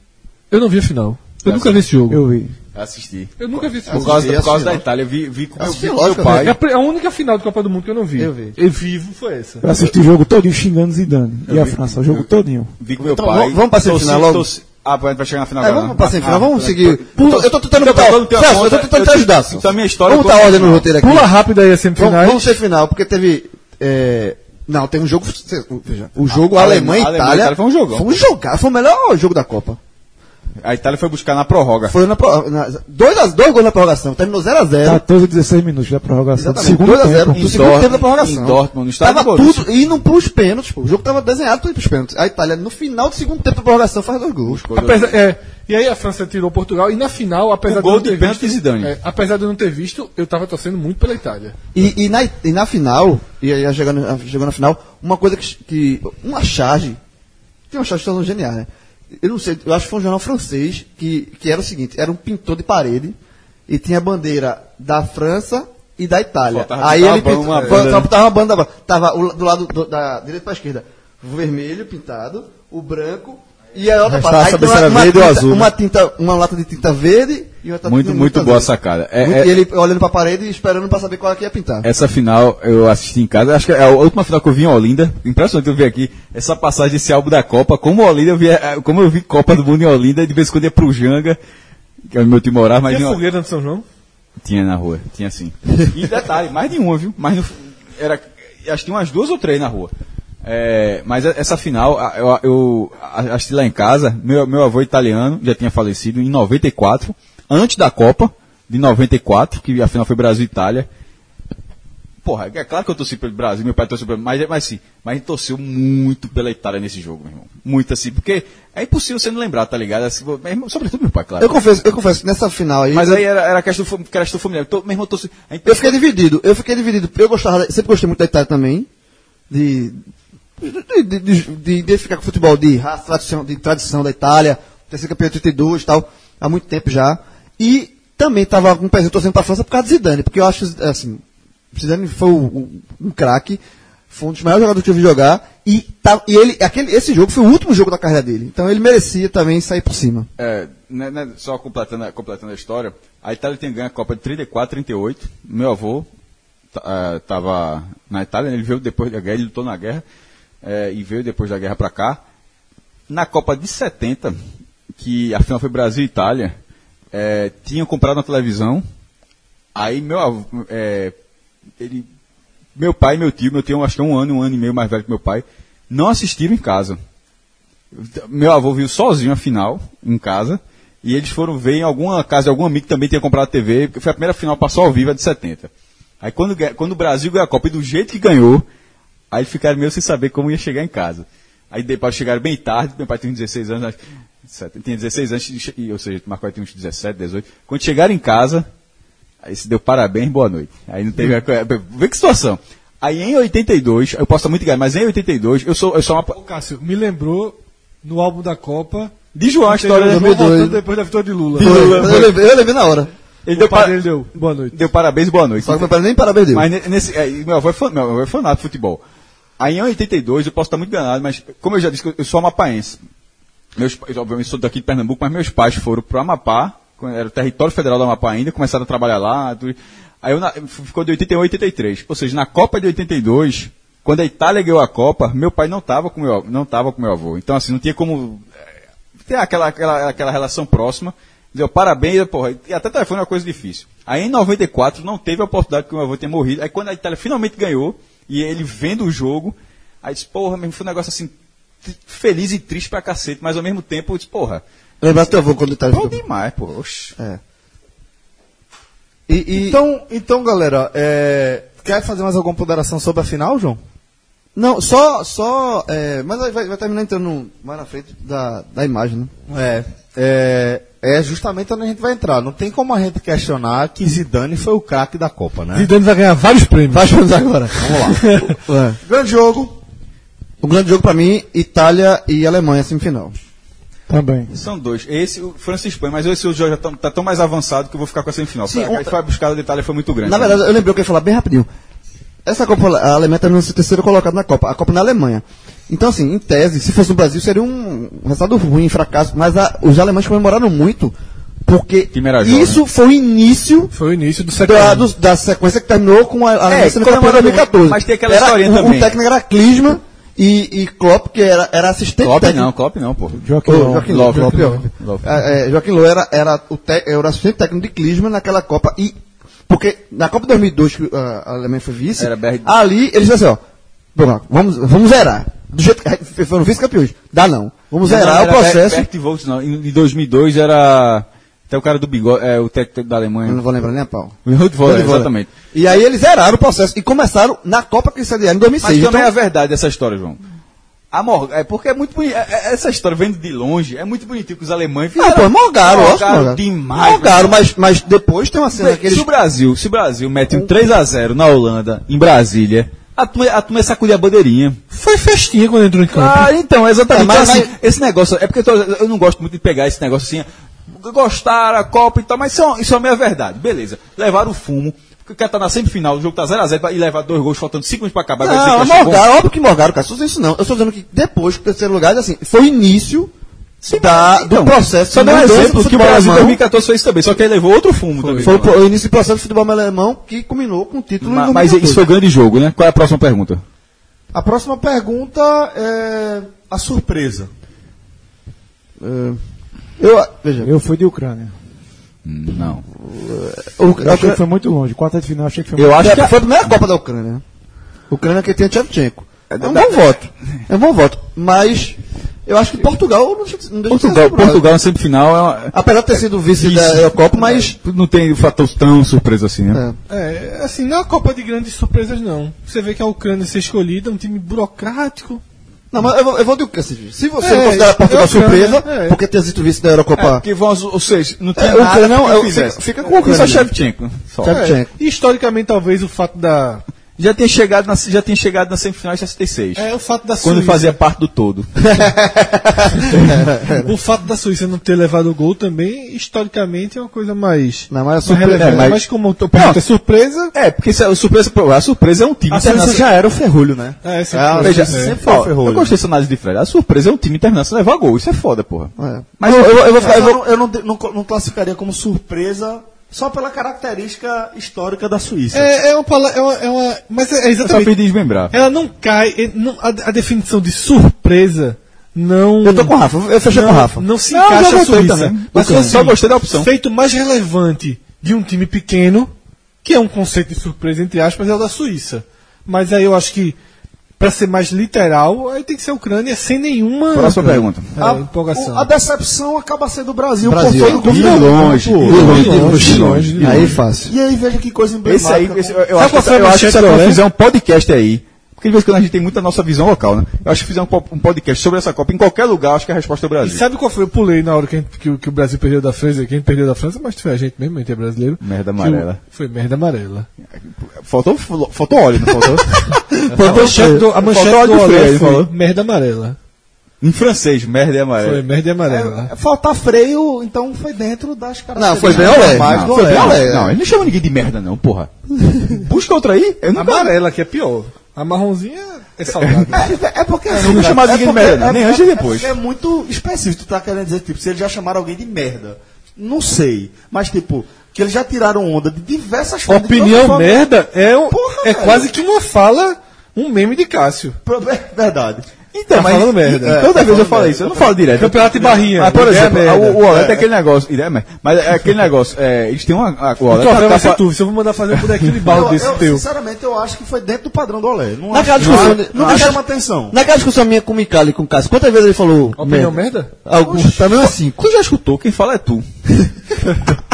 [SPEAKER 4] Eu não vi a final. Eu nunca vi esse jogo. Eu,
[SPEAKER 5] Eu vi.
[SPEAKER 7] Assisti.
[SPEAKER 4] nunca vi esse
[SPEAKER 7] Por
[SPEAKER 4] jogo.
[SPEAKER 7] causa, por causa
[SPEAKER 3] assisti,
[SPEAKER 7] da
[SPEAKER 3] não.
[SPEAKER 7] Itália, eu vi, vi com meu,
[SPEAKER 3] Assisti,
[SPEAKER 7] vi com
[SPEAKER 3] assim, lógico,
[SPEAKER 7] meu
[SPEAKER 3] né?
[SPEAKER 7] pai.
[SPEAKER 4] É a pri- a única final de Copa do Mundo que eu não vi.
[SPEAKER 3] Eu vi.
[SPEAKER 4] E vivo foi essa.
[SPEAKER 5] Eu assisti o jogo todinho xingando Zidane. e a França, o jogo todinho.
[SPEAKER 7] Vi com meu
[SPEAKER 3] Então,
[SPEAKER 7] pai.
[SPEAKER 3] vamos- vamos pra semifinal
[SPEAKER 7] Torci-
[SPEAKER 3] logo?
[SPEAKER 7] torci- Ah, vai chegar na final
[SPEAKER 3] É,
[SPEAKER 7] agora,
[SPEAKER 3] vamos
[SPEAKER 7] né?
[SPEAKER 3] pra semifinal,
[SPEAKER 7] Ah,
[SPEAKER 3] vamos
[SPEAKER 7] tá.
[SPEAKER 3] seguir.
[SPEAKER 7] Pula-
[SPEAKER 3] eu tô tentando botar.
[SPEAKER 7] botando teu
[SPEAKER 3] Celso, eu
[SPEAKER 7] ponto,
[SPEAKER 3] tô tentando te
[SPEAKER 7] eu-
[SPEAKER 3] ajudar.
[SPEAKER 7] então a minha história
[SPEAKER 3] Vamos botar
[SPEAKER 7] conta-
[SPEAKER 3] ordem no roteiro aqui.
[SPEAKER 4] Pula rápido aí as semifinais.
[SPEAKER 3] Vamos,
[SPEAKER 7] é
[SPEAKER 3] vamos ser final, porque teve. é, não, tem um jogo. veja, O jogo
[SPEAKER 7] Ale-
[SPEAKER 3] Alemanha e
[SPEAKER 7] Ah, Alemanha e
[SPEAKER 3] Itália.
[SPEAKER 7] Itália foi um jogão.
[SPEAKER 3] Foi um jogar, foi o melhor jogo da Copa.
[SPEAKER 7] A
[SPEAKER 6] tá,
[SPEAKER 7] Itália foi buscar na prorroga.
[SPEAKER 3] Foi na, pro- na, dois, a- dois gols na prorrogação, terminou 0x0.
[SPEAKER 5] 14, 16 minutos da prorrogação. Do segundo
[SPEAKER 3] 2x0
[SPEAKER 5] tempo.
[SPEAKER 3] no
[SPEAKER 7] Tá, Em
[SPEAKER 3] segundo tempo
[SPEAKER 7] Dortmund,
[SPEAKER 3] da prorrogação.
[SPEAKER 7] em Dortmund, no estádio
[SPEAKER 3] tava
[SPEAKER 7] do Borussia.
[SPEAKER 3] tudo indo pros pênaltis, pô. O jogo tava desenhado pra ir pros pênaltis. A Itália, no final do segundo tempo da prorrogação, faz dois gols.
[SPEAKER 4] Apesar- é, e aí a França tirou Portugal e na final, apesar
[SPEAKER 7] O gol
[SPEAKER 4] de
[SPEAKER 7] de
[SPEAKER 4] eu não ter
[SPEAKER 7] pênalti
[SPEAKER 4] visto,
[SPEAKER 7] de Zidane.
[SPEAKER 4] é, apesar de eu não ter visto, eu tava torcendo muito pela Itália.
[SPEAKER 3] E, e na, e na final, e aí chegando, chegou na final, uma coisa que, que- Uma charge. Tem uma charge que são genial, né? Eu não sei, eu acho que foi um jornal francês que, que era o seguinte: era um pintor de parede e tinha a bandeira da França e da Itália.
[SPEAKER 7] Faltava
[SPEAKER 3] aí
[SPEAKER 7] botar
[SPEAKER 3] ele
[SPEAKER 7] uma ban- uma
[SPEAKER 3] pintou, ban-
[SPEAKER 7] banda,
[SPEAKER 3] só
[SPEAKER 7] né?
[SPEAKER 3] botava uma banda. da- Tava o la- do lado do- da direita pra esquerda, o vermelho pintado, o branco. E a outra
[SPEAKER 2] Restava saber
[SPEAKER 3] tem
[SPEAKER 2] se era verde ou
[SPEAKER 3] tinta,
[SPEAKER 2] azul, né?
[SPEAKER 3] uma tinta, uma lata de tinta verde e uma lata de
[SPEAKER 6] Muito,
[SPEAKER 3] tinta
[SPEAKER 6] muito boa a
[SPEAKER 3] azul.
[SPEAKER 6] sacada. É,
[SPEAKER 3] tá Muito-
[SPEAKER 6] é-
[SPEAKER 3] e ele olhando pra parede e esperando pra saber qual é que ia pintar.
[SPEAKER 6] Essa final eu assisti em casa, acho que é a última final que eu vi em Olinda. Impressionante eu ver aqui essa passagem desse álbum da Copa. Como Olinda eu vi, eh, como eu vi Copa do Mundo em Olinda, de vez em quando ia pro Janga, que é o meu time morava, mas
[SPEAKER 4] Tinha
[SPEAKER 6] não,
[SPEAKER 4] fogueira no São João?
[SPEAKER 6] tinha na rua, tinha sim.
[SPEAKER 7] E detalhe, mais de uma, viu? Mas no, era, acho que tinha umas duas ou três na rua. É, mas e- essa final, a- eu, eu a- assisti lá em casa, meu, meu avô italiano já tinha falecido em 94, antes da Copa de 94, que a final foi Brasil e Itália. Porra, é claro que eu torci pelo Brasil, meu pai torceu pelo mas, mas sim, mas a gente torceu muito pela Itália nesse jogo, meu irmão. Muito assim, porque é impossível você não lembrar, tá ligado? Assim, meu irmão, sobretudo meu pai,
[SPEAKER 6] É.
[SPEAKER 7] claro.
[SPEAKER 3] Eu confesso, eu confesso que nessa final aí.
[SPEAKER 7] mas
[SPEAKER 3] eu,
[SPEAKER 7] aí era, era a questão, fam- questão familiar. Tô, assim, é meu irmão torceu. a gente
[SPEAKER 3] eu fiquei dividido. Eu fiquei dividido. porque Eu gostava, sempre gostei muito da Itália também. De. De, de, de, de identificar com o futebol de raça, tradição, de tradição da Itália, ter sido campeão de 82 e tal, há muito tempo já. E também estava com o pezinho torcendo para a França por causa de Zidane, porque eu acho, assim, Zidane foi o- o- um craque, foi um dos maiores jogadores que eu vi jogar, e, tá- e ele, aquele, esse jogo foi o último jogo da carreira dele, então ele merecia também sair por cima.
[SPEAKER 6] É, né, né, só completando, a- completando a história, a Itália tem ganho a Copa de 34, 38. Meu avô estava na Itália, né, ele veio depois da guerra, ele lutou na guerra é, e veio depois da guerra para cá. Na Copa de 70, que a final foi Brasil e Itália, é, tinham comprado uma televisão. Aí meu avô, é, ele, meu pai e meu tio, meu tio eu acho que é um ano, um ano e meio mais velho que meu pai, não assistiram em casa. Meu avô viu sozinho a final, em casa, e eles foram ver em alguma casa de algum amigo que também tinha comprado TV, porque foi a primeira final passou ao vivo, a de 70. Aí quando, ganha- quando o Brasil ganhou a Copa, e do jeito que ganhou, aí eles ficaram meio sem saber como ia chegar em casa. Aí depois chegaram bem tarde, meu pai tinha uns 16 anos, acho- 70, tinha 16 anos, de che- e, ou seja, Marco tinha uns 17, 18. Quando chegaram em casa, Aí se deu parabéns, boa noite. Aí não teve. Vê que situação. Aí em 82, eu posso estar muito enganado, mas em 82, eu sou, eu sou uma.
[SPEAKER 5] Ô, Cássio, me lembrou no álbum da Copa.
[SPEAKER 6] Diz João a história.
[SPEAKER 5] Ele
[SPEAKER 6] Ele,
[SPEAKER 5] voltando depois da vitória de Lula.
[SPEAKER 3] Eu levei, eu levei na hora,
[SPEAKER 6] deu,
[SPEAKER 5] O pai
[SPEAKER 6] par-
[SPEAKER 5] dele deu. Boa noite.
[SPEAKER 6] deu parabéns, boa noite.
[SPEAKER 3] só um que meu pai nem parabéns deu.
[SPEAKER 6] Mas ne- nesse, é, meu, avô é fan, meu avô é fanático de futebol. Aí em 82, eu posso estar muito enganado, mas como eu já disse, eu sou amapaense. Meus, pa- eu, obviamente sou daqui de Pernambuco, mas meus pais foram para o Amapá, quando era o território federal do Amapá ainda, começaram a trabalhar lá. tudo. Aí eu, na- ficou de 81 a 83. Ou seja, na Copa de 82, quando a Itália ganhou a Copa, meu pai não estava com meu, não tava com meu avô. Então, assim, não tinha como ter aquela, aquela, aquela relação próxima. Dizer, ó, parabéns, porra, e até telefone é uma coisa difícil. Aí em 94 não teve a oportunidade que o meu avô tinha morrido. Aí quando a Itália finalmente ganhou, e ele vendo o jogo, aí disse, porra, mesmo foi um negócio assim, tri- feliz e triste pra cacete, mas ao mesmo tempo eu disse, porra,
[SPEAKER 3] Lembrar teu avô quando ele tava
[SPEAKER 6] bom
[SPEAKER 3] jogando.
[SPEAKER 6] demais, porra. oxe.
[SPEAKER 3] E- e-
[SPEAKER 2] Então, então, galera, é, quer fazer mais alguma ponderação sobre a final, João?
[SPEAKER 3] Não, só. só é, mas aí vai, vai terminar entrando um mais na frente da, da imagem, né?
[SPEAKER 2] É, é, é justamente onde a gente vai entrar. Não tem como a gente questionar que Zidane foi o craque da Copa, né?
[SPEAKER 5] Zidane vai ganhar vários prêmios.
[SPEAKER 3] Vai vamos agora. Vamos lá. É.
[SPEAKER 2] Grande jogo.
[SPEAKER 3] O grande jogo pra mim, Itália e Alemanha, semifinal.
[SPEAKER 10] Também.
[SPEAKER 6] São dois. Esse, o França e Espanha, mas esse o jogo já tá, tá tão mais avançado que eu vou ficar com a semifinal.
[SPEAKER 3] Sim,
[SPEAKER 6] Foi-
[SPEAKER 3] um-
[SPEAKER 6] foi a buscada de Itália foi muito grande.
[SPEAKER 3] Na verdade, eu lembrei o que eu ia falar bem rapidinho. Essa Copa, a Alemanha terminou sendo terceiro colocado na Copa, a Copa na Alemanha. Então, assim, em tese, se fosse no Brasil, seria um resultado ruim, fracasso, mas a- os alemães comemoraram muito, porque
[SPEAKER 6] Primeira jogada.
[SPEAKER 3] isso foi o início
[SPEAKER 5] Foi o início do século
[SPEAKER 3] da, do- da sequência que terminou com a, a Alemanha sendo campeã em
[SPEAKER 6] comemorando
[SPEAKER 3] 2014.
[SPEAKER 6] É, muito, mas tem aquela
[SPEAKER 3] era,
[SPEAKER 6] historinha
[SPEAKER 3] o,
[SPEAKER 6] também.
[SPEAKER 3] O técnico era Klinsmann e, e Klopp, que era, era assistente
[SPEAKER 6] Klopp
[SPEAKER 3] técnico.
[SPEAKER 6] não, Klopp não, porra.
[SPEAKER 3] Joaquim Low. Joaquim Low.
[SPEAKER 6] Love,
[SPEAKER 3] Klopp,
[SPEAKER 6] Love,
[SPEAKER 3] Klopp.
[SPEAKER 6] Love.
[SPEAKER 3] É, é, Joaquim Low era, era, o te- era o assistente técnico de Klinsmann naquela Copa. E, porque na Copa 2002, que ah, a Alemanha foi vice,
[SPEAKER 6] Era BR.
[SPEAKER 3] ali eles disseram assim, ó, "Pô, Marco, vamos, vamos zerar. Do jeito que a gente- foram vice-campeões. Dá não. Vamos zerar
[SPEAKER 6] Não, não,
[SPEAKER 3] o
[SPEAKER 6] era
[SPEAKER 3] processo.
[SPEAKER 6] Bert- Bert Volz, não. Em em 2002 era. Até o cara do bigode, é, o técnico da
[SPEAKER 3] Eu não
[SPEAKER 6] Alemanha.
[SPEAKER 3] vou lembrar nem a pau.
[SPEAKER 6] Rod Voller,
[SPEAKER 3] Rod Voller.
[SPEAKER 6] exatamente.
[SPEAKER 3] E aí eles zeraram o processo e começaram na Copa que sediaram em
[SPEAKER 6] Mas
[SPEAKER 3] 2006.
[SPEAKER 6] também é
[SPEAKER 3] Então,
[SPEAKER 6] a verdade essa história, João. A Morgan, é porque é muito bonito. essa história vendo de longe é muito bonitinho que os alemães
[SPEAKER 3] ah, pô, morgaram,
[SPEAKER 6] Morgaram
[SPEAKER 3] ótimo. Morgaram
[SPEAKER 6] demais, né?
[SPEAKER 3] Morgaram, mas, mas depois tem uma cena que
[SPEAKER 6] Se,
[SPEAKER 3] eles...
[SPEAKER 6] o Brasil, se o Brasil mete um 3x0 na Holanda, em Brasília, a turma, a turma ia sacudir a bandeirinha.
[SPEAKER 5] Foi festinha quando entrou em campo.
[SPEAKER 6] Ah, então, exatamente.
[SPEAKER 3] É, mas-
[SPEAKER 6] Então, assim, esse negócio, é porque eu, tô- eu não gosto muito de pegar esse negócio assim, gostaram, a Copa e tal, mas isso, é uma- isso é a minha verdade. Beleza, levaram o fumo, porque o cara tá na semifinal, o jogo tá 0x0 e levar dois gols faltando 5 minutos pra acabar. vai
[SPEAKER 2] é
[SPEAKER 6] dizer que
[SPEAKER 3] Não,
[SPEAKER 6] achou bom?
[SPEAKER 3] morgaram, óbvio que morgaram, cara. Só dizendo isso não. Eu estou dizendo que depois, que o terceiro lugar, assim, foi o início da-
[SPEAKER 6] Então,
[SPEAKER 3] do processo.
[SPEAKER 6] Só
[SPEAKER 3] de
[SPEAKER 6] dá um
[SPEAKER 3] mudança do
[SPEAKER 6] exemplo que o
[SPEAKER 3] futebol
[SPEAKER 2] é
[SPEAKER 6] Brasil em
[SPEAKER 3] alemão.
[SPEAKER 6] 2014 fez isso também, só que aí levou outro fumo também.
[SPEAKER 3] Foi o pro- o início do processo do futebol alemão que culminou com o título
[SPEAKER 6] Ma-
[SPEAKER 3] em
[SPEAKER 6] Mas
[SPEAKER 3] 2014.
[SPEAKER 6] isso foi o grande jogo, né? Qual é a próxima pergunta?
[SPEAKER 2] A próxima pergunta é a surpresa.
[SPEAKER 3] É, Eu, veja,
[SPEAKER 10] Eu fui de Ucrânia.
[SPEAKER 6] Não.
[SPEAKER 3] o-
[SPEAKER 10] Eu achei que foi muito longe. Quarta de final, achei que foi muito
[SPEAKER 3] eu acho
[SPEAKER 6] é
[SPEAKER 3] que É, foi a primeira Copa da Ucrânia. né? Ucrânia que tem Tchevchenko. É um bom voto. É um bom voto. Mas eu acho que Portugal não deixa, de- não deixa de ser
[SPEAKER 6] Portugal,
[SPEAKER 3] surpresa.
[SPEAKER 6] Portugal na semifinal é uma... é
[SPEAKER 3] Apesar de ter sido vice da
[SPEAKER 6] Isso.
[SPEAKER 3] Eurocopa, mas.
[SPEAKER 6] Não tem o fator tão surpresa assim, né?
[SPEAKER 3] é.
[SPEAKER 5] É, assim, não é uma Copa de grandes surpresas, não. Você vê que a Ucrânia ser escolhida, um time burocrático.
[SPEAKER 3] Não, mas eu vou, eu vou dizer o que assim, Se você
[SPEAKER 5] É,
[SPEAKER 3] não considera Portugal
[SPEAKER 5] eu creio,
[SPEAKER 3] surpresa,
[SPEAKER 5] né? É.
[SPEAKER 3] porque ter sido vice da
[SPEAKER 6] É,
[SPEAKER 3] Eurocopa.
[SPEAKER 6] porque vão, as- ou seja, não tem
[SPEAKER 3] É,
[SPEAKER 6] nada
[SPEAKER 3] Ucrânia,
[SPEAKER 6] que
[SPEAKER 3] é,
[SPEAKER 6] fizesse.
[SPEAKER 3] fica- fica com a Ucrânia.
[SPEAKER 6] Só Shevchenko. Só.
[SPEAKER 3] Shevchenko.
[SPEAKER 5] E, historicamente, talvez o fato da
[SPEAKER 6] já tinha chegado na, já tinha chegado na semifinal de 66.
[SPEAKER 4] É o fato da
[SPEAKER 6] quando
[SPEAKER 4] Suíça.
[SPEAKER 6] fazia parte do todo.
[SPEAKER 4] O fato da Suíça não ter levado o gol também, historicamente, é uma coisa mais.
[SPEAKER 3] Não, mas a
[SPEAKER 4] mais
[SPEAKER 3] surpresa-
[SPEAKER 4] relevante.
[SPEAKER 6] é, mas-
[SPEAKER 4] mas... como o ponto é surpresa.
[SPEAKER 6] É, porque se a surpresa, a surpresa é um time
[SPEAKER 4] A Suíça
[SPEAKER 6] internacional.
[SPEAKER 3] já era o ferrulho, né?
[SPEAKER 4] É, essa
[SPEAKER 6] Ah,
[SPEAKER 4] coisa,
[SPEAKER 6] veja,
[SPEAKER 4] é.
[SPEAKER 6] sempre foi
[SPEAKER 3] Ó,
[SPEAKER 6] o Ferrolho.
[SPEAKER 3] eu
[SPEAKER 6] Eu
[SPEAKER 3] gostei
[SPEAKER 6] gostei dessa análise de Fred. A surpresa é um time internacional levar gol. Isso é foda, porra.
[SPEAKER 3] É.
[SPEAKER 6] Mas eu, eu, eu vou
[SPEAKER 2] Eu,
[SPEAKER 6] ficar. Eu vou...
[SPEAKER 2] não, eu não, de- não co- não classificaria como surpresa só pela característica histórica da Suíça.
[SPEAKER 4] É, é uma palavra. É uma, é uma- mas é
[SPEAKER 6] Eu só
[SPEAKER 4] exatamente.
[SPEAKER 6] fiz desmembrar.
[SPEAKER 4] Ela não cai. é, não- a, a definição de surpresa não.
[SPEAKER 3] Eu tô com o Rafa, eu fechei
[SPEAKER 4] não,
[SPEAKER 3] com o Rafa.
[SPEAKER 4] Não se
[SPEAKER 6] Não, eu
[SPEAKER 4] encaixa
[SPEAKER 6] já
[SPEAKER 4] a
[SPEAKER 6] gostei
[SPEAKER 4] Suíça.
[SPEAKER 6] também.
[SPEAKER 4] Mas
[SPEAKER 6] Ok.
[SPEAKER 4] assim,
[SPEAKER 6] Só gostei da opção.
[SPEAKER 4] Feito mais relevante de um time pequeno, que é um conceito de surpresa, entre aspas, é o da Suíça. Mas aí eu acho que, pra ser mais literal, aí tem que ser a Ucrânia sem nenhuma.
[SPEAKER 6] Próxima pergunta.
[SPEAKER 4] É,
[SPEAKER 2] A,
[SPEAKER 4] empolgação.
[SPEAKER 2] o- a decepção acaba sendo o Brasil,
[SPEAKER 3] Brasil.
[SPEAKER 2] por todo o
[SPEAKER 6] De
[SPEAKER 2] grupo.
[SPEAKER 6] longe. De
[SPEAKER 3] longe,
[SPEAKER 6] longe.
[SPEAKER 3] de
[SPEAKER 6] De longe.
[SPEAKER 3] longe. Aí fácil.
[SPEAKER 2] E aí veja que coisa
[SPEAKER 6] Esse
[SPEAKER 2] emblemática.
[SPEAKER 6] aí, esse- é eu, eu
[SPEAKER 4] Sabe
[SPEAKER 6] acho
[SPEAKER 4] qual
[SPEAKER 6] que,
[SPEAKER 4] foi a
[SPEAKER 6] eu acho que
[SPEAKER 4] manchete
[SPEAKER 6] se
[SPEAKER 4] do
[SPEAKER 6] eu
[SPEAKER 4] Olé?
[SPEAKER 6] fizer um podcast aí, porque de vez em quando a gente tem muita nossa visão local, né? Eu acho que fizer um, po- um podcast sobre essa Copa em qualquer lugar, acho que a resposta é o
[SPEAKER 4] E
[SPEAKER 6] Brasil.
[SPEAKER 4] sabe qual foi? Eu pulei na hora que, a gente- que o- que o Brasil perdeu da França, quem perdeu da França, mas foi a gente mesmo, a gente é brasileiro.
[SPEAKER 6] Merda
[SPEAKER 4] Que o-
[SPEAKER 6] amarela.
[SPEAKER 4] Foi merda amarela.
[SPEAKER 6] Faltou, faltou óleo, não faltou?
[SPEAKER 4] a manchete do, a manchete
[SPEAKER 6] Faltou
[SPEAKER 4] do
[SPEAKER 6] a de
[SPEAKER 4] Olé
[SPEAKER 6] freio, ele
[SPEAKER 4] foi
[SPEAKER 6] falou.
[SPEAKER 4] merda amarela.
[SPEAKER 6] em francês, merda é amarelo.
[SPEAKER 4] Foi merda amarela.
[SPEAKER 2] É, faltar freio, então foi dentro das características.
[SPEAKER 3] Não, foi bem olé.
[SPEAKER 2] normais
[SPEAKER 6] Não,
[SPEAKER 2] do
[SPEAKER 6] foi
[SPEAKER 2] Olé.
[SPEAKER 6] bem olé. Não, ele não chama ninguém de merda, não, porra. Busca outra aí? Eu nunca...
[SPEAKER 4] Amarela, que é pior. A marronzinha é saudável.
[SPEAKER 2] É, é porque assim,
[SPEAKER 6] não
[SPEAKER 2] cara,
[SPEAKER 6] chamar ninguém de
[SPEAKER 2] porque-
[SPEAKER 6] merda, nem antes e
[SPEAKER 2] porque-
[SPEAKER 6] depois.
[SPEAKER 2] É, porque é muito específico, tu tá querendo dizer, tipo, se eles já chamaram alguém de merda. Não sei. Mas, tipo, que eles já tiraram onda de diversas formas. de todas as
[SPEAKER 4] Opinião
[SPEAKER 2] formas.
[SPEAKER 4] merda é, um-
[SPEAKER 2] Porra,
[SPEAKER 4] é
[SPEAKER 2] velho.
[SPEAKER 4] quase que uma fala, um meme de Cássio.
[SPEAKER 2] Pro- É verdade.
[SPEAKER 4] Tá
[SPEAKER 6] Então,
[SPEAKER 4] falando merda.
[SPEAKER 6] É, Toda vez eu falo isso, eu não falo direto.
[SPEAKER 4] Campeonato de barrinha.
[SPEAKER 6] Mas, por
[SPEAKER 4] Ideia
[SPEAKER 6] exemplo,
[SPEAKER 4] merda.
[SPEAKER 6] o, o Holanda é aquele negócio. Ideia, merda. mas é aquele negócio. É, eles têm uma. A, o
[SPEAKER 4] O
[SPEAKER 6] Holanda
[SPEAKER 4] troféu
[SPEAKER 6] tá-
[SPEAKER 3] é
[SPEAKER 4] vai ser
[SPEAKER 6] tá-
[SPEAKER 4] tu, se eu vou mandar fazer um bonequinho de barro
[SPEAKER 2] Eu,
[SPEAKER 4] desse
[SPEAKER 2] Então, eu,
[SPEAKER 4] teu.
[SPEAKER 2] sinceramente, eu acho que foi dentro do padrão do Olé. Não, acho-
[SPEAKER 3] Naquela discussão,
[SPEAKER 2] não, não
[SPEAKER 3] acho-
[SPEAKER 2] chama atenção.
[SPEAKER 3] Naquela discussão minha com o Micali e com o Cássio, quantas vezes ele falou.
[SPEAKER 4] Opinião merda?
[SPEAKER 3] Algum, também umas cinco.
[SPEAKER 6] Tu já escutou? Quem fala é tu.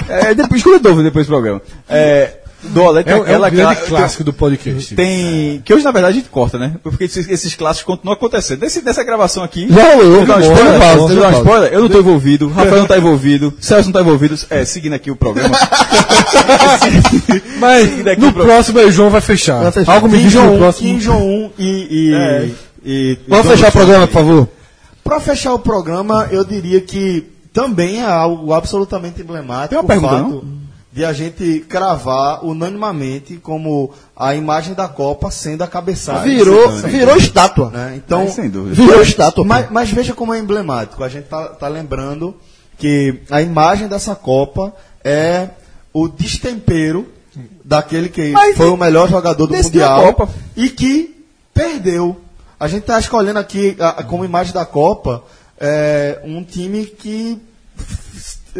[SPEAKER 6] é, depois, escuta de novo depois do programa. É, do Holanda
[SPEAKER 4] É,
[SPEAKER 6] tem
[SPEAKER 4] um- é
[SPEAKER 6] aquela
[SPEAKER 4] um grande
[SPEAKER 6] cla-
[SPEAKER 4] clássico do podcast.
[SPEAKER 6] Tem. Que hoje, na verdade, a gente corta, né? Porque esses, esses clássicos continuam acontecendo. Desse, dessa gravação aqui.
[SPEAKER 3] Já rolou,
[SPEAKER 6] Eu dar um
[SPEAKER 3] teve
[SPEAKER 6] spoiler,
[SPEAKER 3] pausa,
[SPEAKER 6] eu
[SPEAKER 3] teve
[SPEAKER 6] dar um
[SPEAKER 3] pausa.
[SPEAKER 6] spoiler, eu não tô envolvido, Rafael não tá envolvido, Celso não tá envolvido, é, seguindo aqui o programa.
[SPEAKER 4] Mas
[SPEAKER 6] Esse daqui
[SPEAKER 4] no
[SPEAKER 6] é o pro-
[SPEAKER 4] próximo aí o João vai fechar.
[SPEAKER 3] Vai fechar.
[SPEAKER 4] Algo me
[SPEAKER 2] Kim
[SPEAKER 4] diz que no
[SPEAKER 2] Jong-un
[SPEAKER 4] próximo.
[SPEAKER 2] Kim Jong-un e... e,
[SPEAKER 6] É.
[SPEAKER 2] e- e
[SPEAKER 3] Vamos
[SPEAKER 2] Donald
[SPEAKER 3] fechar o
[SPEAKER 2] Trump.
[SPEAKER 3] programa, por favor.
[SPEAKER 2] Pra fechar o programa, eu diria que também é algo absolutamente emblemático
[SPEAKER 6] Tem uma pergunta,
[SPEAKER 2] de a gente cravar unanimamente como a imagem da Copa sendo a cabeçada. de
[SPEAKER 3] Virou,
[SPEAKER 2] Zidane,
[SPEAKER 3] virou estátua.
[SPEAKER 2] né? Então,
[SPEAKER 6] Aí, sem dúvida.
[SPEAKER 3] Virou estátua. pô.
[SPEAKER 2] mas, mas veja como é emblemático. A gente tá, tá lembrando que a imagem dessa Copa é o destempero daquele que
[SPEAKER 6] Mas
[SPEAKER 2] foi
[SPEAKER 6] e-
[SPEAKER 2] o melhor jogador do
[SPEAKER 6] desse da
[SPEAKER 2] Mundial
[SPEAKER 6] Copa?
[SPEAKER 2] e que perdeu. A gente tá escolhendo aqui a- a- como imagem da Copa é, um time que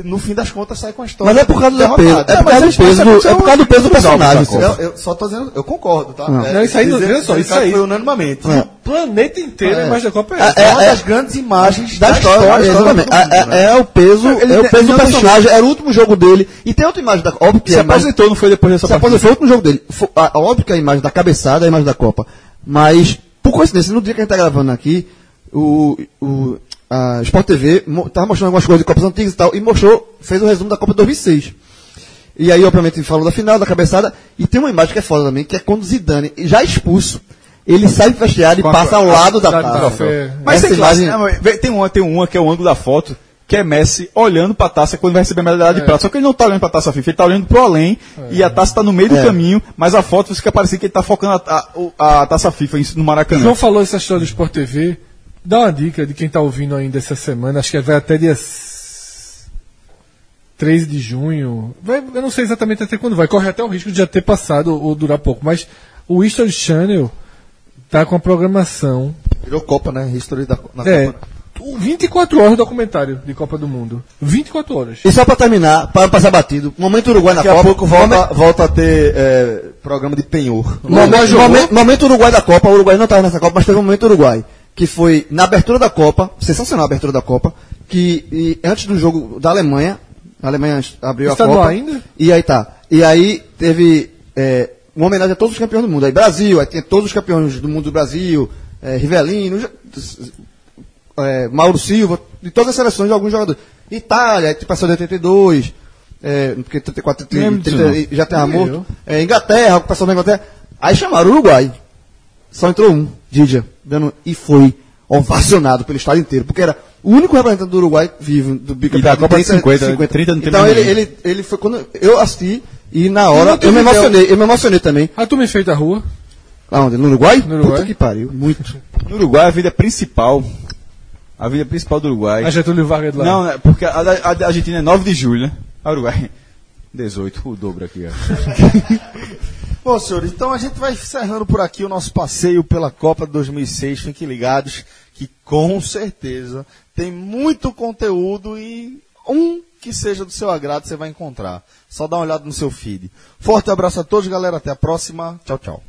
[SPEAKER 2] no fim das contas sai com a história.
[SPEAKER 3] Mas é por causa do
[SPEAKER 2] derrotada.
[SPEAKER 3] peso. É
[SPEAKER 2] Não, mas
[SPEAKER 3] por causa
[SPEAKER 2] eles
[SPEAKER 3] do peso do, é por causa do, peso do personagem.
[SPEAKER 6] Copa.
[SPEAKER 3] senhor.
[SPEAKER 2] eu, eu só tô dizendo, eu concordo, tá? É,
[SPEAKER 4] Não, isso aí não-
[SPEAKER 2] dizer-
[SPEAKER 4] veja só,
[SPEAKER 2] dizer
[SPEAKER 4] isso
[SPEAKER 2] que
[SPEAKER 4] aí-
[SPEAKER 2] Foi unanimamente.
[SPEAKER 3] É.
[SPEAKER 4] O planeta inteiro,
[SPEAKER 3] É.
[SPEAKER 4] a imagem da Copa é
[SPEAKER 3] Ah,
[SPEAKER 4] essa.
[SPEAKER 2] É,
[SPEAKER 3] é,
[SPEAKER 2] uma das
[SPEAKER 3] é-
[SPEAKER 2] grandes imagens
[SPEAKER 3] da história, exatamente.
[SPEAKER 2] do mundo,
[SPEAKER 3] É-
[SPEAKER 2] né?
[SPEAKER 3] é, é o peso,
[SPEAKER 6] Ele-
[SPEAKER 3] é o peso
[SPEAKER 6] ele
[SPEAKER 3] do
[SPEAKER 6] não
[SPEAKER 3] personagem, era o último jogo dele. E tem outra imagem da óbvio que
[SPEAKER 6] Se
[SPEAKER 3] é mais-
[SPEAKER 6] aposentou, né, não foi depois dessa
[SPEAKER 3] se
[SPEAKER 6] partida.
[SPEAKER 3] aposentou, foi o último jogo dele. Fo- a- a- Óbvio que a imagem da cabeçada é a imagem da Copa. Mas, por coincidência, no dia que a gente tá gravando aqui, o, o a Sport TV mo- tava mostrando algumas coisas de Copas Antigas e tal, e mostrou, fez o resumo da Copa de 2006. E aí, obviamente, falou da final, da cabeçada, e tem uma imagem que é foda também, que é quando o Zidane, já expulso, ele sai do vestiário e passa ao lado da
[SPEAKER 4] do
[SPEAKER 3] taça.
[SPEAKER 4] troféu.
[SPEAKER 6] Mas
[SPEAKER 3] Essa
[SPEAKER 6] tem, classe,
[SPEAKER 3] imagem-
[SPEAKER 6] né, mas vê- tem uma, tem uma que é o ângulo da foto, que é Messi olhando pra taça quando vai receber a medalha de prata. Só que ele não tá olhando pra taça FIFA, ele tá olhando pro além e a taça tá no meio do
[SPEAKER 3] É.
[SPEAKER 6] caminho, mas a foto fica parecendo que ele tá focando a, ta- o- a taça FIFA em- no
[SPEAKER 4] O
[SPEAKER 6] Maracanã.
[SPEAKER 4] João falou essa história do Sport TV. Dá uma dica de quem tá ouvindo ainda essa semana. Acho que vai até dia s- 13 de junho. Vai- eu não sei exatamente até quando vai. Corre até o risco de já ter passado ou durar pouco. Mas o History Channel tá com a programação.
[SPEAKER 3] Virou Copa, né? History da na
[SPEAKER 4] É.
[SPEAKER 3] Copa. né?
[SPEAKER 4] o 24 horas documentário de Copa do Mundo. 24 horas.
[SPEAKER 3] E só pra terminar, pra não passar batido, momento Uruguai na
[SPEAKER 2] Daqui
[SPEAKER 3] Copa.
[SPEAKER 2] a pouco volta, volta a ter é, programa de penhor.
[SPEAKER 3] Momento, momento- momento Uruguai da Copa, o Uruguai não estava nessa Copa, mas teve um momento Uruguai, que foi na abertura da Copa, sensacional a abertura da Copa, que e antes do jogo da Alemanha, a Alemanha abriu
[SPEAKER 4] Estadual
[SPEAKER 3] a Copa.
[SPEAKER 4] ainda?
[SPEAKER 3] E aí tá. E aí teve é, uma homenagem a todos os campeões do mundo. Aí Brasil, aí tinha todos os campeões do mundo do Brasil, é, Rivelino, já- é, Mauro Silva, de todas as seleções de alguns jogadores. Itália, aí passou de 82, é, porque 34, 30,
[SPEAKER 6] Lembro disso,
[SPEAKER 3] 30, já tem morto. É, Inglaterra, passou na Inglaterra. Aí chamaram o Uruguai. Só entrou um, Didia, dando, e foi ovacionado pelo estado inteiro, porque era o único representante do Uruguai vivo do bicampeonato.
[SPEAKER 6] Copa de
[SPEAKER 3] Então,
[SPEAKER 6] 50, 30 não tem
[SPEAKER 3] Então
[SPEAKER 6] mais
[SPEAKER 3] ele,
[SPEAKER 6] ninguém.
[SPEAKER 3] ele, ele foi quando eu assisti e na
[SPEAKER 4] não
[SPEAKER 3] hora
[SPEAKER 4] tem
[SPEAKER 3] eu me
[SPEAKER 4] mundial.
[SPEAKER 3] emocionei, eu me emocionei também.
[SPEAKER 4] A turma enfeita a rua.
[SPEAKER 3] Aonde? No Uruguai?
[SPEAKER 4] No Uruguai.
[SPEAKER 3] Puta que pariu, muito.
[SPEAKER 6] No Uruguai, a vida é principal. A vida é principal do Uruguai.
[SPEAKER 4] A Getúlio Vargas de lá.
[SPEAKER 6] Não, né, porque a, da- a da Argentina é 9 de julho, né? A Uruguai. 18, o dobro aqui, ó.
[SPEAKER 2] Bom, senhores, então a gente vai encerrando por aqui o nosso passeio pela Copa de 2006. Fiquem ligados que com certeza tem muito conteúdo e um que seja do seu agrado você vai encontrar. Só dá uma olhada no seu feed. Forte abraço a todos, galera. Até a próxima. Tchau, tchau.